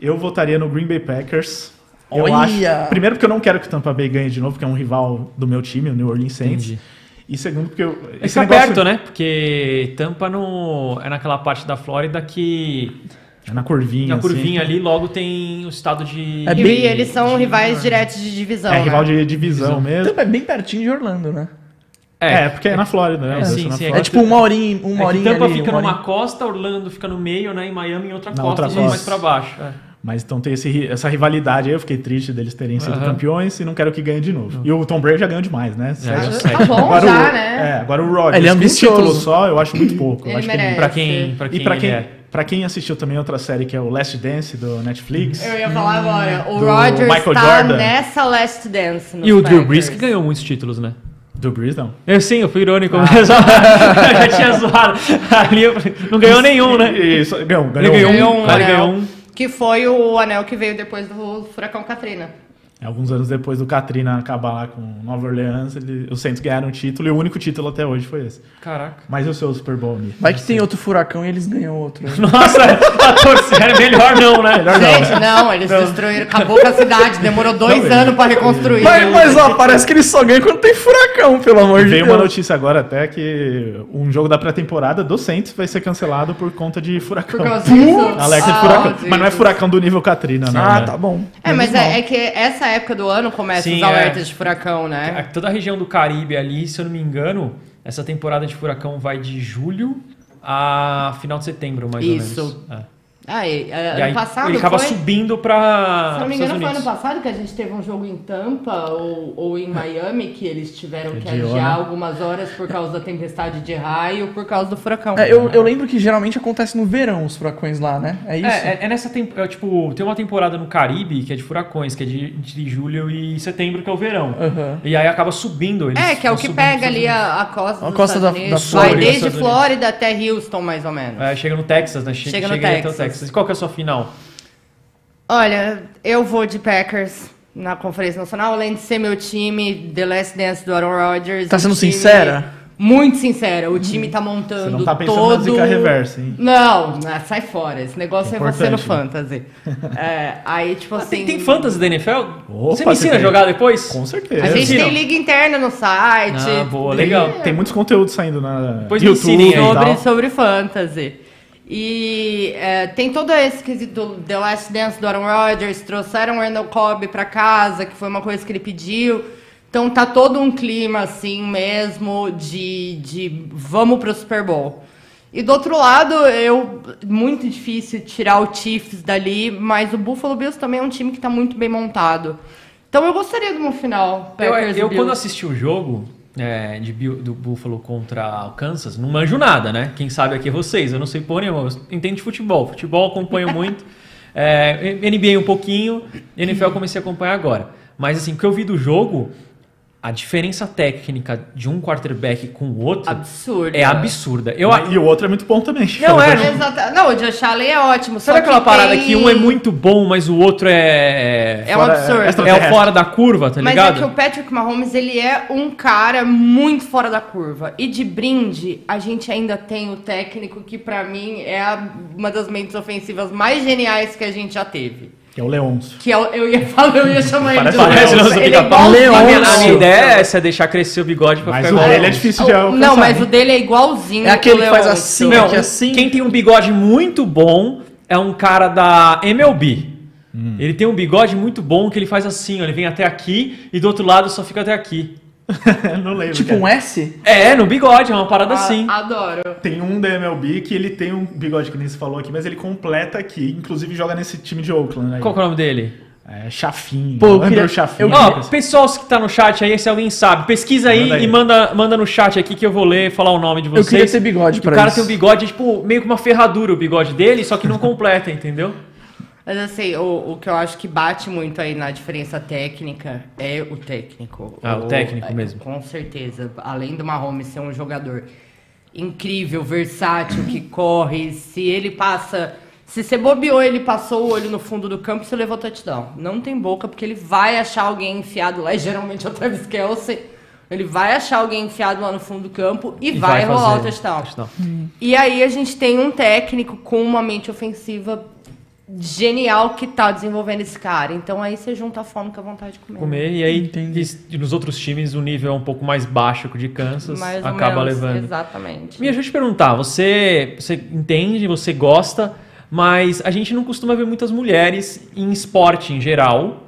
C: eu votaria no Green Bay Packers. Eu
B: Olha!
C: acho- primeiro porque eu não quero que o Tampa Bay ganhe de novo, porque é um rival do meu time, o New Orleans Saints.
A: Entendi.
C: E segundo porque eu...
A: É
C: esse
A: fica
C: negócio-
A: perto, né? Porque Tampa no, é naquela parte da Flórida que
C: É na curvinha,
A: né? na curvinha
C: assim.
A: ali logo tem o estado de.
B: É
D: E,
B: bem-
D: eles são rivais diretos de divisão.
C: É
D: né?
C: rival de divisão mesmo.
B: Então é bem pertinho de Orlando, né?
C: É, porque é na Flórida, né?
A: É,
C: Os dois
A: sim,
C: são na
A: sim, é
B: É
C: Flórida.
B: tipo uma horinha, uma
A: É que
B: horinha
A: Tampa
B: ali,
A: fica
B: uma
A: numa
B: horinha.
A: costa, Orlando fica no meio, né? E Miami em outra
C: Na
A: costa,
C: outra
A: um pouco mais
C: costa.
A: pra baixo. É.
C: Mas então tem esse ri- essa rivalidade aí, eu fiquei triste deles terem sido
A: Aham.
C: campeões e não quero que ganhe de novo. E o Tom Brady já ganhou demais, né?
A: É, já
C: Sério.
A: sei.
D: Tá bom já,
C: o,
D: né?
C: É, agora o Rodgers.
B: Ele é
C: com um
B: ambicioso.
C: título só, eu acho muito pouco. Eu
D: Ele
C: acho
D: merece.
A: Pra quem, pra quem,
C: Que ele... E pra
A: ele
C: quem,
A: é.
C: pra quem assistiu também outra série que é o Last Dance do Netflix.
D: Eu ia falar agora. O
C: Hum, Do
D: Rodgers
C: Michael
D: tá
C: Jordan.
D: nessa Last Dance. nos
A: E o Drew
D: Packers.
A: Brees que ganhou muitos títulos, né?
C: Do Breeze, não.
A: Eu sim, eu fui
D: Ah.
A: irônico, mas eu só- eu já tinha zoado. Ali eu falei, não ganhou nenhum, né?
C: Isso, ganhou,
A: Ele
C: ganhou.
A: ganhou,
D: Ganhou
A: um,
D: um
A: ele
D: anel.
A: ganhou um.
D: Que foi o anel que veio depois do Furacão Katrina.
A: um.
C: Alguns anos depois do Katrina acabar lá com Nova Orleans, ele- os Saints ganharam o título e o único título até hoje foi esse.
A: Caraca.
C: Mas e o seu Super Bowl, Mi?
B: Vai que tem outro furacão e eles ganham outro. né?
A: Nossa, a torcida é melhor não, né? Melhor
D: Gente, não, eles destruíram, acabou com a cidade, demorou dois
C: Não,
D: anos pra reconstruir.
B: Mas, mas ó, parece que eles só ganham quando tem furacão, pelo amor de
C: Veio uma
B: Deus.
C: notícia agora até que um jogo da pré-temporada do Saints vai ser cancelado por conta de furacão.
D: Por causa disso.
C: Alerta de
D: Ah,
C: furacão.
D: Deus.
C: Mas não é furacão do nível Katrina, não.
B: Ah,
C: né?
B: tá bom.
D: É, mas
B: Menos
D: é, é que essa época do ano começa
A: Sim,
D: os
A: é.
D: alertas de furacão, né?
A: Toda a região do Caribe ali, se eu não me engano, essa temporada de furacão vai de julho a final de setembro, mais ou
D: Isso.
A: menos. É.
D: Ah,
A: E
D: e, é, ano
A: aí
D: passado
A: ele acaba
D: foi?
A: subindo pra.
C: Ah,
D: Se não
A: pros
D: me engano, foi ano
A: Estados Unidos.
D: passado que a gente teve um jogo em Tampa ou, ou em Miami que eles
B: É
D: tiveram que
C: Adiou,
D: adiar
C: né?
D: algumas horas por causa da tempestade de raio, por causa do furacão.
B: É, eu, eu lembro que geralmente acontece no verão os furacões lá, né? É isso?
A: É, é, é nessa tem- é, tipo, tem uma temporada no Caribe que é de furacões, que é de, de julho e setembro, que é o verão.
B: Aham.
A: E aí acaba subindo eles.
D: É, que é o
A: vão
D: que
A: subindo,
D: pega
A: subindo.
D: ali a, a costa,
B: A
D: dos
B: costa
D: Estados
B: da-
D: Unidos.
B: da
D: Vai
B: Flórida,
D: desde
A: Estados Unidos.
D: Flórida até Houston, mais ou menos.
A: É, chega no Texas, né? Chega,
D: Chega no
A: chega até o
D: Texas.
A: Texas. E qual que é a sua final?
D: Olha, eu vou de Packers na Conferência Nacional, além de ser meu time, The Last Dance do Aaron Rodgers.
B: Tá
D: um
B: sendo
D: time
B: sincera?
D: Muito sincera. O time tá montando
C: Você não tá pensando
D: todo...
C: na zica reversa, hein?
D: Não, ah, sai fora. Esse negócio é você no fantasy. É, aí, tipo assim...
A: Ah, Tem, tem fantasy da NFL?
C: Opa,
A: Você me ensina
C: tem.
A: a jogar depois?
C: Com certeza.
D: A gente
A: Sim, não.
D: tem liga interna no site.
A: Ah, boa,
D: tem
A: legal.
C: Tem muitos conteúdos saindo na
A: Pois me
C: YouTube
A: ensinem aí.
C: e tal.
D: Sobre, sobre fantasy. E é, tem todo esse quesito do The Last Dance do Aaron Rodgers, trouxeram o Randall Cobb pra casa, que foi uma coisa que ele pediu. Então tá todo um clima, assim, mesmo, de, de vamos pro Super Bowl. E do outro lado, eu muito difícil tirar o Chiefs dali, mas o Buffalo Bills também é um time que tá muito bem montado. Então eu gostaria de uma final.
A: Eu,
D: Packers e
A: eu, quando
D: Bills.
A: assisti o jogo é, de Bill- do Buffalo contra o Kansas, não manjo nada, né? Quem sabe aqui é vocês. Eu não sei porra nenhuma. Eu entendo de futebol. Futebol acompanho muito. É, NBA um pouquinho, NFL eu comecei a acompanhar agora. Mas assim, o que eu vi do jogo, a diferença técnica de um quarterback com o outro
D: Absurdo.
A: é absurda. Eu,
C: E o outro é muito bom também.
A: Não, é,
D: Exata... Não, o Josh Allen é ótimo.
A: Sabe
D: só que
A: aquela parada
D: tem-
A: que um é muito bom, mas o outro é.
D: É um absurdo.
C: é extra-
A: É o fora da curva, tá
D: Mas
A: ligado?
D: é que o Patrick Mahomes, ele é um cara muito fora da curva. E de brinde, a gente ainda tem o técnico que, pra mim, é a- uma das mentes ofensivas mais geniais que a gente já teve.
C: Que é o Leoncio.
D: Que eu, eu ia falar, eu ia chamar ele de
C: Parece- parece
D: Leôncio.
C: Leôncio
D: Ele é
A: Pica-Pau.
D: igualzinho
A: a, minha, a
D: Leôncio.
A: minha ideia é essa, é deixar crescer o bigode pra
C: Mas
A: ficar
C: o
A: igual.
C: dele é difícil de alcançar.
D: Não, mas
C: hein?
D: o dele é igualzinho
B: É aquele
D: do
B: que faz
D: Leôncio.
B: assim,
A: Não,
B: que assim.
A: quem tem um bigode muito bom é um cara da MLB.
C: Hum.
A: Ele tem um bigode muito bom que ele faz assim, ó, ele vem até aqui e do outro lado só fica até aqui.
C: não lembro.
B: Tipo
C: cara.
B: um S?
A: É, no bigode, é uma parada
D: Ah,
A: assim.
D: Adoro.
C: Tem um da MLB que ele tem um bigode que nem se falou aqui, mas ele completa aqui. Inclusive joga nesse time de Oakland. Aí.
A: Qual que é o nome dele?
C: É, Chafinho.
B: Pô, eu
C: Andrew
B: queria-
C: Chafinho.
B: eu
A: Ó, pessoal que tá no chat aí, se alguém sabe, pesquisa aí,
C: assim. Manda aí.
A: e manda, manda no chat aqui que eu vou ler e falar o nome de
B: Eu
A: vocês.
B: queria ter bigode
A: Que o
B: pra
A: cara
B: isso.
A: tem um bigode, tipo, meio que uma ferradura o bigode dele, só que não completa, entendeu?
D: Mas assim, o, o que eu acho que bate muito aí na diferença técnica é o técnico.
A: Ah, o técnico
D: é,
A: mesmo.
D: Com certeza. Além do Mahomes ser um jogador incrível, versátil, que corre, se ele passa. Se você bobeou, ele passou o olho no fundo do campo, você levou touchdown. Não tem boca, porque ele vai achar alguém enfiado lá, e geralmente é o Travis Kelsey. Ele vai achar alguém enfiado lá no fundo do campo e,
A: E
D: vai,
A: vai
D: rolar o
A: fazer
D: touchdown.
A: touchdown.
D: E aí a gente tem um técnico com uma mente ofensiva genial que tá desenvolvendo esse cara. Então aí você junta a fome com a vontade de comer.
A: Comer, e aí
B: Entendi.
A: e- e nos outros times o nível é um pouco mais baixo que o de Kansas,
D: Mais ou
A: acaba
D: menos,
A: levando.
D: Exatamente.
A: Mia, deixa eu te perguntar, você, você entende, você gosta, mas a gente não costuma ver muitas mulheres em esporte em geral.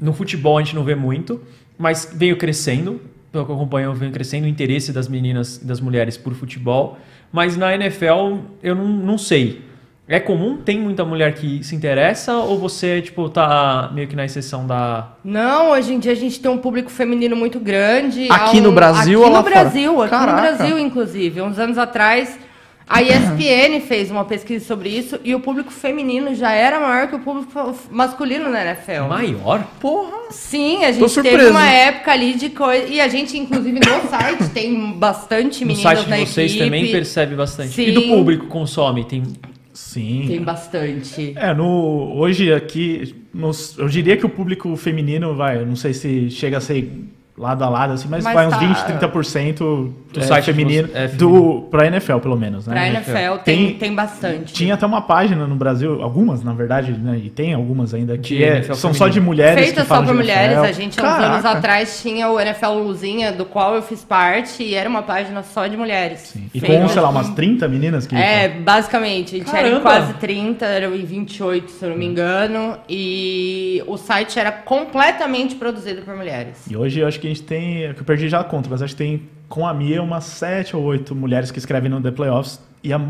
A: No futebol a gente não vê muito, mas veio crescendo, pelo que eu acompanho, veio crescendo o interesse das meninas e das mulheres por futebol. Mas na NFL eu não, não sei. É comum? Tem muita mulher que se interessa? Ou você, tipo, tá meio que na exceção da.
D: Não, hoje em dia a gente tem um público feminino muito grande.
B: Aqui
D: Há um-
B: no Brasil
D: Aqui
B: ou lá
D: no Brasil,
B: fora?
D: aqui
B: Caraca.
D: no Brasil, inclusive. Uns anos atrás, a ESPN fez uma pesquisa sobre isso e o público feminino já era maior que o público masculino na NFL.
A: Maior?
B: Porra.
D: Sim, a
B: Tô
D: gente teve
B: surpreso.
D: uma época ali de coisa. E a gente, inclusive, no site tem bastante
A: No
D: meninas
A: site
D: na
A: de vocês
D: equipe.
A: também percebe bastante. E
D: Sim.
A: do público consome? Tem.
C: Sim.
D: Tem
A: Né,
D: bastante.
C: É, no, hoje aqui, nos- eu diria que o público feminino vai, eu não sei se chega a ser lado a lado, assim, mas,
D: Mas
C: vai uns
D: tá-
C: 20, 30%
A: Do
C: é,
A: site
C: feminino,
A: de- é, feminino.
C: do, pra NFL, pelo menos, né?
D: Pra NFL tem,
C: Tem-
D: tem, bastante.
C: Tinha até uma página no Brasil, algumas, na verdade, né? E tem algumas ainda que
A: De
C: é-
A: NFL
C: são
A: feminino.
C: só de mulheres.
D: Feita
C: que
D: só
C: falam
D: por
C: de
D: mulheres,
C: NFL.
D: a gente é um há uns
B: Caraca.
D: anos atrás tinha o NFL Luzinha, do qual eu fiz parte, e era uma página só de mulheres.
C: Sim. E
D: Feita-
C: com, sei lá, umas 30 meninas que.
D: É, basicamente. A gente era em
A: Caramba!
D: quase 30, eram em 28, se eu
C: Hum.
D: não me engano. E o site era completamente produzido por mulheres.
C: E hoje eu acho que a gente tem. é que Eu perdi já a conta, mas acho que tem com a Mia umas 7 ou 8 mulheres que escrevem no The Playoffs. E a-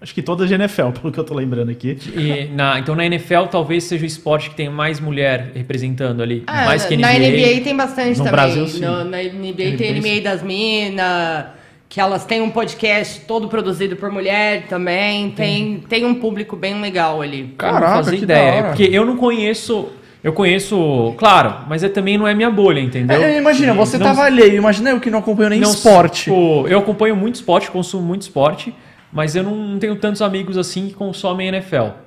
C: acho que todas de NFL, pelo que eu tô lembrando aqui.
A: E na- então na NFL talvez seja o esporte que tem mais mulher representando ali.
D: Ah,
A: mais que
D: na
A: NBA.
D: NBA tem bastante
C: No
D: também.
C: Brasil, sim.
D: No- na NBA tem
C: NBA,
D: NBA das Minas, que elas têm um podcast todo produzido por mulher também.
A: Uhum.
D: Tem, tem um público bem legal ali.
A: Eu não
B: Caraca,
A: fazia
B: que
A: ideia.
B: da hora.
A: Porque eu não conheço. Eu conheço, claro, mas é, também não é minha bolha, entendeu?
B: É, imagina, você
A: Não-
B: tava alheio. Imagina eu que não acompanho nem
A: não-
B: esporte.
A: tipo, eu acompanho muito esporte, consumo muito esporte, mas eu não tenho tantos amigos assim que consomem NFL.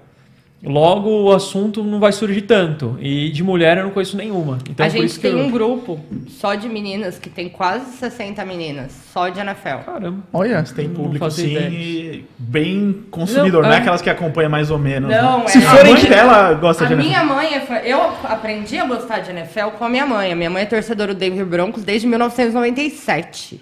A: Logo, o assunto não vai surgir tanto. E de mulher eu não conheço nenhuma. Então,
D: a
A: por isso
D: gente
A: que
D: tem
A: eu...
D: um grupo só de meninas, que tem quase 60 meninas, só de NFL.
A: Caramba.
B: Olha.
C: Mas tem
A: Não
C: público,
A: fazia
C: sim,
A: ideia.
C: e bem consumidor,
A: Não,
C: não é
A: é.
C: aquelas que acompanha mais ou menos.
D: Não,
C: né?
D: é- Se
C: a
D: forem
C: mãe
D: de-
C: dela gosta
D: A
C: de
D: minha mãe, é fã- eu aprendi a gostar de NFL com a minha mãe. A minha mãe é torcedora do Denver Broncos desde 1997.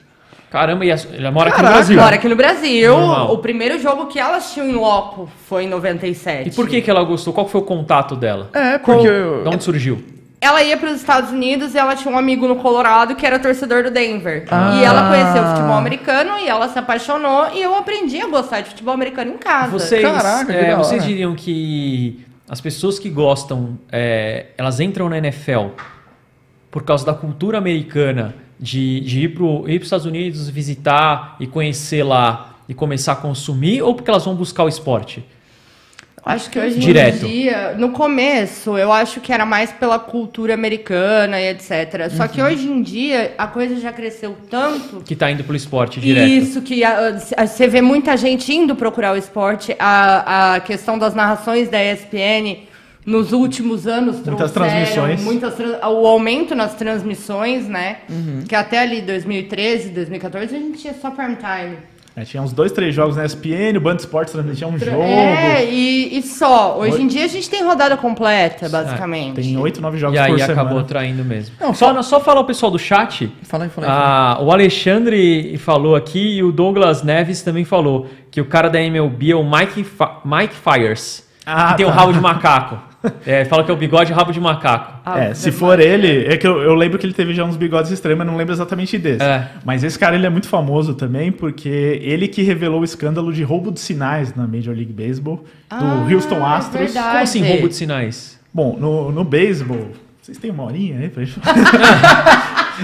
A: Caramba, e a- ela mora aqui no
B: Caraca.
A: Brasil.
D: Agora aqui no Brasil,
A: Normal.
D: o primeiro jogo que elas tinham em loco foi em 97.
A: E por que, que ela gostou? Qual foi o contato dela?
B: É, porque eu-
A: De onde surgiu?
D: Ela ia para os Estados Unidos e ela tinha um amigo no Colorado que era torcedor do Denver.
B: Ah.
D: E ela conheceu o futebol americano e ela se apaixonou e eu aprendi a gostar de futebol americano em casa.
A: Vocês,
B: Ah, tá. Caraca, que
A: é,
B: da
A: vocês
B: hora.
A: diriam que as pessoas que gostam, é, elas entram na NFL por causa da cultura americana de, de ir para os Estados Unidos visitar e conhecer lá e começar a consumir, ou porque elas vão buscar o esporte?
D: Acho que hoje
A: Direto.
D: em dia, no começo, eu acho que era mais pela cultura americana e etc. Só que hoje em dia a coisa já cresceu tanto
A: Que tá indo pro esporte
D: E
A: direto.
D: Isso, que a- a- você vê muita gente indo procurar o esporte. A, a questão das narrações da ESPN nos últimos anos
C: Muitas
D: trouxeram
C: transmissões.
D: muitas tran- o aumento nas transmissões, né?
B: Uhum.
D: Que até ali 2013, 2014, a gente tinha só prime time.
C: É, tinha uns dois, três jogos na ESPN, o Band Esportes transmitia um jogo.
D: É, e, e só. Hoje em dia a gente tem rodada completa, basicamente.
C: Ah, Tem oito, nove jogos
A: E aí
C: por
A: acabou
C: semana.
A: traindo mesmo.
B: Não,
A: só, só falar o pessoal do chat.
B: Fala aí, fala aí. fala aí.
A: Ah, o Alexandre falou aqui e o Douglas Neves também falou que o cara da MLB é o Mike, Fa- Mike Fires.
C: Ah,
A: que tem o
C: tá.
A: rabo de macaco. É, fala que é o bigode e o rabo de macaco.
C: É, se for ele, é que eu, eu lembro que ele teve já uns bigodes extremos, mas não lembro exatamente desse.
A: É.
C: Mas esse cara ele é muito famoso também, porque ele que revelou o escândalo de roubo de sinais na Major League Baseball, do
D: Ah,
C: Houston
D: é
C: Astros.
D: verdade.
A: Como assim,
D: sei.
A: roubo de sinais?
C: Bom, no, no beisebol, vocês têm uma horinha aí pra gente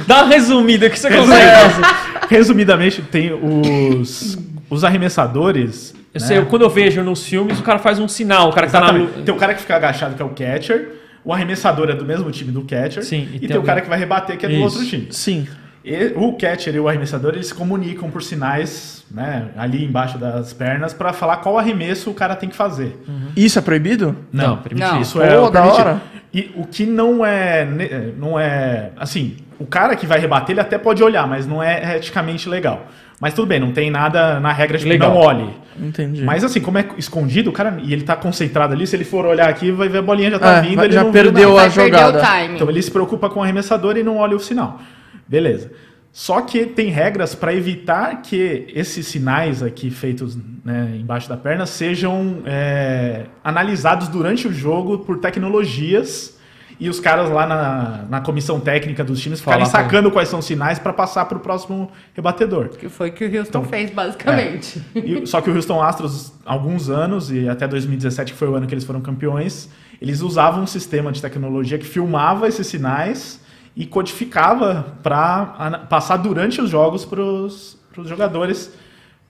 A: Dá uma resumida que você
C: é.
A: consegue.
C: Resumidamente, tem os, os arremessadores. né?
A: Eu sei, eu- quando eu vejo nos filmes, o cara faz um sinal, o cara que tá na.
C: Exatamente.
A: lu-
C: Tem o cara que fica agachado, que é o catcher. O arremessador é do mesmo time do catcher.
A: Sim,
C: e, tem o cara que vai rebater, que é do
A: Isso.
C: outro time.
B: Sim.
C: E o catcher e o arremessador, eles se comunicam por sinais, né, ali embaixo das pernas, pra falar qual arremesso o cara tem que fazer.
B: Isso é proibido?
A: um- Não, permitido.
D: Não.
C: Isso é
B: Pô,
C: o
B: da
C: permitido.
B: hora.
C: E o que não é, ne- não é, assim, o cara que vai rebater, ele até pode olhar, mas não é eticamente legal. Mas tudo bem, não tem nada na regra de
A: Legal.
C: não olhe.
B: Entendi.
C: Mas assim, como é escondido, o cara, e ele tá concentrado ali, se ele for olhar aqui, vai ver a bolinha já tá
B: É,
C: vindo,
B: vai-
C: ele
B: já
C: não viu
B: perdeu
C: nada.
D: Vai
B: a
D: perder
B: jogada.
D: o time.
C: Então ele se preocupa com o arremessador e não olha o sinal. Beleza. Só que tem regras para evitar que esses sinais aqui feitos né, embaixo da perna sejam é, analisados durante o jogo por tecnologias e os caras lá na, na comissão técnica dos times ficarem
A: Falar pra-
C: sacando quais são os sinais para passar para o próximo rebatedor.
D: Que foi o que o
C: então,
D: Houston fez, basicamente.
C: E- só que o Houston Astros, há alguns anos, e até 2017, que foi o ano que eles foram campeões, eles usavam um sistema de tecnologia que filmava esses sinais e codificava para passar durante os jogos para os jogadores,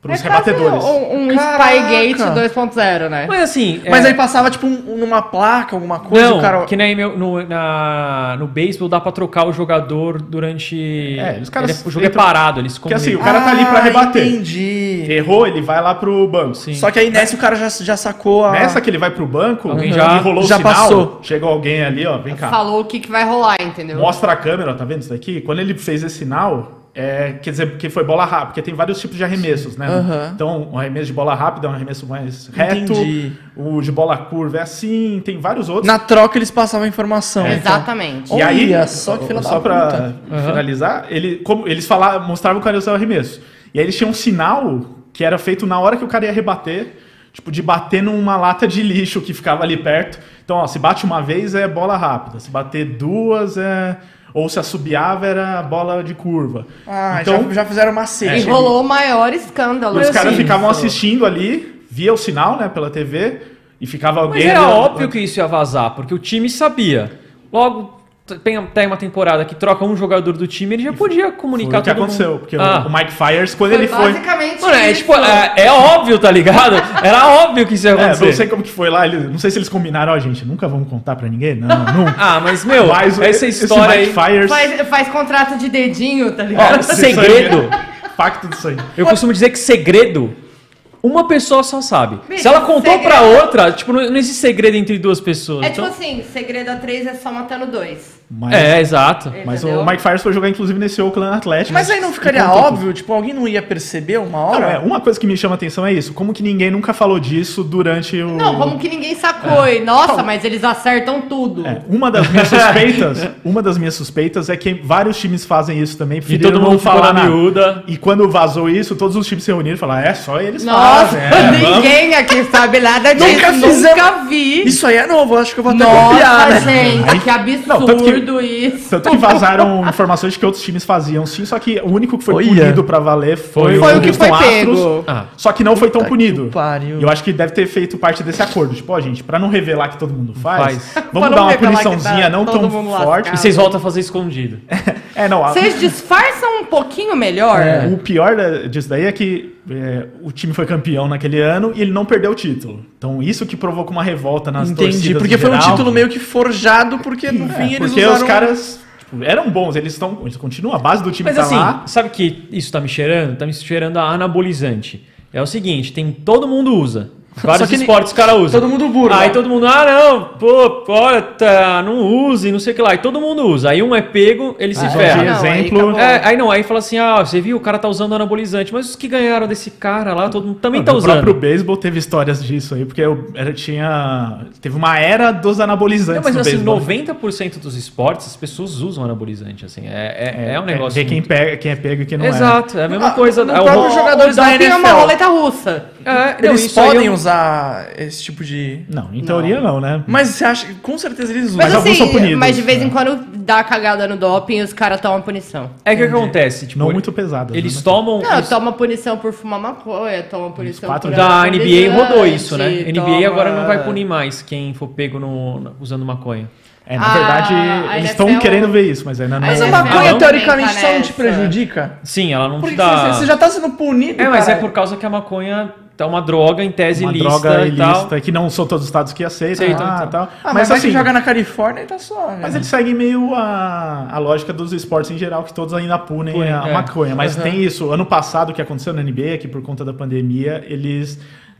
C: para os
D: É quase
C: rebatedores.
D: Um, um
B: Caraca.
D: Spygate 2.0, né?
A: Mas assim.
B: Mas
A: é-
B: aí passava, tipo, um- numa placa, alguma coisa,
A: Não,
B: o cara...
A: que nem meu, no, na, no beisebol dá pra trocar o jogador durante.
C: É, os caras
A: ele- o jogo é
C: entram-
A: parado, eles
C: Porque assim, o
A: comunicam.
C: cara tá ali pra
B: Ah,
C: rebater.
B: entendi.
C: Errou, ele vai lá pro banco.
A: Sim.
B: Só que aí nessa o cara já, já sacou a...
C: Nessa que ele vai pro banco,
A: Alguém
C: ele
A: já-
C: rolou
B: já
C: o sinal,
B: passou.
C: chegou alguém ali, ó, vem cá.
D: Falou o que, que vai rolar, entendeu?
C: Mostra a câmera, ó, tá vendo isso daqui? Quando ele fez esse sinal, é, quer dizer que foi bola rápida, porque tem vários tipos de arremessos, né?
B: Aham.
C: Então, o arremesso de bola rápida é um arremesso mais reto,
B: Entendi.
C: o de bola curva é assim, tem vários outros.
B: Na troca eles passavam a informação.
D: É.
B: então.
D: Exatamente.
B: Ó,
C: E aí,
B: Olha só que fila
C: só
B: da
C: pra
B: puta.
A: Aham.
C: finalizar, ele, como, eles falavam, mostravam qual era o seu arremesso. E aí eles tinham um sinal que era feito na hora que o cara ia rebater, tipo, de bater numa lata de lixo que ficava ali perto. Então, ó, se bate uma vez é bola rápida, se bater duas é. Ou se assobiava era bola de curva.
B: Ah,
C: então,
B: já, já fizeram macete.
D: E rolou o maior escândalo.
B: é
C: os caras
D: assim.
C: ficavam assistindo ali, via o sinal, né, pela TV, e ficava
A: Mas
C: alguém.
A: era
C: ali, ó,
A: óbvio que isso ia vazar, porque o time sabia. Logo, t- tem tem uma temporada que troca um jogador do time, ele já podia
C: Foi
A: comunicar
C: o que
A: todo mundo.
C: aconteceu, porque o-
A: Ah.
C: o Mike Fires, quando
D: Foi
C: ele foi.
D: basicamente
A: Mano, é,
D: isso.
A: tipo, é, é óbvio, tá ligado? Era óbvio que isso ia
C: É, não
A: acontecer.
C: sei como que foi lá, ele- não sei se eles combinaram, ó, gente, nunca vamos contar pra ninguém, não, nunca.
A: Ah, mas, meu,
C: Mas o-
A: essa
C: esse
A: história aí.
C: Mike Fires,
D: Faz, faz contrato de dedinho, tá ligado?
A: Ó,
C: de
A: segredo.
C: sangue, é pacto de sangue.
A: Eu costumo dizer que segredo, uma pessoa só sabe.
D: Bicho,
A: Se ela contou
D: tipo, segredo-
A: pra outra, tipo, não, não existe segredo entre duas pessoas.
C: Ah,
D: é tipo
A: então-
D: assim, segredo a três é só matando dois.
C: Mas,
A: É, exato.
C: mas
D: entendeu?
C: o Mike Fires foi jogar, inclusive, nesse Oakland Atlético.
B: Mas aí não ficaria óbvio? Tipo, alguém não é, ia perceber uma hora?
C: é, uma coisa que me chama a atenção é isso, como que ninguém nunca falou disso durante o...
D: Não, como que ninguém sacou. E, nossa, mas eles acertam tudo.
C: É, uma das minhas suspeitas, uma das minhas suspeitas é que vários times fazem isso também,
A: E
C: preferiram
A: todo mundo
C: não
A: fala
C: falar nada.
A: miúda.
C: E quando vazou isso, todos os times se reuniram e falaram, é, só eles
D: Nossa,
C: fazem. é, vamos."
D: ninguém aqui sabe nada disso.
B: Nunca
D: Nunca,
B: fizemos-
D: vi.
B: Isso aí é novo, acho que eu vou até
D: Nossa,
B: copiar, né?
D: gente, que absurdo.
C: Não, tanto que
D: doido isso.
C: Tanto que vazaram informações de que outros times faziam sim, só que o único que foi
B: Olha.
C: punido pra valer foi,
A: Foi o que
C: Houston
D: foi pego.
A: Ah,
C: só que não foi tão
B: Puta que
C: punido.
B: pariu.
C: E Eu acho que deve ter feito parte desse acordo. Tipo, ó, gente, pra não revelar que todo mundo faz,
A: Faz.
D: Pra
C: vamos
D: não
C: dar uma
D: revelar que
C: puniçãozinha
D: tá
C: não
D: todo
C: tão
D: mundo
C: forte.
A: e
D: lascado.
A: vocês voltam a fazer escondido.
C: É, não, a-
D: Vocês disfarçam um pouquinho melhor?
B: É.
C: O pior da- disso daí é que é, o time foi campeão naquele ano e ele não perdeu o título. Então isso que provocou uma revolta nas
B: Entendi,
C: torcidas
B: porque
C: em
B: foi um
C: geral.
B: título meio que forjado, porque no fim
C: É,
B: eles
C: porque
B: usaram... um
C: os caras tipo, eram bons, eles estão, eles continuam, a base do time
A: Mas
C: tá
A: assim,
C: lá.
A: sabe que isso tá me cheirando? Tá me cheirando a anabolizante. É o seguinte, tem todo mundo usa. Vários
B: que ni-
A: esportes o cara usa.
B: todo mundo burla.
A: Aí todo mundo, ah não, pô, puta, não use, não sei o que lá. E todo mundo usa. Aí um é pego, ele se
C: Só
A: ferra.
C: de
D: Ah, Não, aí
C: exemplo,
D: acabou.
A: É, aí não, aí fala assim, ah, você viu, o cara tá usando anabolizante, mas os que ganharam desse cara lá, todo mundo também tá
C: o
A: usando.
C: Ah, próprio beisebol teve histórias disso aí, porque eu era, tinha teve uma era dos
A: Não,
C: anabolizantes
A: mas
C: no
A: assim,
C: beisebol. né?
A: 90% dos esportes, as pessoas usam anabolizante, assim, é, é, é um negócio...
C: ver quem,
A: muito-
C: pega, quem é pego e quem não é.
A: Exato, é a mesma
B: Ah,
A: coisa.
B: no
A: é o-
B: próprio jogador jogadores da
D: doping é uma
B: NFL.
D: roleta russa.
A: É, não,
B: Eles
A: isso aí
B: podem
A: eu-
B: usar esse tipo de...
C: Não, em teoria não, né?
B: Mas você acha que com certeza eles usam.
D: Mas,
C: Mas alguns são
D: assim,
C: punidos,
D: mas de vez em
C: né?
D: quando dá cagada no doping e os caras tomam punição.
A: É que o que acontece, tipo,
C: não muito né? pesado.
A: eles tomam...
D: Não,
A: eles-
B: tá
D: toma punição por fumar maconha, toma punição
C: quatro
D: por
B: né?
A: Da NBA
B: é,
A: rodou isso, né?
D: anabolizante,
A: NBA
D: toma-
A: agora não vai punir mais quem for pego no- usando maconha.
C: É, na
D: Ah,
C: verdade,
D: a
C: eles
D: NFL
C: estão querendo ver isso, mas ainda não. é
A: é
B: Mas a
D: Mas
B: maconha,
A: não
B: teoricamente,
D: também
B: só não te
D: nessa.
B: prejudica?
A: Sim, ela não
B: Porque
A: te dá...
B: você, você já tá sendo punido,
A: É, mas é
B: cara.
A: por causa que a maconha é uma droga em tese
C: uma
A: lícita
C: droga
A: e tal.
C: ilícita, que não são todos os estados que aceitam,
A: Aceitam,
C: ah,
A: então.
C: tal.
B: Ah,
C: mas,
B: mas,
C: assim,
B: vai jogar na Califórnia e tá só.
C: mas eles seguem meio a, a lógica dos esportes em geral, que todos ainda punem
A: Punem,
C: a
A: é.
C: maconha. Mas tem isso, ano passado o que aconteceu na NBA, é que por conta da pandemia, eles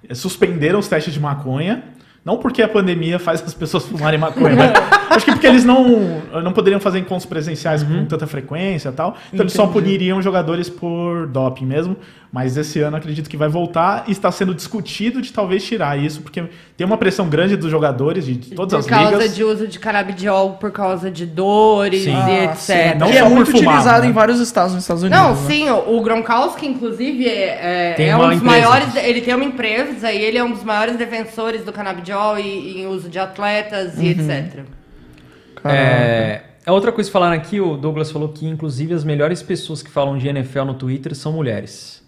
C: eh, suspenderam os testes de maconha. Não porque a pandemia faz as pessoas fumarem maconha, mas acho que porque eles não, não poderiam fazer encontros presenciais
D: Uhum.
C: com tanta frequência e tal. Então eles só puniriam jogadores por doping mesmo. Mas esse ano acredito que vai voltar e está sendo discutido de talvez tirar isso, porque tem uma pressão grande dos jogadores de todas as
D: Por causa
C: ligas.
D: de uso de canabidiol, por causa de dores
A: Sim.
D: e
B: Ah,
D: etc.
B: sim,
C: não
B: que é
C: só por
B: muito
C: fumar,
B: utilizado
C: né?
B: em vários estados nos Estados Unidos.
D: Não,
B: né?
D: sim, o o Gronkowski, inclusive, é, é-
A: Tem
D: é
A: uma
D: um dos
A: empresa.
D: maiores. Ele tem uma empresa e ele é um dos maiores defensores do canabidiol e, e em uso de atletas
A: Uhum.
D: e etc.
B: Caralho.
C: né?
A: É, a outra coisa que falaram aqui, o Douglas falou que, inclusive, as melhores pessoas que falam de NFL no Twitter são mulheres.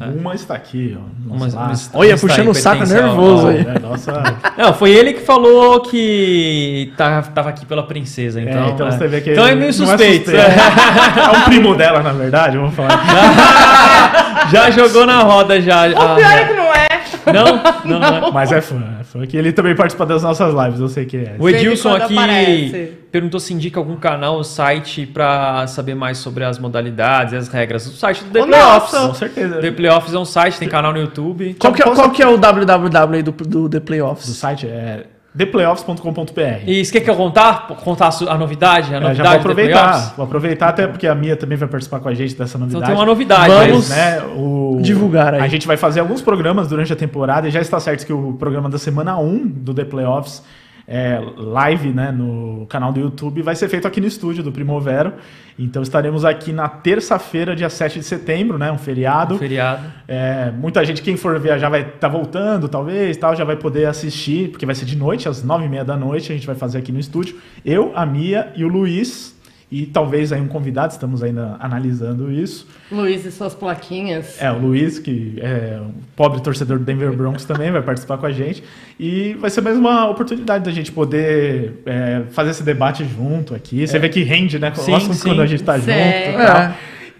C: Uma está aqui, ó.
A: É. Uma-
C: Nossa, ah.
A: uma-
C: lá.
B: Olha,
A: está
B: puxando
A: aí,
B: o saco
A: pertence ao-
B: nervoso aí.
C: É, nossa.
A: Não, foi ele que falou que tá- tava aqui pela princesa, então.
C: é, então você vê que
A: então é meio
C: não
A: suspeito.
C: suspeito, É. É um primo dela, na verdade, vamos falar.
A: já jogou na roda já. Ah,
D: O pior é que não é.
A: não, não, não. é.
C: Mas é fã, é fã. Que ele também participa das nossas lives, eu sei que é.
A: O
D: De vez em
A: Edilson
D: quando
A: aqui
D: aparece.
A: perguntou se indica algum canal ou site pra saber mais sobre as modalidades e as regras. O site do The
D: O
A: Playoffs.
D: nosso.
C: Com certeza.
A: The Playoffs é um site, tem canal no YouTube.
B: Qual, que é, qual que é o www aí do, do The Playoffs?
C: Do site é theplayoffs.com.br.
A: E você quer que eu contar? Contar a su- a novidade? A
C: É,
A: novidade
C: já vou
A: do The Playoffs?
C: aproveitar. Vou aproveitar até porque a Mia também vai participar com a gente dessa novidade.
A: Então tem uma novidade.
B: Vamos-
A: Vamos.
C: né, o-
B: Divulgar aí.
C: A gente vai fazer alguns programas durante a temporada e já está certo que o programa da semana 1 do The Playoffs é, live né, no canal do YouTube vai ser feito aqui no estúdio do Primovero. Então estaremos aqui na terça-feira, dia 7 de setembro, né? Um feriado.
A: Feriado.
C: É, muita gente, quem for viajar, vai estar voltando, talvez, tal, já vai poder assistir, porque vai ser de noite, às nove e meia da noite, a gente vai fazer aqui no estúdio. Eu, a Mia e o Luiz, e talvez aí um convidado, estamos ainda analisando isso.
D: Luiz e suas plaquinhas.
C: É, o Luiz, que é um pobre torcedor do Denver Broncos também, vai participar com a gente. E vai ser mais uma oportunidade da gente poder é, fazer esse debate junto aqui. Você vê que rende, né?
A: É. Sim,
C: o assunto
A: sim. É.
C: quando a gente tá junto.
D: Sim.
C: e tal.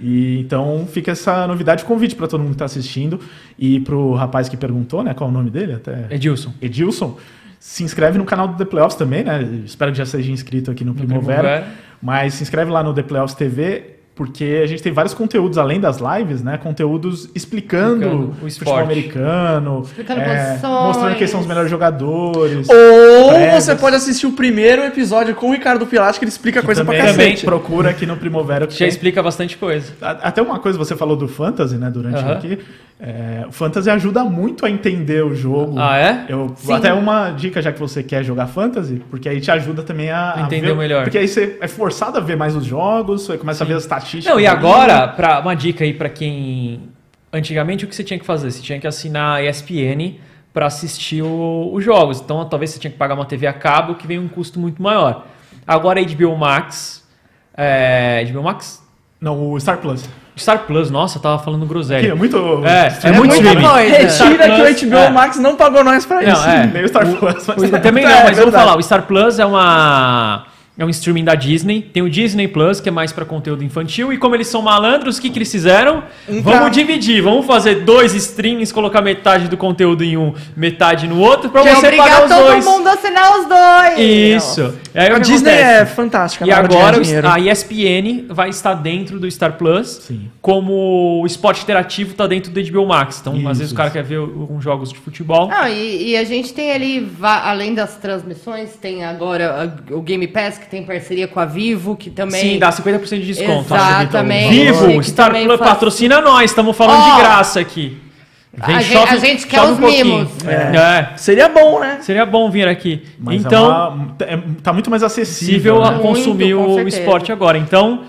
C: E então fica essa novidade, convite para todo mundo que tá assistindo e pro rapaz que perguntou, né, qual é o nome dele até?
A: Edilson.
C: Edilson. Se inscreve no canal do The Playoffs também, né? Espero que já seja inscrito aqui no Primavera.
A: Primavera.
C: Mas se inscreve lá no The Playoffs TV, porque a gente tem vários conteúdos além das lives, né? Conteúdos explicando,
A: Explicando o
C: o futebol
A: esporte.
C: americano, é,
D: Explicando posições.
C: mostrando quem são os melhores jogadores.
B: Ou
C: Prévios.
B: você pode assistir o primeiro episódio com o Ricardo Pilati, que ele explica
C: Que
B: coisa pra
A: é
C: também
B: cacete.
C: procura aqui no Primavera. que
A: Já
C: tem-
A: explica bastante coisa.
C: A- Até uma coisa, você falou do fantasy, né, durante
A: Aham.
C: aqui. É, o fantasy ajuda muito a entender o jogo.
A: Ah, é?
C: Eu,
D: Sim.
C: até uma dica, já que você quer jogar fantasy, porque aí te ajuda também a, a
A: Entender
C: ver-
A: melhor.
C: Porque aí você é forçado a ver mais os jogos, você começa a ver as estatísticas.
A: Não, e agora, pra, uma dica aí pra quem. Antigamente, o que você tinha que fazer? Você tinha que assinar a ESPN pra assistir o- os jogos. Então, talvez você tinha que pagar uma TV a cabo que vem um custo muito maior. Agora a HBO Max. É, HBO Max?
C: Não, o Star Plus.
A: Star Plus, nossa, eu tava falando
C: Que
A: groselha.
C: é muito.
A: É, é
D: É
A: muito
D: muita
A: streaming.
D: coisa.
B: Retira que o
A: Plus,
B: HBO
A: é.
B: Max não pagou nós pra
A: Não,
B: isso.
A: é.
C: Meio Star Plus, mas.
A: Eu também
B: É,
A: não,
B: é
A: mas eu vou
B: verdade.
A: falar. O Star Plus é uma. É um streaming da Disney. Tem o Disney Plus, que é mais pra conteúdo infantil. E como eles são malandros, o que, que eles fizeram?
B: pra-
A: Vamos dividir. Vamos fazer dois streamings, colocar metade do conteúdo em um, metade no outro, pra
D: Que é
A: você pagar
D: obrigar
A: os
D: todo
A: dois.
D: mundo a assinar os dois.
A: Isso. Aí, o
B: A
A: que
B: Disney é
A: acontece?
B: fantástica.
A: E
B: na hora de ganhar
A: agora
B: dinheiro.
A: a ESPN vai estar dentro do Star Plus,
C: Sim.
A: como o esporte interativo está dentro do HBO Max. Então, às
C: Isso,
A: vezes o cara
C: isso.
A: quer ver alguns jogos de futebol.
D: Não, e, e a gente tem ali, va- além das transmissões, tem agora a- o Game Pass, que tem parceria com a Vivo, que também.
A: Sim, dá 50% de desconto.
D: Exatamente.
A: Vivo,
D: Que
A: Star
D: também
A: Plus
D: faz-
A: patrocina nós, estamos falando
D: Ó,
A: de graça aqui. Vem,
D: a gente- a gente quer os mimos.
A: É.
B: Seria bom, né?
A: Seria bom vir aqui.
C: Mas
A: então,
C: é uma- é- tá muito mais acessível.
A: possível a
C: né?
D: Muito,
A: consumir
D: com
A: o
D: certeza.
A: esporte agora. Então,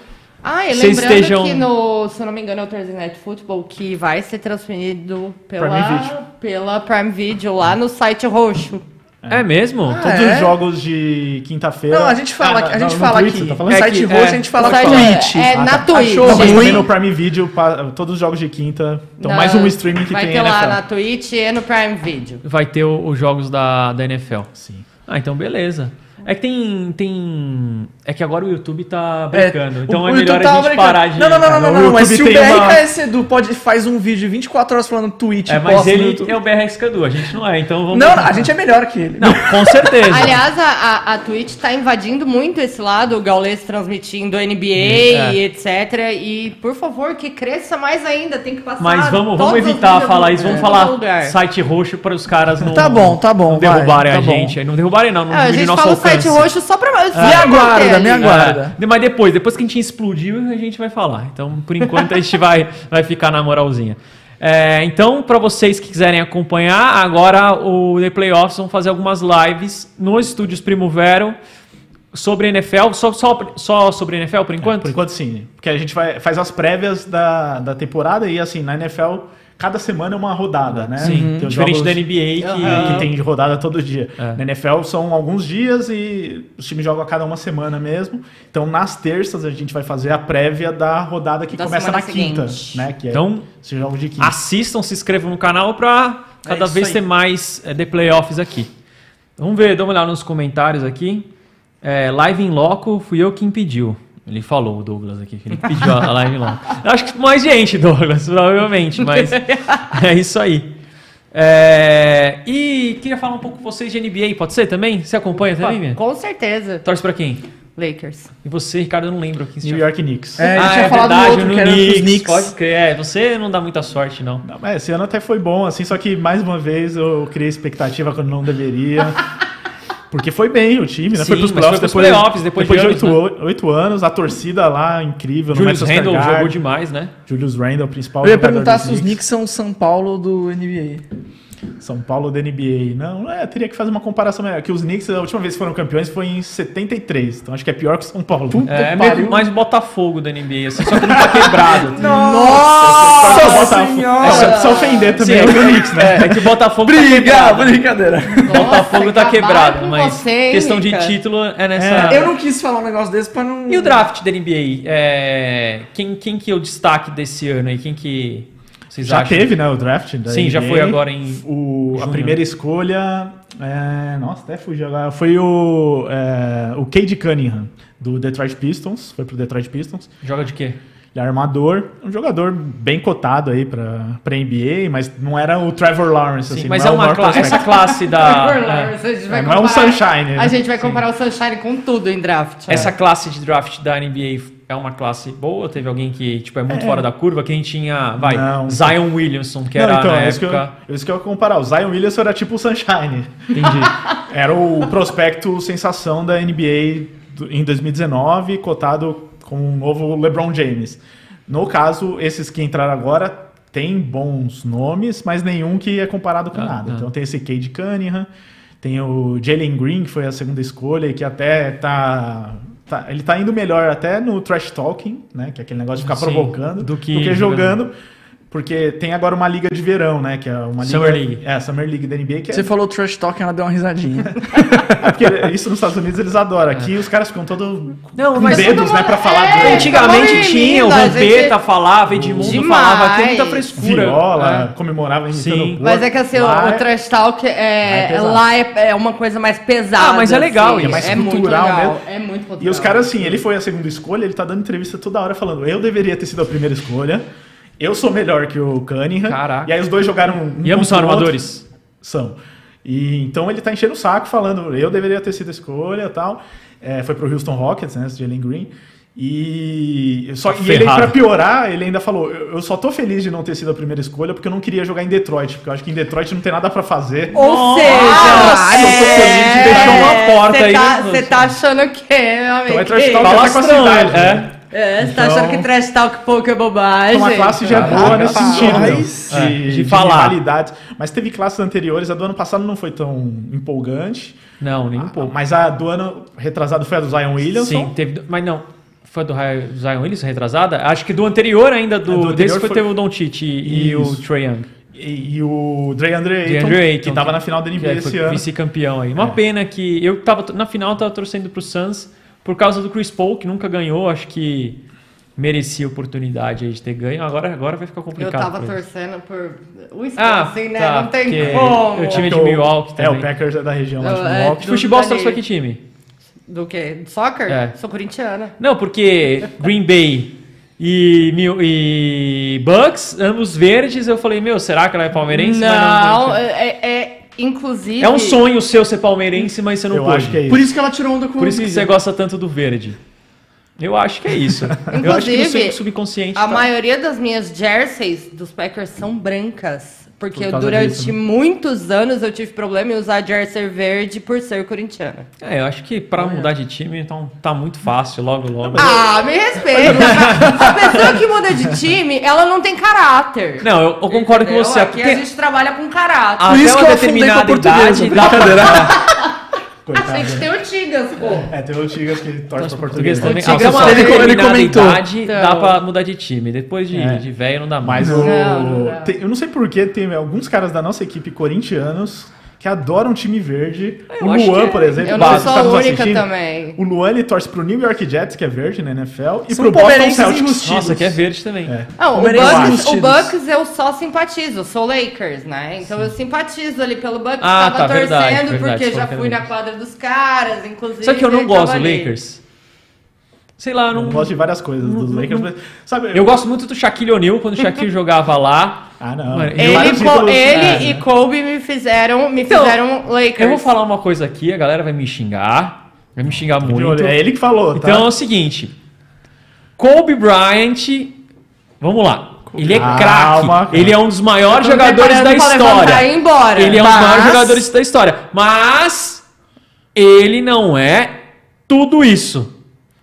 D: Ah, e
A: Vocês
D: lembrando
A: estejam-
D: que no, se eu não me engano, é o Thursday Night Football, que vai ser transferido pela
C: Prime
D: Prime
C: Video.
D: Video, pela Prime Video lá no site roxo.
A: é, mesmo?
C: Todos
B: Ah, é?
C: os jogos de quinta-feira.
B: Não, a gente fala,
C: Ah,
B: que- a
C: no-
B: gente
C: no
B: fala
C: Twitch,
B: aqui.
C: Você tá
B: no
C: falando?
A: É
B: site
A: que-
B: roxo
A: é.
B: a gente fala
D: O site é-
B: Twitch.
D: é
B: Ah, tá.
D: na Twitch.
B: Achou
C: Não, mas também
B: ruim.
C: no Prime Video, pa- todos os jogos de quinta. Então,
D: Na-
C: mais um streaming que
D: vai
C: tem
D: ter lá
C: NFL.
D: na Twitch e no Prime Video.
A: Vai ter o- os jogos da, da NFL.
C: Sim.
A: Ah, então beleza. É que tem. tem... É que agora o YouTube tá
B: É,
A: brincando. então
B: o-
A: é
B: o
A: melhor
B: YouTube tava
A: a gente
B: brincando.
A: parar de.
B: Não, não, não, não, não,
C: O
B: não, Mas
C: YouTube
B: se o
C: tem uma-
B: BRKS Edu pode, faz um vídeo 24 horas falando Twitch
A: É,
B: e
A: mas
B: posta Tipo, no
A: ele
B: YouTube.
A: é o BRX Cadu, a gente não é, então vamos.
B: Não, não, a gente é melhor que ele.
A: Não, com certeza.
D: Aliás, a, a, a Twitch tá invadindo muito esse lado, o Gaules transmitindo NBA
A: É.
D: e etc. E, por favor, que cresça mais ainda, tem que passar
A: Mas vamos, vamos
D: todas as
A: evitar
D: ligas
A: falar
D: do- É.
A: isso, vamos
D: do
A: falar
D: lugar.
A: site roxo para os caras não,
B: Tá bom, tá bom,
A: não derrubarem
B: vai, tá
A: a
B: bom.
A: gente. aí. Não derrubarem, não, não
D: Ah, a
A: diminuir
D: gente
A: nosso
D: fala o
A: alcance.
D: site roxo só pra...
B: Me aguarda, me
A: É,
B: aguarda.
A: de- mas depois, depois que a gente explodir, a gente vai falar. Então, por enquanto, a gente vai, vai ficar na moralzinha. É, então, para vocês que quiserem acompanhar, agora o The Playoffs vão fazer algumas lives nos estúdios Primo Vero sobre NFL. Só, só, só sobre NFL,
B: É,
A: por enquanto?
C: Por enquanto, sim. Porque a gente vai, faz as prévias da, da temporada e, assim, na NFL, cada semana é uma rodada, né?
A: Sim,
C: Tem os
A: diferente
C: jogos
A: da NBA, que,
C: Que tem rodada todo dia.
A: É.
C: Na NFL são alguns dias e os times jogam a cada uma semana mesmo. Então, nas terças, a gente vai fazer a prévia da rodada que
D: Da
C: começa na
D: semana
C: quinta,
D: seguinte.
C: né? Que
A: Então,
C: é esse jogo de quinta.
A: assistam, se inscrevam no canal pra cada
B: É isso
A: vez
B: aí.
A: ter mais é, The Playoffs aqui. Vamos ver, dá uma olhada nos comentários aqui. É, live em loco, fui eu que impediu. Ele falou, o Douglas aqui, que ele pediu a live em loco. Eu acho que mais gente, Douglas, provavelmente, mas é isso aí. É, e queria falar um pouco com vocês de NBA, pode ser também? Você acompanha também, Mia?
D: Com certeza.
A: Torce pra quem?
D: Lakers.
A: E você, Ricardo, eu não lembro aqui. se
C: New
A: já-
C: York Knicks.
B: É, ele
A: Ah,
B: tinha
A: é
B: falado no
A: verdade,
B: outro
A: no
B: que era dos
A: Knicks.
B: Knicks.
A: Pode crer, é, você não dá muita sorte, não.
C: Não, mas esse ano até foi bom, assim, só que mais uma vez eu criei expectativa quando não deveria. Porque foi bem o time, né?
A: Sim, mas foi pros
C: depois,
A: playoffs, depois de
C: de
A: anos, né?
C: oito oito anos, a torcida lá, incrível,
A: Julius
C: no Madison
A: Randle
C: Square
A: jogou
C: Garden.
A: demais, né?
C: Julius Randle, principal
B: Eu ia
C: jogador
B: perguntar
C: dos
B: se os Knicks são o São Paulo do NBA.
C: São Paulo da NBA. Não, é, teria que fazer uma comparação melhor. Que os Knicks, a última vez que foram campeões foi em 73. Então acho que é pior que o São Paulo.
A: É, é
B: que
A: meio
B: pariu.
A: mais Botafogo da NBA, assim, só que não tá quebrado.
C: Só
B: Nossa
C: botar- é, só, só ofender também
A: Sim.
C: é o Knicks, né?
A: É, é que o Botafogo tá
B: Briga,
A: quebrado.
B: brincadeira.
A: O Botafogo tá
D: acabaram
A: quebrado,
D: com
A: mas
D: você, hein,
A: questão de
D: Rica?
A: título é nessa.
B: Eu não quis falar um negócio desse pra não...
A: E o draft da NBA? É, Quem, quem que é o destaque desse ano aí? Quem que vocês
C: Já
A: acham?
C: teve, né, o draft da
A: Sim, já
C: NBA.
A: foi agora em.
C: O, a
A: Junho.
C: primeira escolha. é, nossa, até fugiu agora. Foi o, é, o Cade Cunningham, do Detroit Pistons. Foi pro Detroit Pistons.
A: Joga de quê?
C: Ele é armador, um jogador bem cotado aí pra, pra NBA, mas não era o Trevor Lawrence,
A: Sim,
C: assim.
A: mas
C: não
A: é
C: era o
A: uma
C: maior
A: cla essa
C: prospect.
A: classe
D: Por lá,
A: da. é,
D: a gente vai
C: É, não é um
D: comparar-
C: Sunshine, né?
D: A gente vai comparar o Sunshine com tudo em draft.
C: É.
D: É.
A: Essa classe de draft da NBA é uma classe boa? Teve alguém que tipo, é muito fora da curva? Quem tinha. Vai,
C: Não.
A: Zion Williamson, que
C: Não,
A: era
C: então,
A: na
C: é isso, que
A: época.
C: eu, isso que eu ia comparar. O Zion Williams era tipo o Sunshine.
A: Entendi.
C: Era o prospecto sensação da NBA do- em 2019, cotado como um novo LeBron James. No caso, esses que entraram agora têm bons nomes, mas nenhum que é comparado com
A: Ah,
C: nada.
A: ah.
C: Então tem esse Cade Cunningham, tem o Jalen Green, que foi a segunda escolha e que até tá... tá- ele tá indo melhor até no trash talking, né? Que é aquele negócio de ficar
A: Sim,
C: provocando
A: do que
C: jogando. Porque tem agora uma liga de verão, né? Que é uma
A: Summer
C: liga,
A: League.
C: É, Summer League da NBA, que é,
B: Você falou trash talk, ela deu uma risadinha.
C: é porque isso nos Estados Unidos eles adoram.
A: É.
C: Aqui os caras ficam todos
A: Não,
C: com
A: mas tá
C: dedos,
D: todo
C: né,
D: mundo-
C: pra falar
D: é,
C: do-
A: Antigamente
D: acabou a
A: tinha, um o
D: menina,
A: Vampeta
D: gente.
A: falava, Edmundo
D: Demais.
A: falava, tem muita frescura.
C: viola,
A: É.
C: comemorava em
A: Sim.
D: Mas é que assim,
C: Lá
D: o
C: é-
D: trash talk
C: é
D: é,
C: pesado.
D: lá é, é uma coisa mais pesada.
A: Ah, mas é legal isso.
D: assim,
A: É mais
C: cultural
D: muito legal,
C: mesmo.
D: É muito cultural.
C: E os caras, assim, ele foi a segunda escolha, ele tá dando entrevista toda hora falando, eu deveria ter sido a primeira escolha, eu sou melhor que o Cunningham.
A: Caraca.
C: E aí os dois jogaram... Um
A: E ambos são
C: contra o outro.
A: armadores.
C: São. E, então ele tá enchendo o saco falando, eu deveria ter sido a escolha e tal. É, foi pro Houston Rockets, né, esse Jalen Green. E, só,
A: Tá
C: e ele,
A: ferrado.
C: pra piorar, ele ainda falou, eu eu só tô feliz de não ter sido a primeira escolha porque eu não queria jogar em Detroit, porque eu acho que em Detroit não tem nada pra fazer.
D: Ou
A: Nossa,
D: seja, é,
A: eu tô feliz de deixar uma porta
D: cê
A: aí,
D: Tá,
A: né?
D: você tá achando que é, meu amigo?
C: Então é trash talk até com a
A: Falastrão,
C: cidade.
A: é.
C: né?
D: É, você tá
C: Então-
D: achando que trash talk pouco é bobagem.
C: Uma classe já é
B: Caraca,
C: boa nesse
B: só
C: sentido. né?
B: isso.
A: É,
C: De,
A: de
C: de
A: falar.
C: rivalidades. Mas teve classes anteriores, a do ano passado não foi tão empolgante.
A: Não, nem um pouco.
C: Mas a do ano retrasado foi a do Zion Ah, Williamson.
A: Sim, teve. Mas não. Foi a do Ra- Zion Williamson retrasada? Acho que do anterior ainda, do,
C: É, do anterior
A: desse foi,
C: foi-
A: teve o Don Tite e, e o
C: Isso.
A: Trae Young.
C: E, e o DeAndre Ayton,
A: DeAndre Ayton,
C: que tava na final da
A: que
C: NBA
A: é,
C: esse
A: foi
C: ano. É.
A: vice-campeão aí. Uma pena que eu tava na final eu tava torcendo pro Suns por causa do Chris Paul, que nunca ganhou, acho que merecia a oportunidade aí de ter ganho. Agora agora vai ficar
D: Eu
A: complicado.
D: tava
A: pra eles.
D: torcendo por Wisconsin,
A: Ah,
D: né?
A: tá,
D: Não tem
A: porque
D: como.
A: eu tive- time de
C: Porque o-
A: Milwaukee
C: É,
A: também.
C: o Packers é da região lá de
D: Eu- é,
C: Milwaukee.
A: De futebol você torce pra que
D: Ali.
A: time?
D: Do quê? Do soccer?
A: É.
D: Sou corintiana.
A: Não, porque Green Bay e, Mil- e Bucks, ambos verdes, eu falei, meu, será que ela é palmeirense? Mas
D: não,
A: é,
D: é, é- inclusive...
A: um sonho seu ser palmeirense, mas você não
C: Eu
A: pôde.
C: acho que é isso.
B: Por isso que ela tirou onda com
A: Por isso que
B: Vivian.
A: você gosta tanto do verde. Eu acho que é isso. eu acho que no seu
D: Inclusive,
A: subconsciente
D: A
A: tá-
D: maioria das minhas jerseys dos Packers são brancas.
C: Por
D: Porque
C: causa
D: durante
C: disso, né?
D: muitos anos eu tive problema em usar jersey verde por ser corintiana.
A: É, eu acho que pra mudar de time, então tá muito fácil, logo, logo.
D: Ah, me respeita. mas
A: é.
D: a pessoa que muda de time, ela não tem caráter.
A: Não, eu, eu concordo com
D: Entendeu?
A: você.
D: Aqui
A: porque Ah,
D: a gente trabalha com caráter.
A: até
B: Por isso
A: uma
B: que eu afundei com a
A: determinada
B: portuguesa.
A: idade dá pra-
B: Brincadeira.
D: a
C: Coitado.
D: gente tem o Tigas, pô.
C: É, tem o Tigas que torce pra português.
A: Português também.
D: Antiga
A: Ah,
D: é uma-
A: até
D: ele-
B: ele
A: determinada
B: comentou.
A: idade, dá
D: Então.
A: pra mudar de time. Depois de,
C: É.
A: de velho não dá mais.
C: Mas o.
D: Não, não dá.
C: tem- eu não sei porquê, tem alguns caras da nossa equipe corintianos que adoram time verde. o
A: acho
C: Luan,
A: que-
C: por exemplo,
D: Eu
C: Bado,
D: não
C: que tá nos
D: sou única
C: assistindo.
D: também.
C: O Luan ele torce pro New York Jets, que é verde na NFL, e
B: São
C: pro Boston
B: palmeirenses
C: Celtics.
B: enrustidos.
A: Nossa, que é verde também.
C: É.
D: Não, Ah, o
B: Palmeirense
D: Bucks, o
B: enrustidos.
D: Bucks eu só simpatizo, eu sou Lakers, né? Então eu simpatizo ali pelo Bucks,
A: Ah,
D: tava
A: tá,
D: torcendo
A: verdade, verdade,
D: porque
A: você
D: já
A: falou que
D: fui
A: era
D: na quadra dos caras, inclusive.
A: Só que eu não
D: tava
A: gosto do
D: ali.
A: Lakers. Sei lá, eu
C: Eu
A: não.
C: gosto de várias coisas dos Lakers, mas, sabe?
A: Eu gosto muito do Shaquille O'Neal, quando o Shaquille jogava lá.
C: Ah, não.
A: Mano,
C: Tem
D: Ele,
C: vários
D: Co-
C: títulos, né?
D: ele e Kobe me fizeram, me
A: é tipo Então,
D: fizeram Lakers.
A: Eu vou falar uma coisa aqui, a galera vai me xingar. Vai me xingar
C: De
A: muito.
C: olho, É ele que falou, tá?
A: Então é o seguinte: Kobe Bryant. Vamos lá. Ele é
C: Calma, calma.
A: craque. Ele é um dos maiores
D: Tô me
A: jogadores da
D: preparando pra levantar e ir
A: história.
D: embora,
A: Ele é um dos
D: mas-
A: maiores jogadores da história. Mas ele não é tudo isso.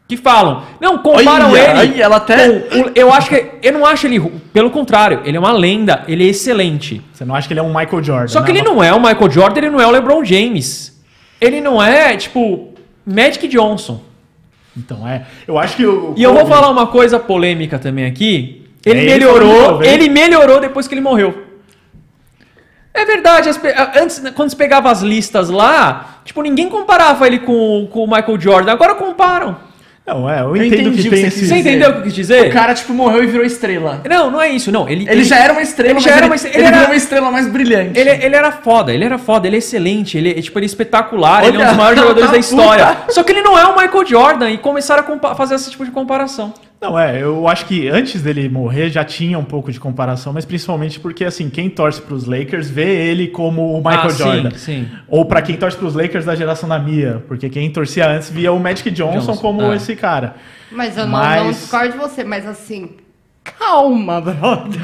A: Que falam. Não, comparam
B: Olha,
A: ele.
B: olha, ela até-
A: com o- eu acho que. Eu não acho ele. ru- Pelo contrário, ele é uma lenda. Ele é excelente.
C: Você não acha que ele é um Michael Jordan?
A: Só que ele não é o Michael Jordan, ele não é o LeBron James. Ele não é, tipo, Magic Johnson.
C: Então, é. Eu acho que o.
A: E eu vou
C: Kobe-
A: falar um- uma coisa polêmica também aqui. Ele
C: É, ele falou
A: melhorou,
C: de novo, hein?
A: ele melhorou depois que ele morreu. É verdade, as pe- a- antes, né, quando você pegava as listas lá, tipo, ninguém comparava ele com, com o Michael Jordan, agora comparam.
C: Não, é, eu,
B: entendi
C: entendo
B: o
C: que
B: que
C: tem
B: você
C: esse.
B: quis
A: Você
B: dizer.
A: entendeu o que eu quis dizer?
B: O cara, tipo, morreu e virou estrela.
A: Não, não é isso, não. Ele,
B: Ele já era uma estrela,
A: Ele
B: mas
A: já era
B: ele,
A: uma estrela,
B: ele
A: ele era-
B: virou uma estrela mais brilhante.
A: Ele, ele era foda, ele era foda, ele é excelente, ele, é, tipo, ele é espetacular, ele é um
B: Olha,
A: dos maiores
B: tá
A: jogadores da
B: puta.
A: história. Só que ele não é o Michael Jordan e começaram a compa- fazer esse tipo de comparação.
C: Não, é, eu acho que antes dele morrer já tinha um pouco de comparação, mas principalmente porque, assim, quem torce pros Lakers vê ele como o Michael
A: Ah, sim,
C: Jordan.
A: sim.
C: Ou pra quem torce pros Lakers da geração da Mia, porque quem torcia antes via o Magic Johnson,
A: Johnson,
C: como
A: é.
C: esse cara.
D: Mas eu não- não,
C: Mas-
D: discordo de você, mas assim, calma, brother.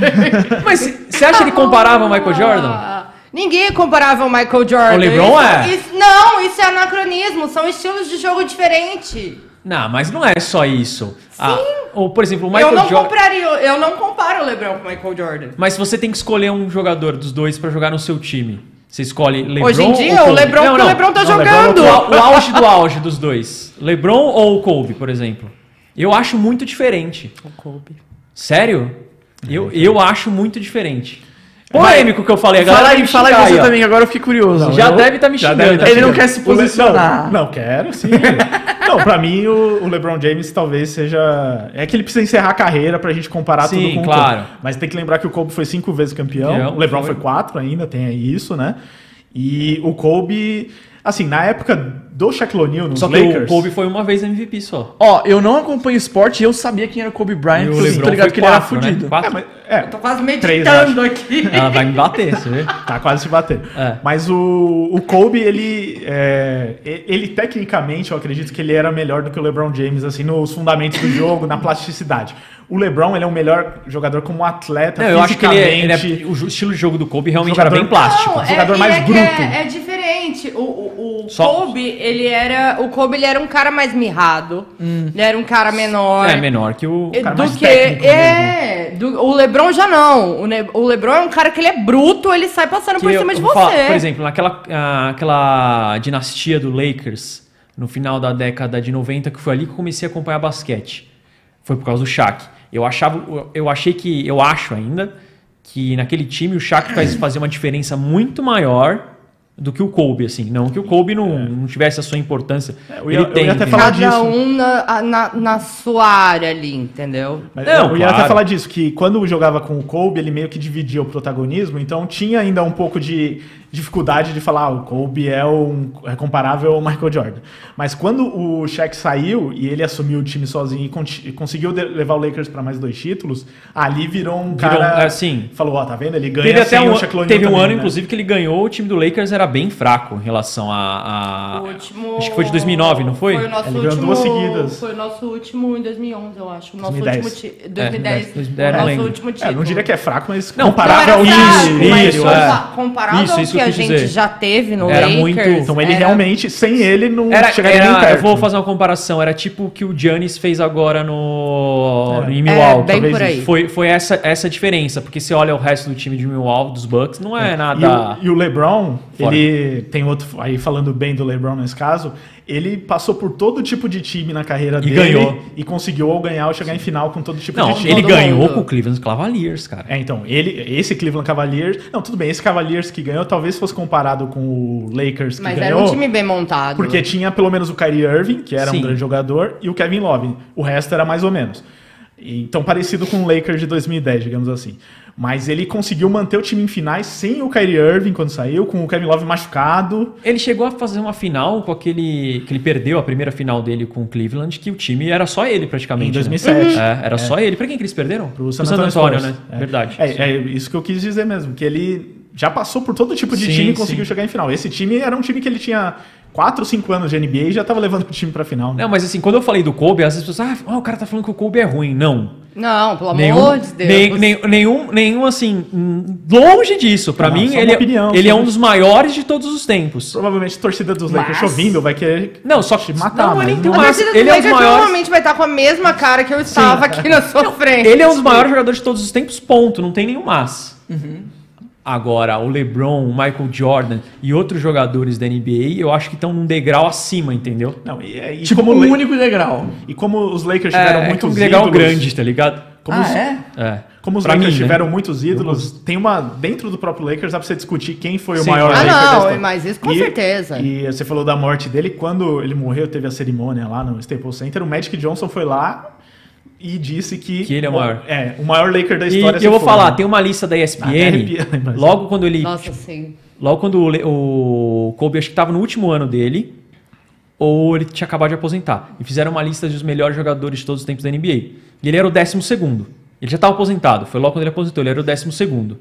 A: Mas você acha que ele comparava o Michael Jordan?
D: Ah. Ninguém comparava o Michael Jordan.
A: O LeBron
D: Isso-
A: é?
D: isso- não, isso é anacronismo. São estilos de jogo diferentes.
A: Não, mas não é só isso. Ah, ou, por exemplo, o
D: Eu
A: Michael
D: não
A: Jordan.
D: compraria, eu não comparo o LeBron com o Michael Jordan.
A: Mas se você tem que escolher um jogador dos dois pra jogar no seu time. Você escolhe LeBron
D: Hoje em dia,
A: ou
D: o LeBron,
A: Kobe?
D: porque o LeBron tá
C: Não, LeBron
D: jogando.
A: é O, au- o auge do auge dos dois. LeBron ou o Kobe, por exemplo? Eu acho muito diferente.
D: O Kobe.
A: Sério? Eu, eu acho muito diferente. Polêmico que eu falei agora.
B: fala aí, fala aí você também, agora eu fiquei curioso.
A: Já
B: Eu-
A: deve estar me
C: Já
A: xingando.
C: deve tá
B: Ele não
C: chegando.
B: quer se
C: O Le-
B: posicionar.
C: Não, não, quero sim. não, pra mim o, o LeBron James talvez seja. É que ele precisa encerrar a carreira pra gente comparar
A: Sim,
C: tudo com
A: claro.
C: o Kobe. Mas tem que lembrar que o Kobe foi cinco vezes campeão.
A: Campeão,
C: o LeBron foi.
A: foi
C: quatro ainda, tem aí isso, né? E o Kobe. Assim, na época do Shaquille O'Neal nos
A: Só que
C: Lakers.
A: o Kobe foi uma vez MVP só.
B: Ó, eu não acompanho esporte e eu sabia quem era o Kobe Bryant,
A: E o
B: porque eu tô
A: LeBron
B: ligado
A: foi
B: que ele era
A: quatro, né?
B: fudido.
A: Quatro.
C: É, mas, é,
D: Eu tô quase
C: Três,
D: meditando aqui.
A: Ela vai me bater, você vê?
C: Tá quase se bater.
A: É.
C: Mas o, o Kobe, ele, é, e- ele tecnicamente, eu acredito que ele era melhor do que o LeBron James, assim, nos fundamentos do jogo, na plasticidade. O LeBron, ele é o melhor jogador como atleta,
A: Não, eu acho que ele, é- ele
C: Então, fisicamente.
A: é- o ju- estilo de jogo do Kobe realmente
C: Jogador-
A: era bem plástico.
C: um jogador
D: e
C: mais
D: que
C: bruto.
D: É, é diferente. O, o, o
A: Só-
D: Kobe, ele era. O Kobe ele era um cara mais mirrado. Ele era um cara menor.
A: Hum. É menor que o.
D: E-
C: cara
D: do
C: mais
D: que
C: técnico
D: é do- o LeBron já não o, Ne- o LeBron é um cara que ele é bruto ele sai passando por
A: que eu-
D: cima de
A: eu
D: você
A: vou falar, por exemplo, naquela ah, aquela dinastia do Lakers, no final da década de 90, que foi ali que eu comecei a acompanhar basquete. Foi por causa do Shaq. Eu achava, eu achei que, eu acho ainda, que naquele time o Shaq faz fazer uma diferença muito maior do que o Kobe, assim. Não que o Kobe não, não tivesse a sua importância.
C: É, eu
A: ele
C: ia- eu
A: tem.
C: ia até
A: entendeu?
C: falar
D: cada
C: disso.
D: um na, a- na, na sua área ali entendeu
C: Mas
A: Não,
C: eu ia
A: claro.
C: até falar disso, que quando eu jogava com o Kobe, ele meio que dividia o protagonismo, então tinha ainda um pouco de dificuldade de falar, ah, o Kobe é, um, é comparável ao Michael Jordan. Mas quando o Shaq saiu e ele assumiu o time sozinho e conti- e conseguiu de- levar o Lakers para mais dois títulos, ali virou um
A: Virou,
C: cara...
A: assim,
C: Falou, ó, tá vendo? Ele ganha
A: Teve até
C: sem
A: um,
C: o Shaquille O'Neal
A: teve um
C: também,
A: ano,
C: né?"
A: inclusive, que ele ganhou. O time do Lakers era bem fraco em relação a. a-
D: O último-
A: Ah, Acho que foi de 2009, não foi?
D: o nosso
C: Ele ganhou
D: último,
C: duas seguidas.
D: Foi o nosso último em 2011, eu acho. O nosso
C: 2010.
D: último
A: É,
D: ti- 2010.
A: 2010,
D: o
A: não
D: nosso
A: lembro.
D: último
C: É,
D: título.
C: não diria que é fraco, mas
A: Não,
C: comparável ao
D: Não era fraco,
C: time.
D: mas
A: isso,
D: compa-
A: é. Isso,
D: Comparado
A: isso
D: ao
A: que
D: que
A: eu
D: a
A: quis
D: gente
A: dizer.
D: já teve no
A: Era
D: Lakers.
A: muito-
C: Então ele
D: era-
C: realmente, sem ele, não
A: Era,
C: chegaria
A: era-
C: nem perto.
A: eu vou fazer uma comparação. Era tipo o que o Giannis fez agora no,
C: É.
A: em
D: É,
A: Milwaukee.
D: bem
C: talvez
D: por aí.
A: Foi, foi essa, essa diferença, porque você olha o resto do time de Milwaukee, dos Bucks, não é, nada.
C: E o, e o LeBron,
A: Fora.
C: ele tem outro. Aí falando bem do LeBron nesse caso, ele passou por todo tipo de time na carreira dele
A: ganhou.
C: e conseguiu ganhar ou chegar em final com todo tipo
A: Não,
C: de time.
A: ele
D: todo
A: ganhou
D: mundo.
A: com o Cleveland Cavaliers, cara.
C: É, então, ele, esse Cleveland Cavaliers. Não, tudo bem, esse Cavaliers que ganhou talvez fosse comparado com o Lakers que
D: Mas
C: ganhou.
D: era um time bem montado.
C: Porque tinha pelo menos o Kyrie Irving, que era
A: Sim.
C: um grande jogador, e o Kevin Love. O resto era mais ou menos. Então, parecido com o Lakers de 2010, digamos assim. Mas ele conseguiu manter o time em finais sem o Kyrie Irving quando saiu, com o Kevin Love machucado.
A: Ele chegou a fazer uma final com aquele. que ele perdeu a primeira final dele com o Cleveland, que o time era só ele praticamente.
C: Em
A: né?
C: 2007.
A: É, era só ele. Pra quem que eles perderam?
C: Pro San
A: Pro
C: Antonio,
A: né?
C: Spurs. É.
A: Verdade.
C: É, é isso que eu quis dizer mesmo, que ele já passou por todo tipo de
A: Sim,
C: time e
A: sim.
C: conseguiu chegar em final. Esse time era um time que ele tinha 4, 5 anos de NBA e já tava levando o time pra final. né?
A: Não, mas assim, quando eu falei do Kobe, às vezes as pessoas, ah, ah, o cara tá falando que o Kobe é ruim. Não.
D: Não, pelo
A: Nenhum,
D: amor de Deus.
A: nem- nem- nenhum, nenhum, assim, hum, longe disso. Pra
C: Não,
A: mim,
C: só uma
A: ele, é-
C: opinião,
A: ele é
C: só
A: um
C: uma-
A: dos maiores de todos os tempos.
C: Provavelmente a torcida dos Lakers
D: Mas-
C: chovendo vai querer
A: Não, só que.
C: te matar.
A: não, é
C: mas
A: nem tão
D: A
A: massa.
D: torcida do
A: ele é um
D: Lakers
A: dos maiores.
D: normalmente vai estar com a mesma cara que eu estava aqui na sua frente.
A: Ele é um dos maiores jogadores de todos os tempos, ponto. Não tem nenhum mas.
D: Uhum.
A: Agora, o LeBron, o Michael Jordan e outros jogadores da NBA, eu acho que estão num degrau acima, entendeu?
C: Não, e, e
B: Tipo,
C: como o
B: o
C: Le-
B: único degrau.
C: E como os Lakers tiveram
A: É, é que um
C: muitos
A: degrau
C: ídolos.
A: grande, tá ligado?
C: Como
B: ah,
C: os,
B: é?
A: É.
C: como os
A: Pra
C: Lakers
A: mim, né?
C: tiveram muitos ídolos, tem uma. Dentro do próprio Lakers dá pra você discutir quem foi
A: Sim,
C: o maior
A: claro.
D: Ah,
C: Laker da
D: não,
C: história.
D: mas isso com
C: E-
D: certeza.
C: E você falou da morte dele, quando ele morreu, teve a cerimônia lá no Staples Center, o Magic Johnson foi lá e disse que.
A: Que ele é o maior.
C: É, o maior Laker da
A: E
C: história. se
A: eu vou
C: for,
A: falar,
C: né?
A: tem um uma lista da
C: Até
A: ESPN.
C: arrepia, mas-
A: Logo quando ele.
D: Nossa, sim.
A: Logo quando o, Le- o Kobe, acho que tava no último ano dele, ou ele tinha acabado de aposentar. E fizeram uma lista dos melhores jogadores de todos os tempos da NBA. E ele era o décimo segundo. Ele já estava aposentado, foi logo quando ele aposentou, ele era o décimo segundo.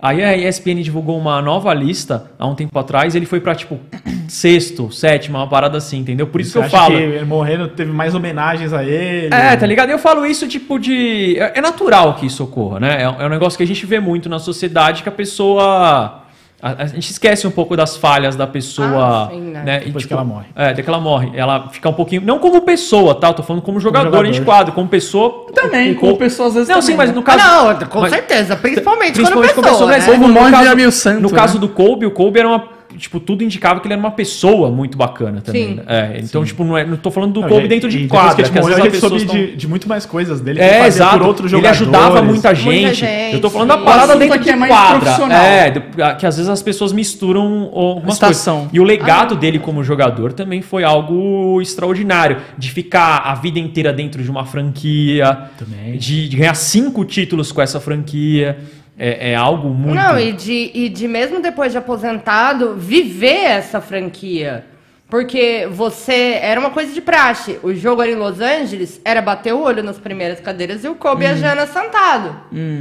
A: Aí a ESPN divulgou uma nova lista há um tempo atrás, e ele foi pra tipo sexto, sétimo, uma parada assim, entendeu? Por isso
C: Você
A: que eu
C: acha
A: falo.
C: Que ele morrendo teve mais homenagens a ele.
A: É, tá ligado? Eu falo isso tipo de. É é natural que isso ocorra, né? É um é um negócio que a gente vê muito na sociedade que a pessoa. A, a gente esquece um pouco das falhas da pessoa.
D: Ah, sim, né?
A: né? E,
C: Depois que ela morre.
A: É, depois que ela morre. Ela fica um pouquinho. Não como pessoa, tá? Eu tô falando como jogador,
C: jogador.
A: em quadro. Como pessoa.
B: Também,
A: o- o-
B: como pessoas às vezes.
A: Não,
B: também,
A: sim, mas
B: né?
A: no caso.
D: Ah, não, com
A: mas-
D: certeza. Principalmente,
A: Principalmente
D: quando pessoa,
A: quando pessoa,
C: é
D: né?
A: mas no
B: O morre
A: caso-
B: vira meio santo,
A: No caso
B: né?
A: do Kobe, o Kobe era uma tipo, tudo indicava que ele era uma pessoa muito bacana também.
D: Sim.
A: né? É, então, tipo, não, é, não tô falando do
C: Não,
A: Kobe
C: gente,
A: dentro
C: e
A: de
C: depois
A: quadra,
C: que
A: que
C: a
A: às vezes
C: gente, morreu, a
A: as
C: gente soube
A: pessoas tão-
C: de, de muito mais coisas dele. que ele
A: É,
C: fazia
A: exato.
C: Por outros
A: ele
C: jogadores.
A: ajudava muita gente.
D: gente.
A: Eu tô falando da
D: O
A: parada
B: assunto
A: dentro
B: aqui
A: de
B: é mais
A: quadra.
B: profissional.
A: É, do- a- que às vezes as pessoas misturam algumas
B: Estação.
A: coisas. E o legado dele como jogador também foi algo extraordinário. De ficar a vida inteira dentro de uma franquia,
C: Também.
A: de, de ganhar cinco títulos com essa franquia. É, é algo muito.
D: Não, e de, e de mesmo depois de aposentado, viver essa franquia. Porque você. Era uma coisa de praxe. O jogo era em Los Angeles, era bater o olho nas primeiras cadeiras e o Kobe e a Jana sentado.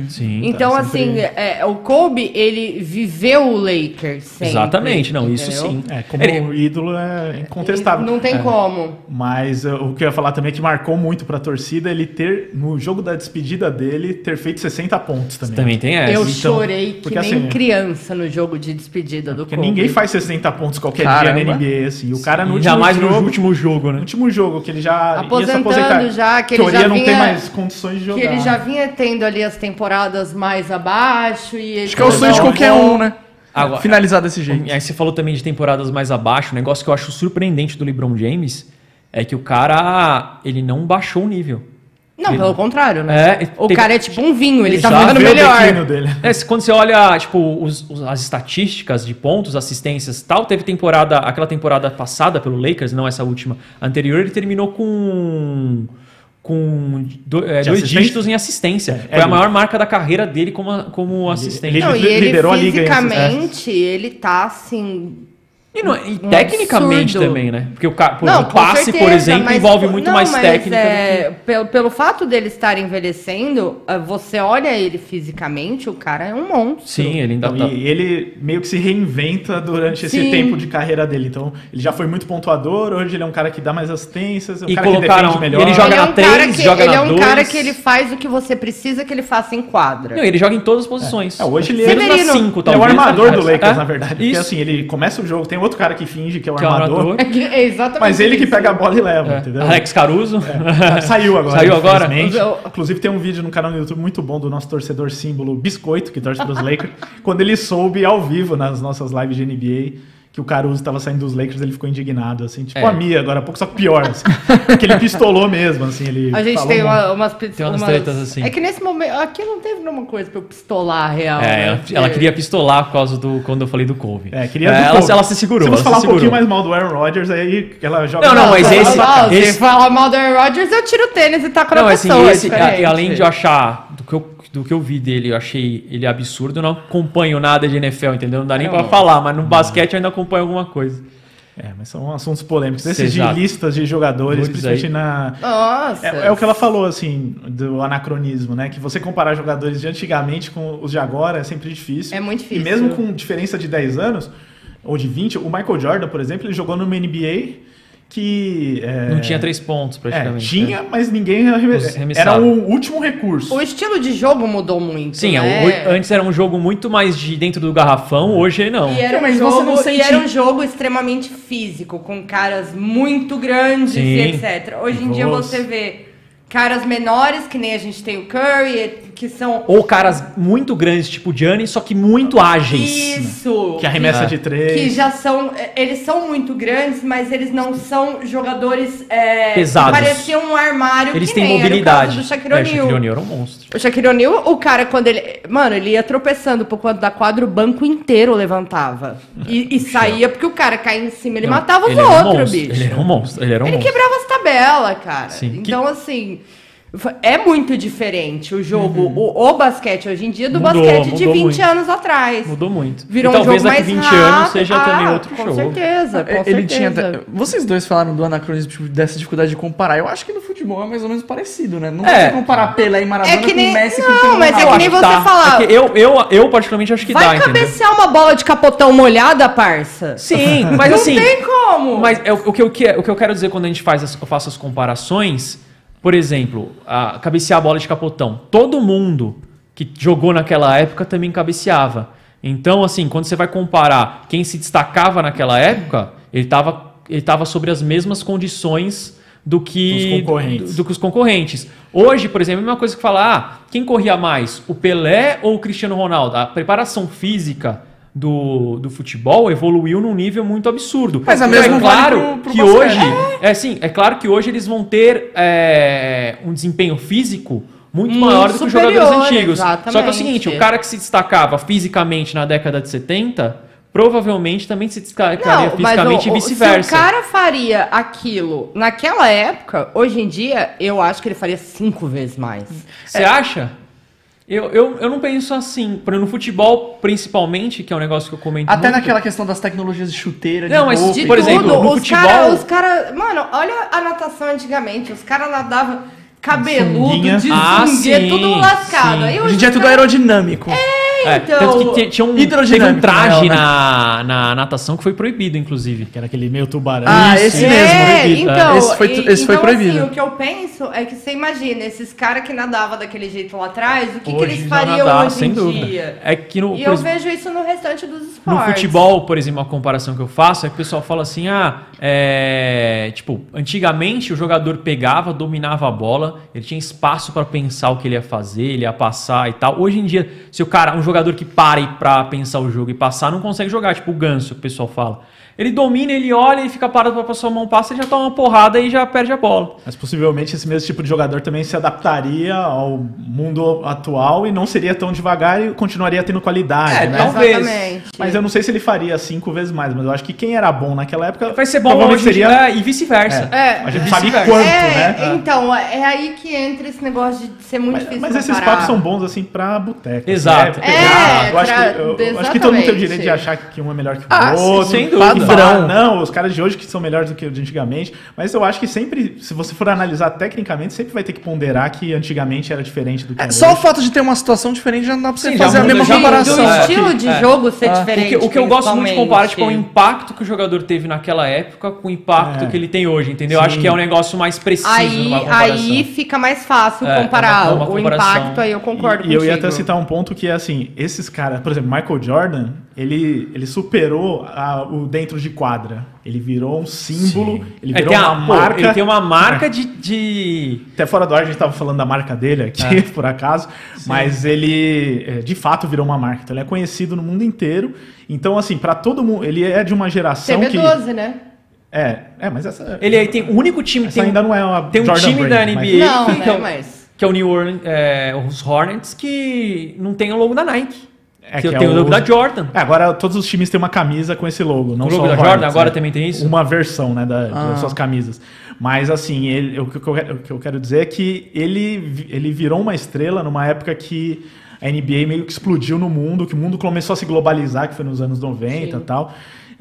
A: Sim.
D: então,
C: tá,
D: assim,
C: sempre-
D: é, o Kobe, ele viveu o Lakers. Sempre,
A: Exatamente, não, isso sim.
D: entendeu?
C: É, como
A: Ele-
C: ídolo é incontestável.
D: Não tem como.
C: Mas uh, o que eu ia falar também é que marcou muito pra torcida ele ter, no jogo da despedida dele, ter feito 60 pontos também.
A: também tem essa.
D: Eu
C: então,
D: chorei que
C: porque
D: nem
C: assim,
D: criança no jogo de despedida do
C: Porque
D: Kobe.
C: ninguém faz 60 pontos qualquer dia na
B: Caramba.
C: NBA, assim. O cara no
A: Ainda
C: último
A: mais
C: jogo,
A: no último jogo,
C: no
A: né?
C: último jogo, que ele já ia se
D: Aposentando
C: aposentar.
D: já, que ele
C: Teoria
D: já
C: não tem
D: vinha-
C: mais condições de jogar.
D: Que ele já vinha tendo ali as temporadas mais abaixo e ele
B: Acho que é o sonho de
D: resolveu-
B: qualquer um, né?
A: Agora-
B: Finalizar desse jeito.
A: Aí você falou também de temporadas mais abaixo. Um negócio que eu acho surpreendente do LeBron James é que o cara, ele não baixou o nível.
D: Não, pelo contrário, né?
A: É,
D: o
A: teve-
D: cara é tipo um vinho, ele
A: Ele
D: tá
A: já
D: ficando
C: Vê o declínio
D: melhor.
C: dele.
A: É, se- quando você olha, tipo, os- os- as estatísticas de pontos, assistências e tal, teve temporada, aquela temporada passada pelo Lakers, não essa última, anterior, ele terminou com com do- é, dois
C: De assistência?
A: dígitos em assistência.
C: É,
A: Foi a
C: é.
A: maior marca da carreira dele como, a- como assistente.
C: ele-
D: Não, e ele
C: liderou a liga em
D: fisicamente, ele tá assim.
A: E, não- e
D: Um
A: tecnicamente
D: absurdo.
A: também, né? Porque o, ca- por,
D: não,
A: o
D: com
A: passe,
D: certeza,
A: por exemplo,
D: mas-
A: envolve muito
D: não,
A: mais
D: mas,
A: técnica. do
D: É,
A: que-
D: pelo, pelo fato dele estar envelhecendo, eh, você olha ele fisicamente, o cara é um monstro.
A: Sim, ele ainda
C: Então,
A: tá.
C: E ele meio que se reinventa durante esse
D: Sim.
C: tempo de carreira dele. Então, ele já foi muito pontuador, hoje ele é um cara que dá mais assistências, é um
A: E
C: cara
A: colocaram-
C: que defende melhor.
A: ele joga
D: ele é
A: na
D: um cara
A: três,
D: que,
A: joga
D: ele
A: na
D: é um
A: dois.
D: cara que ele faz o que você precisa que ele faça em quadra.
A: Não, ele joga em todas as posições.
C: É, hoje ele é-
A: Menos na
D: Severino.
A: cinco,
C: Ele é o
A: talvez,
C: armador
A: né?
C: do Lakers,
A: É,
C: na verdade. Porque
A: Isso.
C: assim, ele começa o jogo, tem outro cara que finge que é o
A: Que é o
C: armador,
A: armador.
D: É que- é exatamente
C: mas ele que
D: isso.
C: pega a bola e leva,
A: É.
C: entendeu? É. Tá,
A: Alex Caruso.
C: Saiu agora.
A: Saiu agora?
C: infelizmente.
D: Eu-
C: Inclusive, tem um vídeo no canal do YouTube muito bom do nosso torcedor símbolo Biscoito, que torce pros Lakers. quando ele soube ao vivo nas nossas lives de NBA que o Caruso estava saindo dos Lakers, ele ficou indignado, assim, tipo
A: É.
C: a Mia agora há pouco, só que pior, assim. Porque ele pistolou mesmo, assim, ele.
D: A gente
C: falou
D: tem
C: um
D: uma, umas pis-
A: Tem umas tretas assim.
D: É que nesse momento. Aqui não teve nenhuma coisa pra eu pistolar a real.
A: É,
D: né?
A: ela, ela queria pistolar por causa do. Quando eu falei do Kobe.
C: É, queria do
A: ela,
C: Kobe.
A: ela se segurou.
C: Se você
A: ela
C: falar
A: se
C: um
A: segurou.
C: pouquinho mais mal do Aaron Rodgers, aí ela joga.
A: Não, não, mas
D: Fala
A: esse-
D: mal,
A: esse-
D: Se falar mal do Aaron Rodgers, eu tiro o tênis e taco na
A: Não, assim,
D: pessoa.
A: esse-
D: é
A: a-
D: diferente.
A: e além de eu achar do que eu, do que eu vi dele, eu achei ele absurdo. Eu não acompanho nada de NFL, entendeu? Não dá nem pra falar,
C: Uhum.
A: mas no basquete eu ainda acompanho alguma coisa.
C: É, mas são assuntos polêmicos. Esses de
A: Exato.
C: listas de jogadores,
A: Jogadores
C: principalmente
A: aí.
C: na.
D: Nossa.
C: É, é o que ela falou, assim, do anacronismo, né? Que você comparar jogadores de antigamente com os de agora é sempre difícil.
D: É muito difícil.
C: E mesmo com diferença de 10 anos, ou de 20, o Michael Jordan, por exemplo, ele jogou numa NBA que. é,
A: Não tinha três pontos
C: é,
A: praticamente. né?
C: tinha, mas ninguém arreme- é,
A: Os
C: Era
A: arremessavam.
C: o último recurso.
D: O estilo de jogo mudou muito.
A: Sim, é,
D: né?
A: o- antes era um jogo muito mais de dentro do garrafão, hoje não.
D: E era, um
B: Mas
D: jogo,
B: você não
D: e
B: sente-
D: era um jogo extremamente físico, com caras muito grandes e
A: Sim.
D: etc. Hoje em dia
C: Nossa.
D: você vê caras menores, que nem a gente tem o Curry, que são.
A: Ou caras muito grandes, tipo Gianni, só que muito ágeis.
D: Isso!
C: Que
A: É.
C: arremessa de
D: que
C: três.
D: já são. eh, Eles são muito grandes, mas eles não são jogadores é,
A: Pesados.
D: Pareciam um armário.
A: Eles
D: que
A: têm
D: nem era o
A: mobilidade.
D: caso do Shaquille
A: é, Shaquille
D: O'Neal.
A: O'Neal era um monstro.
D: O Shaquille O'Neal, o cara, quando ele. Mano, ele ia tropeçando por conta da quadra, o banco inteiro levantava. E, e saía porque o cara caía em cima, ele
A: Não,
D: matava os
A: ele era um
D: outros,
A: monstro,
D: bicho.
A: Ele era um monstro. Ele era um
D: Ele
A: monstro.
D: quebrava as tabelas, cara.
A: Sim.
D: Então, assim. fa- É muito diferente o jogo, o, o basquete hoje em dia, do
A: Uhum. Mudou,
D: basquete de
A: mudou
D: 20
A: muito.
D: anos atrás.
A: Mudou muito.
D: Virou
A: e
D: um
A: talvez
D: jogo
A: daqui
D: mais
A: 20
D: rápido.
A: anos seja
D: Ah,
A: também outro
D: com
A: jogo.
D: certeza, com
B: É, ele tinha
D: certeza.
B: até- Vocês dois falaram do anacronismo, tipo, dessa dificuldade de comparar. Eu acho que no futebol é mais ou menos parecido, né? Não
A: É.
B: dá pra comparar Pelé e Maradona
D: É que nem-
B: com Messi
D: não,
B: com Cristiano
D: mas é que
B: Ronaldo.
D: nem
A: que
D: você falar.
A: É que eu, eu, eu particularmente acho que
D: Vai
A: dá, entendeu?
D: cabecear uma bola de capotão molhada, parça?
A: Sim, mas
D: não
A: assim.
D: tem como!
A: Mas é o, o que eu, que- o que eu quero dizer quando a gente faz as, eu faço as comparações, por exemplo, a, cabecear a bola de capotão. Todo mundo que jogou naquela época também cabeceava. Então, assim, quando você vai comparar quem se destacava naquela época, ele estava ele tava sobre as mesmas condições do que
C: Dos concorrentes.
A: do- do que os concorrentes. Hoje, por exemplo, é a mesma coisa que falar, ah, quem corria mais, o Pelé ou o Cristiano Ronaldo? A preparação física do, do futebol evoluiu num nível muito absurdo.
B: Mas a
A: E
B: mesma
A: é
B: vale
A: claro
B: pro- pro
A: que
B: basquete.
A: hoje é assim, é claro que hoje eles vão ter é, um desempenho físico muito
D: Muito
A: maior do que os jogadores
D: superior,
A: antigos. Só que é o
D: exatamente.
A: seguinte, o cara que se destacava fisicamente na década de 70 provavelmente também se destacaria
D: Não, mas
A: fisicamente
D: o-
A: e
D: o-
A: vice-versa.
D: Se o cara faria aquilo naquela época, hoje em dia, eu acho que ele faria cinco vezes mais.
A: Você acha? Eu, eu, eu não penso assim. Por exemplo, No futebol, principalmente, que é um negócio que eu comento
B: Até
A: muito.
B: naquela questão das tecnologias de chuteira,
A: Não,
B: de
A: mas
B: roupa
A: de
B: e
A: por
B: tudo.
A: exemplo, no
D: os
A: futebol-
D: caras, os cara, mano, olha a natação antigamente, os caras nadavam cabeludo,
C: Sunguinha.
D: de
A: Ah,
D: sunguinha,
A: sim,
D: tudo lascado.
A: sim.
D: Aí
B: Hoje
D: hoje
B: em dia é
D: os
B: tudo
D: cara-
B: aerodinâmico.
A: É,
D: então,
A: tanto que tinha- tinha um, teve um
B: hidrodinâmico, na
A: traje
B: real, né?
A: na, na natação que foi proibido, inclusive.
E: Que era aquele meio tubarão.
B: Ah, esse mesmo.
D: É, então,
B: Esse foi-
D: e-
B: esse foi
D: então,
B: proibido.
D: Assim, o que eu penso é que você imagina, esses caras que nadavam daquele jeito lá atrás, o que, que
A: Hoje
D: eles
A: já
D: fariam
A: nadar,
D: hoje em dia?
A: É que no,
D: E
A: por
D: eu
A: exemplo,
D: vejo isso no restante dos
A: no
D: esportes.
A: futebol, por exemplo, uma comparação que eu faço é que o pessoal fala assim: ah, é, Tipo, antigamente o jogador pegava, dominava a bola, ele tinha espaço pra pensar o que ele ia fazer, ele ia passar e tal. Hoje em dia, se o cara, um jogador que pare pra pensar o jogo e passar, não consegue jogar, tipo o ganso que o pessoal fala. Ele domina, ele olha, ele fica parado pra passar a mão, passa, ele já toma uma porrada e já perde a bola.
C: Mas possivelmente esse mesmo tipo de jogador também se adaptaria ao mundo atual e não seria tão devagar e continuaria tendo qualidade,
A: É,
C: né?
A: talvez.
D: Exatamente.
C: Mas eu não sei se ele faria cinco vezes mais, mas eu acho que quem era bom naquela época
A: Vai ser bom
C: provavelmente
A: hoje em dia
C: seria.
A: e vice-versa.
D: É,
C: a gente sabe
A: vice-versa.
C: quanto,
D: é,
C: né?
D: Então, é aí que entra esse negócio de ser muito
C: Mas,
D: difícil
C: mas esses
D: comparar.
C: papos são bons, assim, pra boteca.
A: Exato.
C: Né? Pegar-
D: É,
C: eu, acho
D: pra-
C: que, eu- eu acho que todo mundo tem o direito de
D: exatamente.
C: achar que um é melhor que o
B: Ah, sim,
C: outro.
A: sem
C: e
A: dúvida.
C: falar,
B: Padrão.
C: não, os caras de hoje que são melhores do que os de antigamente. Mas eu acho que sempre, se você for analisar tecnicamente, sempre vai ter que ponderar que antigamente era diferente do que é
B: É,
C: hoje.
B: só o fato de ter uma situação diferente já não dá pra você
A: Sim, já
B: fazer a
A: muda,
B: mesma
A: já muda.
B: comparação.
D: Do
A: É.
D: estilo de
A: É.
D: jogo ser
B: Ah,
A: O
D: diferente.
A: que, o que eu gosto muito de comparar tipo, é o
D: principalmente.
A: impacto que o jogador teve naquela época com o impacto
C: É.
A: que ele tem hoje, entendeu?
C: Sim.
A: Acho que é um negócio mais preciso
D: Aí,
A: numa é comparação.
D: aí fica mais fácil
A: É, é uma-
D: comparar
A: é uma
D: o
A: comparação.
D: impacto, aí eu concordo
C: E eu ia até
D: contigo.
C: citar um ponto que é assim, esses caras, por exemplo, Michael Jordan, ele, ele superou a- o dentro de quadra. Ele virou um símbolo,
E: Sim.
C: ele
A: É,
C: virou
A: tem
C: uma
A: a- pô,
C: marca. É.
A: ele tem um- uma marca de, de-
C: Até fora do ar a gente tava falando da marca dele aqui,
A: É.
C: por acaso, mas ele é, de fato virou uma marca. Então ele é conhecido no mundo inteiro. Então assim, pra todo mundo, ele é de uma geração que
D: CB12, né?
C: é, é, mas essa
A: Ele aí tem o único time que
C: essa
A: tem,
C: ainda não é uma
A: tem um
C: Jordan
A: time
C: Brand,
A: da
C: mas-
A: NBA. E
D: Não,
A: ele fica-
D: né, mas...
A: que é o New Orleans, é, os Hornets, que não tem o logo da Nike.
C: É
A: que
C: que é
A: tem o logo
C: o-
A: da Jordan.
C: É, agora todos os times têm uma camisa com esse logo, não
A: O logo
C: só
A: da
C: Hornets,
A: Jordan agora
C: né?
A: também tem isso?
C: Uma versão, né, da-
B: Ah.
C: das suas camisas. Mas assim, ele- o, que eu, quero- o que eu quero dizer é que ele, vi- ele virou uma estrela numa época que a NBA meio que explodiu no mundo, que o mundo começou a se globalizar, que foi nos anos 90 e
D: Sim.
C: tal.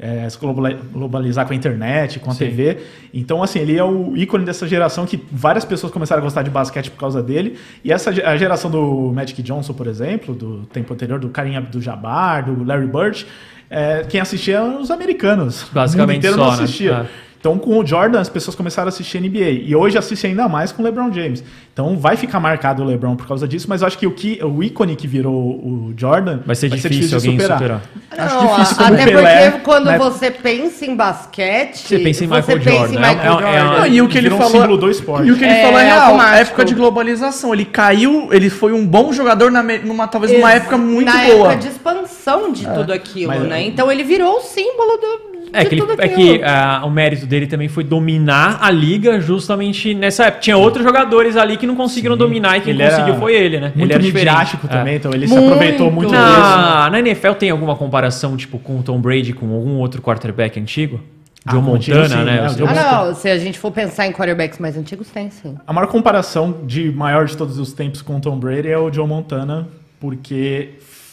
C: é, se globali- globalizar com a internet, com a
A: Sim.
C: TV. Então, assim, ele é o ícone dessa geração que várias pessoas começaram a gostar de basquete por causa dele. E essa ge- a geração do Magic Johnson, por exemplo, do tempo anterior, do Karim Abdul-Jabbar, do Larry Bird, é, quem assistia eram os americanos.
A: Basicamente
C: o mundo inteiro
A: só,
C: não
A: né?
C: assistia.
A: É.
C: Então, com o Jordan, as pessoas começaram a assistir NBA. E hoje assiste ainda mais com o LeBron James. Então, vai ficar marcado o LeBron por causa disso, mas eu acho que o, que, o ícone que virou o Jordan
A: Vai ser difícil
C: de
A: alguém superar.
C: Acho
D: Não,
C: difícil
D: a-
C: como
D: até
C: o Pelé,
D: porque quando
C: né?
D: você pensa em basquete,
A: Você pensa em
D: você
A: Michael
D: pensa
A: Jordan,
D: em
A: é um-
D: Michael
A: é um- é um-
D: Jordan.
B: Não, e o que ele
C: Virou um
B: falou.
C: símbolo do esporte.
B: E o que ele
D: É,
B: falou é real.
D: automático.
B: Época de globalização. Ele caiu, ele foi um bom jogador na me- numa, talvez numa
D: Ex-
B: época muito
D: na
B: boa.
D: época de expansão de tudo aquilo,
C: Mas-
D: né? Então ele virou o símbolo do, de
A: É que, ele-
D: tudo
A: é
D: aquilo.
A: que ah, o mérito dele também foi dominar a liga justamente nessa época. Tinha outros jogadores ali que não conseguiram dominar e quem
C: Ele era
A: conseguiu foi ele, né?
C: Muito
A: ele era diferente.
C: midiático
A: É. Ah.
C: também, então ele se
D: Muito.
C: aproveitou muito
D: Não.
C: disso.
A: Na, na NFL tem alguma comparação, tipo, com o Tom Brady, com algum outro quarterback antigo?
C: Ah,
A: Joe
C: com o antigo,
A: Montana,
C: sim,
A: né?
C: né?
A: Os-
C: O Joe
D: Ah, não, se a gente for pensar em quarterbacks mais antigos, tem sim.
C: A maior comparação de maior de todos os tempos com o Tom Brady é o Joe Montana, porque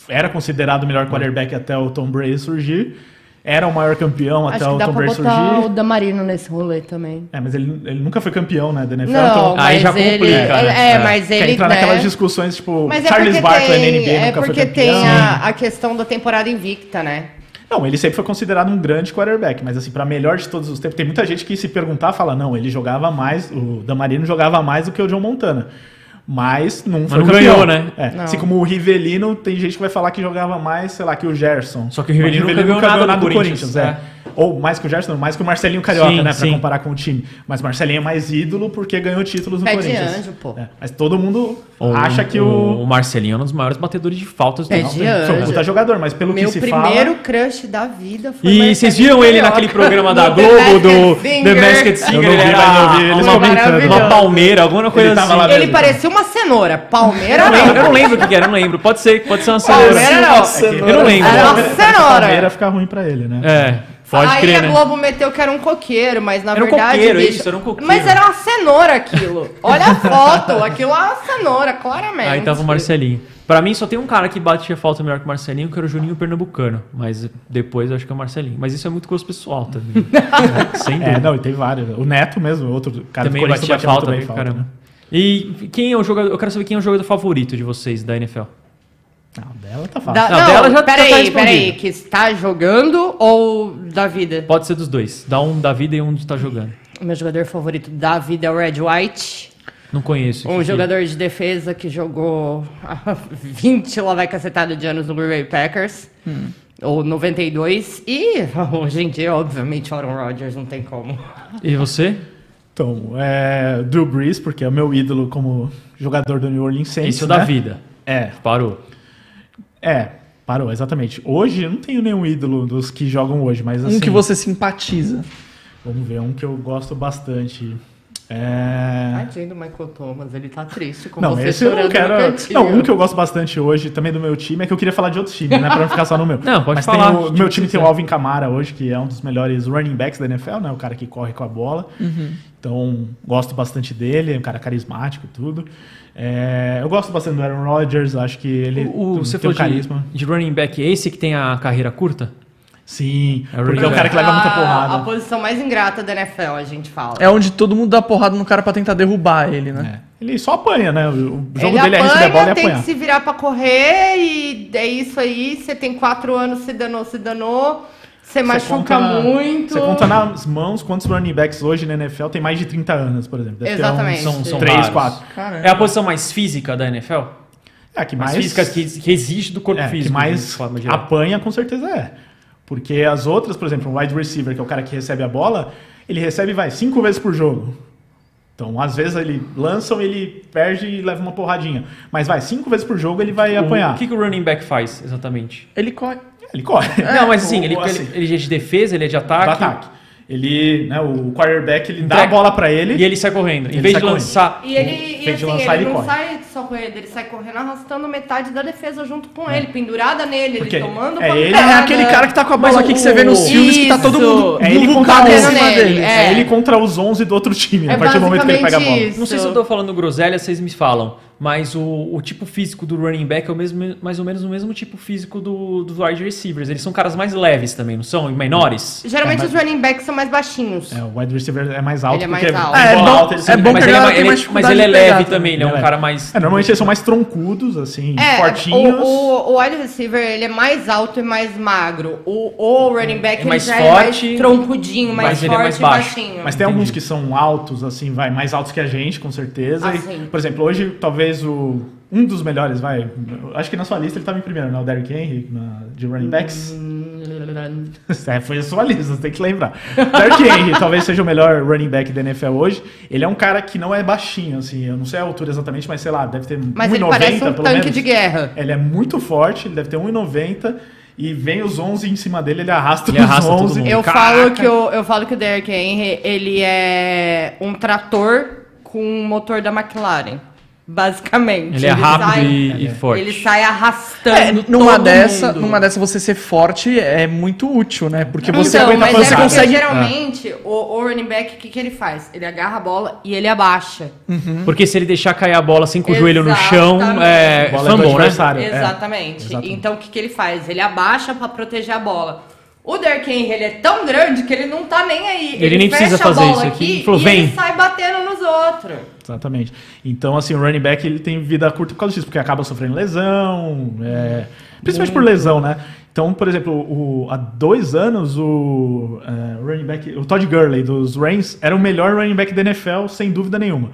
C: era considerado o melhor quarterback até o Tom Brady surgir, era o maior campeão até
D: Acho que
C: o
D: dá
C: Tom
D: pra
C: Brady
D: botar o
C: surgir.
D: Damarino nesse rolê também.
C: É, mas ele, ele nunca foi campeão, né, da NFL,
D: Não,
C: então
A: aí
D: mas
A: já
D: ele,
A: complica,
D: ele-
A: né?
D: é,
A: É.
D: mas
C: quer
D: ele,
C: entrar
D: né?
C: naquelas discussões, tipo,
D: Mas é
C: Charles
D: porque
C: Barkley
D: tem,
C: na NBA
D: é
C: nunca foi
D: porque
C: campeão.
D: tem a, a questão da temporada invicta, né?
C: Não, ele sempre foi considerado um grande quarterback, mas assim, pra melhor de todos os tempos, tem muita gente que se perguntar fala, não, ele jogava mais, o Damarino jogava mais do que o John Montana. Mas não foi
A: não
C: campeão.
A: ganhou, né?
C: É,
D: Não.
C: Assim como o Rivelino, tem gente que vai falar que jogava mais, sei lá, que o Gerson.
A: Só que o Rivelino
C: Mas
A: nunca ganhou nada do Corinthians,
C: é. Ou mais que o Gerson, não, mais que o Marcelinho Carioca,
A: Sim,
C: né? Pra
A: sim.
C: comparar com o time. Mas Marcelinho é mais ídolo porque ganhou títulos no
D: Pé de
C: Corinthians.
D: anjo, pô.
C: É, Mas todo mundo
A: O-
C: acha que o.
A: o Marcelinho é um dos maiores batedores de faltas do
D: Pé
A: mundo.
D: É, de
C: Foi um
D: anjo.
C: puta jogador, mas pelo
D: Meu
C: que se
D: primeiro
C: fala.
D: crush da vida foi
A: E vocês viram ele naquele programa da Globo, do The Masked Singer?
C: Eu não vi,
A: ele era
C: mas eu vi eles
A: uma-
D: comentando.
A: uma palmeira, alguma coisa
C: tava lá
A: assim.
D: Ele
C: mesmo.
D: parecia uma cenoura.
A: Eu
D: Palmeira
A: não lembro- eu
D: não.
A: não lembro o que que era, eu não lembro. Pode ser, pode ser uma
D: Palmeira
A: cenoura.
D: não.
C: É
A: Eu não lembro.
D: Era uma
C: Palmeira
D: cenoura.
C: É, fica ruim pra ele, né?
A: É, pode
D: Aí
A: crer,
D: a
A: né?
D: Globo meteu que era um coqueiro, mas na
A: Era um
D: verdade.
A: coqueiro, isso, era um coqueiro.
D: Mas era uma cenoura aquilo. Olha a foto, aquilo é uma cenoura, claramente.
A: Aí tava o Marcelinho. Pra mim só tem um cara que batia falta melhor que o Marcelinho, que era o Juninho Pernambucano. Mas depois eu acho que é o Marcelinho. Mas isso é muito gosto pessoal também. É, sem
C: É,
A: dúvida.
C: não, e tem vários. O Neto mesmo, outro cara
A: também
C: Corinthians
A: batia, falta,
C: muito bem
A: também, caramba. E quem é o jogador? Eu quero saber quem é o jogador favorito de vocês da NFL.
C: Não, dela tá fácil.
D: Da,
A: Não,
D: não,
A: dela já- já tá
D: peraí,
A: respondido.
D: peraí. Que está jogando ou da vida?
A: Pode ser dos dois. Dá um da vida e um de tá jogando.
D: O meu jogador favorito da vida é o Red White.
A: Não conheço.
D: Um
A: Que-
D: jogador de defesa que jogou 20 lá vai cacetada de anos no Green Bay Packers.
C: Hum.
D: Ou 92. E hoje em dia, obviamente, Aaron Rodgers não tem como.
A: E você?
C: Então, é, Drew Brees, porque é o meu ídolo como jogador do New Orleans Saints.
A: Isso da
C: né?
A: vida.
C: É,
A: Parou.
C: é, parou, exatamente. Hoje eu não tenho nenhum ídolo dos que jogam hoje, mas
B: Um
C: assim.
B: que você simpatiza.
C: Vamos ver, um que eu gosto bastante. É.
D: Tadinho do Michael Thomas, ele tá triste com
C: Não,
D: você
C: esse eu
D: chorando
C: não
D: no
C: quero.
D: cantinho.
C: Não, um que eu gosto bastante hoje, também do meu time, é que eu queria falar de outro time, né? Pra não ficar só no meu.
A: Não, pode
C: Mas
A: falar. Tipo,
C: Tem o, meu time tem o Alvin Kamara hoje, que é um dos melhores running backs da NFL, né? O cara que corre com a bola.
A: Uhum.
C: Então, gosto bastante dele, é um cara carismático e tudo. É, eu gosto bastante do Aaron Rodgers, acho que ele
A: O, o-
C: tem,
A: você
C: tem um
A: falou
C: carisma.
A: de, de running back esse que tem a carreira curta?
C: Sim,
A: Aaron
C: porque é um cara que leva muita
D: A-
C: porrada.
D: A posição mais ingrata da NFL, a gente fala.
B: É onde todo mundo dá porrada no cara pra tentar derrubar ele, né?
C: É. Ele só apanha, né? O o jogo
D: ele
C: dele é
D: apanha,
C: receber a bola e
D: tem que
C: apanhar.
D: se virar pra correr e é isso aí. Você tem quatro anos, se danou, se danou. Você
C: Você
D: machuca
C: conta-
D: muito.
C: Você conta nas mãos quantos running backs hoje na NFL tem mais de 30 anos, por exemplo. Deve ter um- uns
D: Exatamente.
A: São, são
C: Três,
A: raros.
C: quatro.
B: Caramba.
A: É a posição mais física da NFL?
C: É, que
A: Mais,
C: mais,
A: física que, que existe do corpo
C: é, que
A: físico. né, de
C: mais
A: forma geral.
C: apanha, com certeza é. Porque as outras, por exemplo, o wide receiver, que é o cara que recebe a bola, ele recebe, vai, cinco vezes por jogo. Então, às vezes, ele lançam, ele perde e leva uma porradinha. Mas vai, cinco vezes por jogo ele vai
A: O-
C: apanhar.
A: O que, que o running back faz, exatamente?
B: Ele corre.
C: Ele corre.
A: não, mas assim,
C: o-
A: ele,
C: assim,
A: ele, ele é de defesa, ele é de
C: do
A: ataque. Um
C: ataque. Ele, né, o quarterback, ele dá a
A: Entrega.
C: bola pra ele.
A: E ele sai correndo. Em
C: Ele
A: vez
C: sai
A: de lançar.
D: E ele, e
C: Tem que
D: assim,
C: lançar, ele
D: ele não
C: corre.
D: sai só correndo, ele sai correndo arrastando metade da defesa junto com ele, pendurada nele,
C: É. Porque
D: ele tomando
C: é
D: pancada.
C: ele-
B: É, é aquele cara que tá com a
A: Mas
B: bola aqui
A: o-
B: que você vê nos filmes que tá todo
D: Isso.
B: mundo
C: É ele
B: bucado
C: contra
B: em
C: ele.
B: cima dele.
D: É.
C: É ele contra os 11 do outro time,
D: É
C: a partir do momento que ele pega a bola.
D: basicamente
A: Não sei se eu tô falando groselha, vocês me falam. Mas o, o tipo físico do running back é o mesmo, mais ou menos o mesmo tipo físico do, do wide receivers. Eles são caras mais leves também, não são? E menores?
D: Geralmente
C: É, mas-
D: os running backs são mais baixinhos.
C: É, o wide receiver é mais alto
D: Ele é mais
C: porque
D: alto.
C: tem
B: É, é
C: bola
B: bom-
C: alta, eles
B: é
C: são-
B: bom
A: mas
B: que a
A: ele é,
B: galera
A: ma-
B: tem
A: ele-
B: mais
A: mas
B: dificuldade
A: ele é
B: de pegar
A: leve
B: também.
A: também, ele é um
C: Ele é
A: cara
C: leve.
A: mais.
C: É, normalmente eles são mais troncudos, assim, fortinhos.
D: É, o, o, o wide receiver ele é mais alto e mais magro. O, o running back
A: É
D: ele
A: mais
D: já
A: forte,
D: é mais troncudinho, mais
A: mas ele
D: forte
A: é mais
D: e
A: baixo.
D: baixinho.
C: Mas tem
A: Entendi.
C: alguns que são altos, assim, vai, mais altos que a gente, com certeza.
D: Ah,
C: E,
D: sim.
C: por exemplo, hoje, talvez o. Um dos melhores, vai. Acho que na sua lista ele tava em primeiro, né? O Derrick Henry, na- de running backs.
D: Hum.
C: É, foi a sua lista, você tem que lembrar. Derrick Henry talvez seja o melhor running back da NFL hoje. Ele é um cara que não é baixinho, assim. Eu não sei a altura exatamente, mas sei lá, deve ter
D: Mas
C: 1,90
D: ele parece um
C: pelo
D: tanque
C: menos.
D: de guerra.
C: Ele é muito forte, ele deve ter 1,90 e vem os 11 em cima dele, ele arrasta
A: Ele
C: os
A: arrasta todo
C: 11.
A: mundo.
D: Eu
C: Caraca.
D: falo, que o, eu falo que o Derrick Henry, ele é um trator com um motor da McLaren. Basicamente.
A: Ele é rápido
D: sai-
A: e, e forte.
D: Ele sai arrastando
B: É, numa
D: todo
B: dessa,
D: mundo.
B: numa dessa você ser forte é muito útil, né? Porque
D: Então,
B: você aguenta
D: mas
B: você
D: é porque
B: consegue
D: geralmente o, o running back, o que, que ele faz? Ele agarra a bola e ele abaixa.
A: Porque se ele deixar cair a bola assim com o joelho no chão, é
C: Bola do
A: fumble, né?
C: adversário, é.
D: Exatamente.
C: exatamente.
D: Então o que, que ele faz? Ele abaixa pra proteger a bola. O Derrick Henry ele é tão grande que ele não tá nem aí.
A: Ele nem precisa
D: fecha a
A: fazer
D: bola
A: isso aqui. Ele
D: E
A: falou, "Vem."
D: ele sai batendo nos outros.
C: Exatamente. Então, assim, o running back ele tem vida curta por causa disso, porque acaba sofrendo lesão, é, principalmente por lesão, né? Então, por exemplo, o- há dois anos o é, running back, o Todd Gurley dos Rams era
A: Ah.
C: o melhor running back da NFL, sem dúvida nenhuma.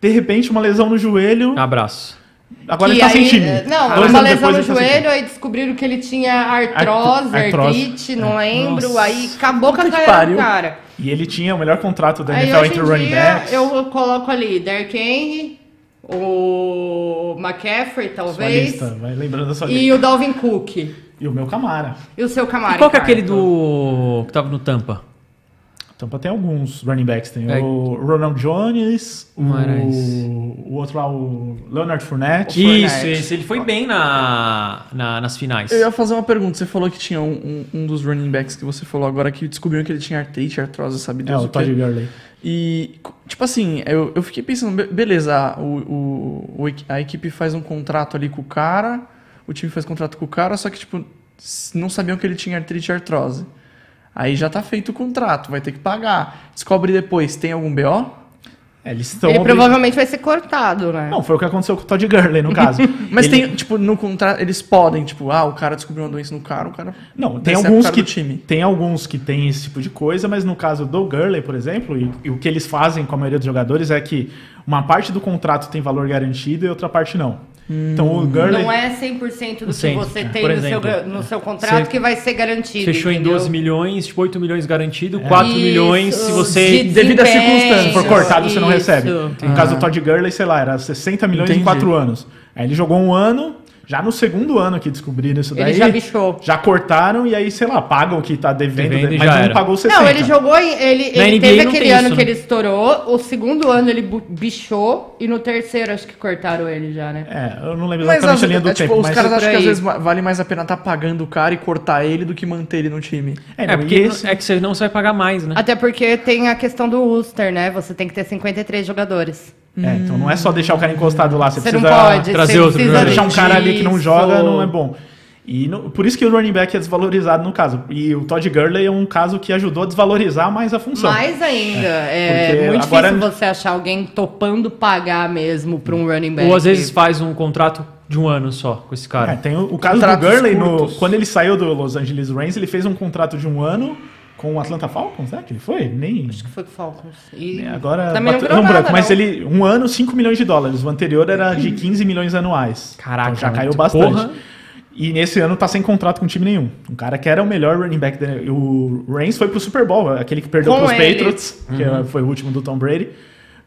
C: De repente, uma lesão no joelho,
A: Um Abraço.
C: Agora
D: Que
C: ele tá sem
D: aí- eh,
C: time.
D: Não,
C: Dois
D: uma
C: anos
D: lesão
C: depois
D: no
C: ele tá sem
D: joelho, aí descobriram que ele tinha artrose,
C: Artro- artrose. É.
D: artrite, não lembro.
B: Nossa.
D: Aí acabou com a
B: Puta que
D: carreira
B: pariu.
D: do cara.
C: time. E ele tinha o melhor contrato da
D: Aí
C: NFL
D: hoje
C: entre
D: em
C: running
D: dia
C: backs.
D: eu coloco ali Derrick Henry, o McCaffrey,
C: Sua
D: talvez,
C: lista, vai lembrando da sua
D: e
C: lista.
D: o Dalvin Cook.
C: E o meu Camara.
D: E o seu
A: E
D: camarada.
A: qual que é aquele do. que tava no Tampa?
C: Tampa tem Então, alguns running backs. Tem
A: É.
C: o Ronald Jones, o,
A: Guimarães.
C: o outro lá, o Leonard Fournette.
A: Isso, esse. Ele foi bem na, na- nas finais.
B: Eu ia fazer uma pergunta. Você falou que tinha um, um, um dos running backs que você falou agora que descobriu que ele tinha artrite, artrose, sabe
C: É,
B: Oh, Deus
C: o
B: o quê.
C: Todd Gurley.
B: E, co- tipo assim, eu, eu fiquei pensando, be- beleza, o, o- o equi- a equipe faz um contrato ali com o cara, o time faz contrato com o cara, só que, tipo, s- não sabiam que ele tinha artrite e artrose. Aí já tá feito o contrato, vai ter que pagar. Descobre depois, tem algum BO?
C: É, eles estão...
D: Ele
C: obri-
D: provavelmente vai ser cortado, né?
C: Não, foi o que aconteceu com o Todd Gurley, no caso.
B: Mas
C: Ele-
B: tem, tipo, no contrato, eles podem, tipo, ah, o cara descobriu uma doença no cara, o cara.
C: Não, tem
B: Esse é o
C: alguns
B: cara
C: que
B: do time.
C: tem alguns que tem esse tipo de coisa, mas no caso do Gurley, por exemplo, e, e o que eles fazem com a maioria dos jogadores é que uma parte do contrato tem valor garantido e outra parte não. então
B: Hum.
C: o Gurley
D: Não é 100% do que
A: Sim,
D: você
A: é.
D: tem
A: Por
D: no seu,
A: exemplo,
D: gra- no seu contrato
A: você
D: que vai ser garantido.
A: Fechou em
D: entendeu?
A: 12 milhões, tipo 8 milhões garantido, 4
D: Isso,
A: milhões se
D: de
A: você.
B: devido a
D: desempenho,
B: circunstâncias.
C: se for cortado você não
D: isso.
C: recebe. No
B: Ah.
C: caso do Todd Gurley, sei lá, era 60 milhões em
B: Entendi.
C: 4 anos. Aí ele jogou um ano, já no segundo ano que descobriram isso
D: Ele
C: daí.
D: já bichou.
C: já cortaram e aí, sei lá, pagam o que tá devendo,
A: Devendo e
C: mas
A: já
C: não
A: era.
C: pagou 60.
D: Não, ele jogou, em- ele,
A: Na
D: ele
A: NBA
D: teve
A: não
D: aquele
A: tem
D: ano
A: isso,
D: que
A: né?
D: ele estourou, o segundo ano ele bu- bichou e no terceiro acho que cortaram ele já, né?
C: É, eu não lembro
B: Mas
C: exatamente a
B: as-
C: linha do
B: é, tipo,
C: tempo,
B: os
C: mas...
B: caras acham
D: Por
B: que às
D: aí.
B: vezes ma- vale mais a pena tá pagando o cara e cortar ele do que manter ele no time.
C: É, não,
A: É,
C: e
A: porque
C: esse-
A: é que você não você vai pagar mais, né?
D: Até porque tem a questão do roster, né? Você tem que ter 53 jogadores.
C: É, então não é só deixar o cara encostado lá, você,
D: Você
C: precisa
D: não pode
A: trazer
D: você
A: outro
D: precisa
A: jogador.
C: deixar um cara ali que não
D: disso.
C: joga, não é bom. E no- por isso que o running back é desvalorizado no caso. E o Todd Gurley é um caso que ajudou a desvalorizar mais a função.
D: Mais ainda, é,
C: Porque
D: muito
C: agora-
D: difícil você achar alguém topando pagar mesmo pra um running back.
A: Ou às vezes faz um contrato de um ano só com esse
C: É,
A: cara.
C: tem o, o caso do
B: Contratos
C: Gurley, no-
B: curtos.
C: quando ele saiu do Los Angeles Rams, ele fez um contrato de um ano com o Atlanta Falcons, né? Que ele foi? Nem.
D: Acho que foi com o Falcons. E
C: nem- É, Agora.
D: também não
C: bateu-
D: virou
C: não,
D: nada,
C: branco, mas
D: não.
C: ele. Um ano, 5 milhões de dólares. O anterior era de 15 milhões anuais. Então
A: Caraca,
C: já caiu
A: muito.
C: bastante.
A: Porra.
C: E nesse ano tá sem contrato com time nenhum. Um cara que era o melhor running back. da- O Reigns foi pro Super Bowl, aquele que perdeu
D: Com
C: pros
D: ele.
C: Patriots, que
A: Uhum.
C: foi o último do Tom Brady.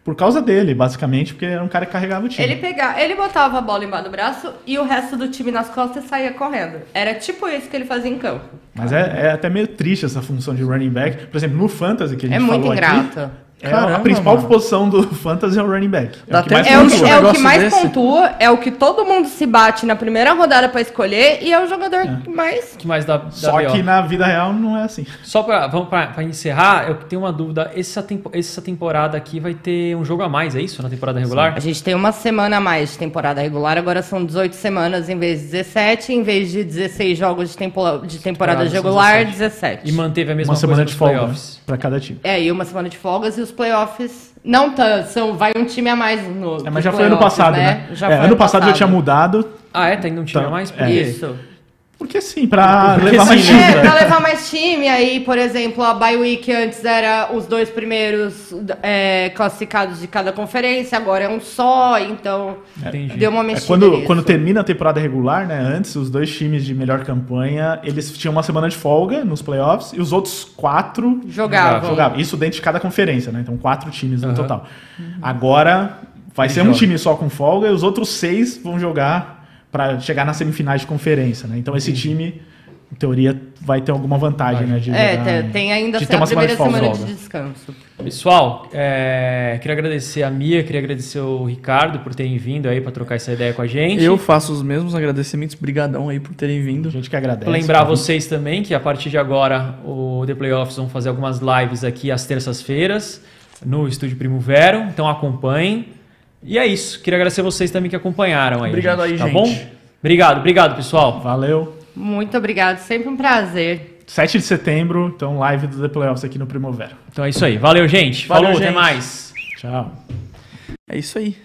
C: Por causa dele, basicamente, porque era um cara que carregava o time.
D: Ele pegava, ele botava a bola embaixo do braço e o resto do time nas costas e saía correndo. Era tipo isso que ele fazia em campo.
C: Mas é, é até meio triste essa função de running back. Por exemplo, no Fantasy que a gente
D: É muito
C: falou aqui,
D: ingrato.
C: é a
B: Caramba,
C: principal
B: mano.
C: posição do Fantasy é o running back.
B: Dá
C: o que um
B: até-
C: mais
D: É o,
B: pontua.
D: é o que
B: Negócio
D: mais
B: desse?
D: pontua, é o que todo mundo se bate na primeira rodada pra escolher e é o jogador que mais.
A: que mais dá, dá
C: Só
A: BO?
C: que na vida real não é assim.
A: Só pra, vamos pra, pra encerrar, eu tenho uma dúvida. Essa, tempo- essa temporada aqui vai ter um jogo a mais, é isso? Na temporada regular?
D: A gente tem uma semana a mais de temporada regular, agora são 18 semanas em vez de 17, em vez de 16 jogos de, tempo- de temporada
A: Temporada são
D: regular,
A: 17.
D: 17.
A: E manteve a mesma
C: Uma
A: coisa
C: semana
A: nos
C: de folga né?
A: playoffs.
C: pra cada time.
D: É, e uma semana de folgas e os playoffs. Não tanto, são, vai um time a mais no.
C: É,
D: nos
C: mas já foi ano
D: playoffs,
C: passado, né?
D: Já
C: É,
D: foi
C: ano passado já tinha mudado.
A: Ah, é? Tá indo um time
C: Tá.
A: a mais? Por
C: É.
A: quê?
D: Isso.
C: Porque sim, pra
A: Porque
C: levar
A: sim,
C: mais
A: né?
C: time.
D: É,
C: né?
D: pra levar mais time, aí, por exemplo, a bye week antes era os dois primeiros é, classificados de cada conferência, agora é um só, então
A: Entendi.
D: deu uma
C: É,
D: mexida
C: quando,
D: nisso.
C: quando termina a temporada regular, né? Antes, os dois times de melhor campanha, eles tinham uma semana de folga nos playoffs e os outros quatro
D: Jogavam.
C: Ah, Jogava. Isso dentro de cada conferência, né? Então, quatro times no
A: Aham.
C: total. Agora, vai
A: Ele
C: ser um
A: joga.
C: time só com folga e os outros seis vão jogar pra chegar nas semifinais de conferência, né? Então, esse time, em teoria, vai ter alguma vantagem, né? De
D: É,
C: jogar-
D: tem, tem ainda
C: de
D: a
C: ter uma
D: primeira
C: semana
D: semana
C: de
D: de,
C: folga.
D: descanso.
A: Pessoal, é, queria agradecer a Mia, queria agradecer o Ricardo por terem vindo aí pra trocar essa ideia com a gente.
B: Eu faço os mesmos agradecimentos, brigadão aí por terem
C: A
B: vindo.
C: gente que agradece.
A: Pra lembrar vocês também que a partir de agora o The Playoffs vão fazer algumas lives aqui às terças-feiras no Estúdio Primo Vero, então acompanhem. E é isso, queria agradecer vocês também que acompanharam aí.
B: Obrigado aí,
A: tá
B: gente.
A: bom? Obrigado, obrigado, pessoal.
C: Valeu.
D: Muito obrigado, sempre um prazer.
C: 7 de setembro, então, live do The Playoffs aqui no Primavera.
A: Então é isso aí. Valeu, gente.
B: Valeu,
A: Falou, até
B: gente.
A: mais.
C: Tchau.
B: É isso aí.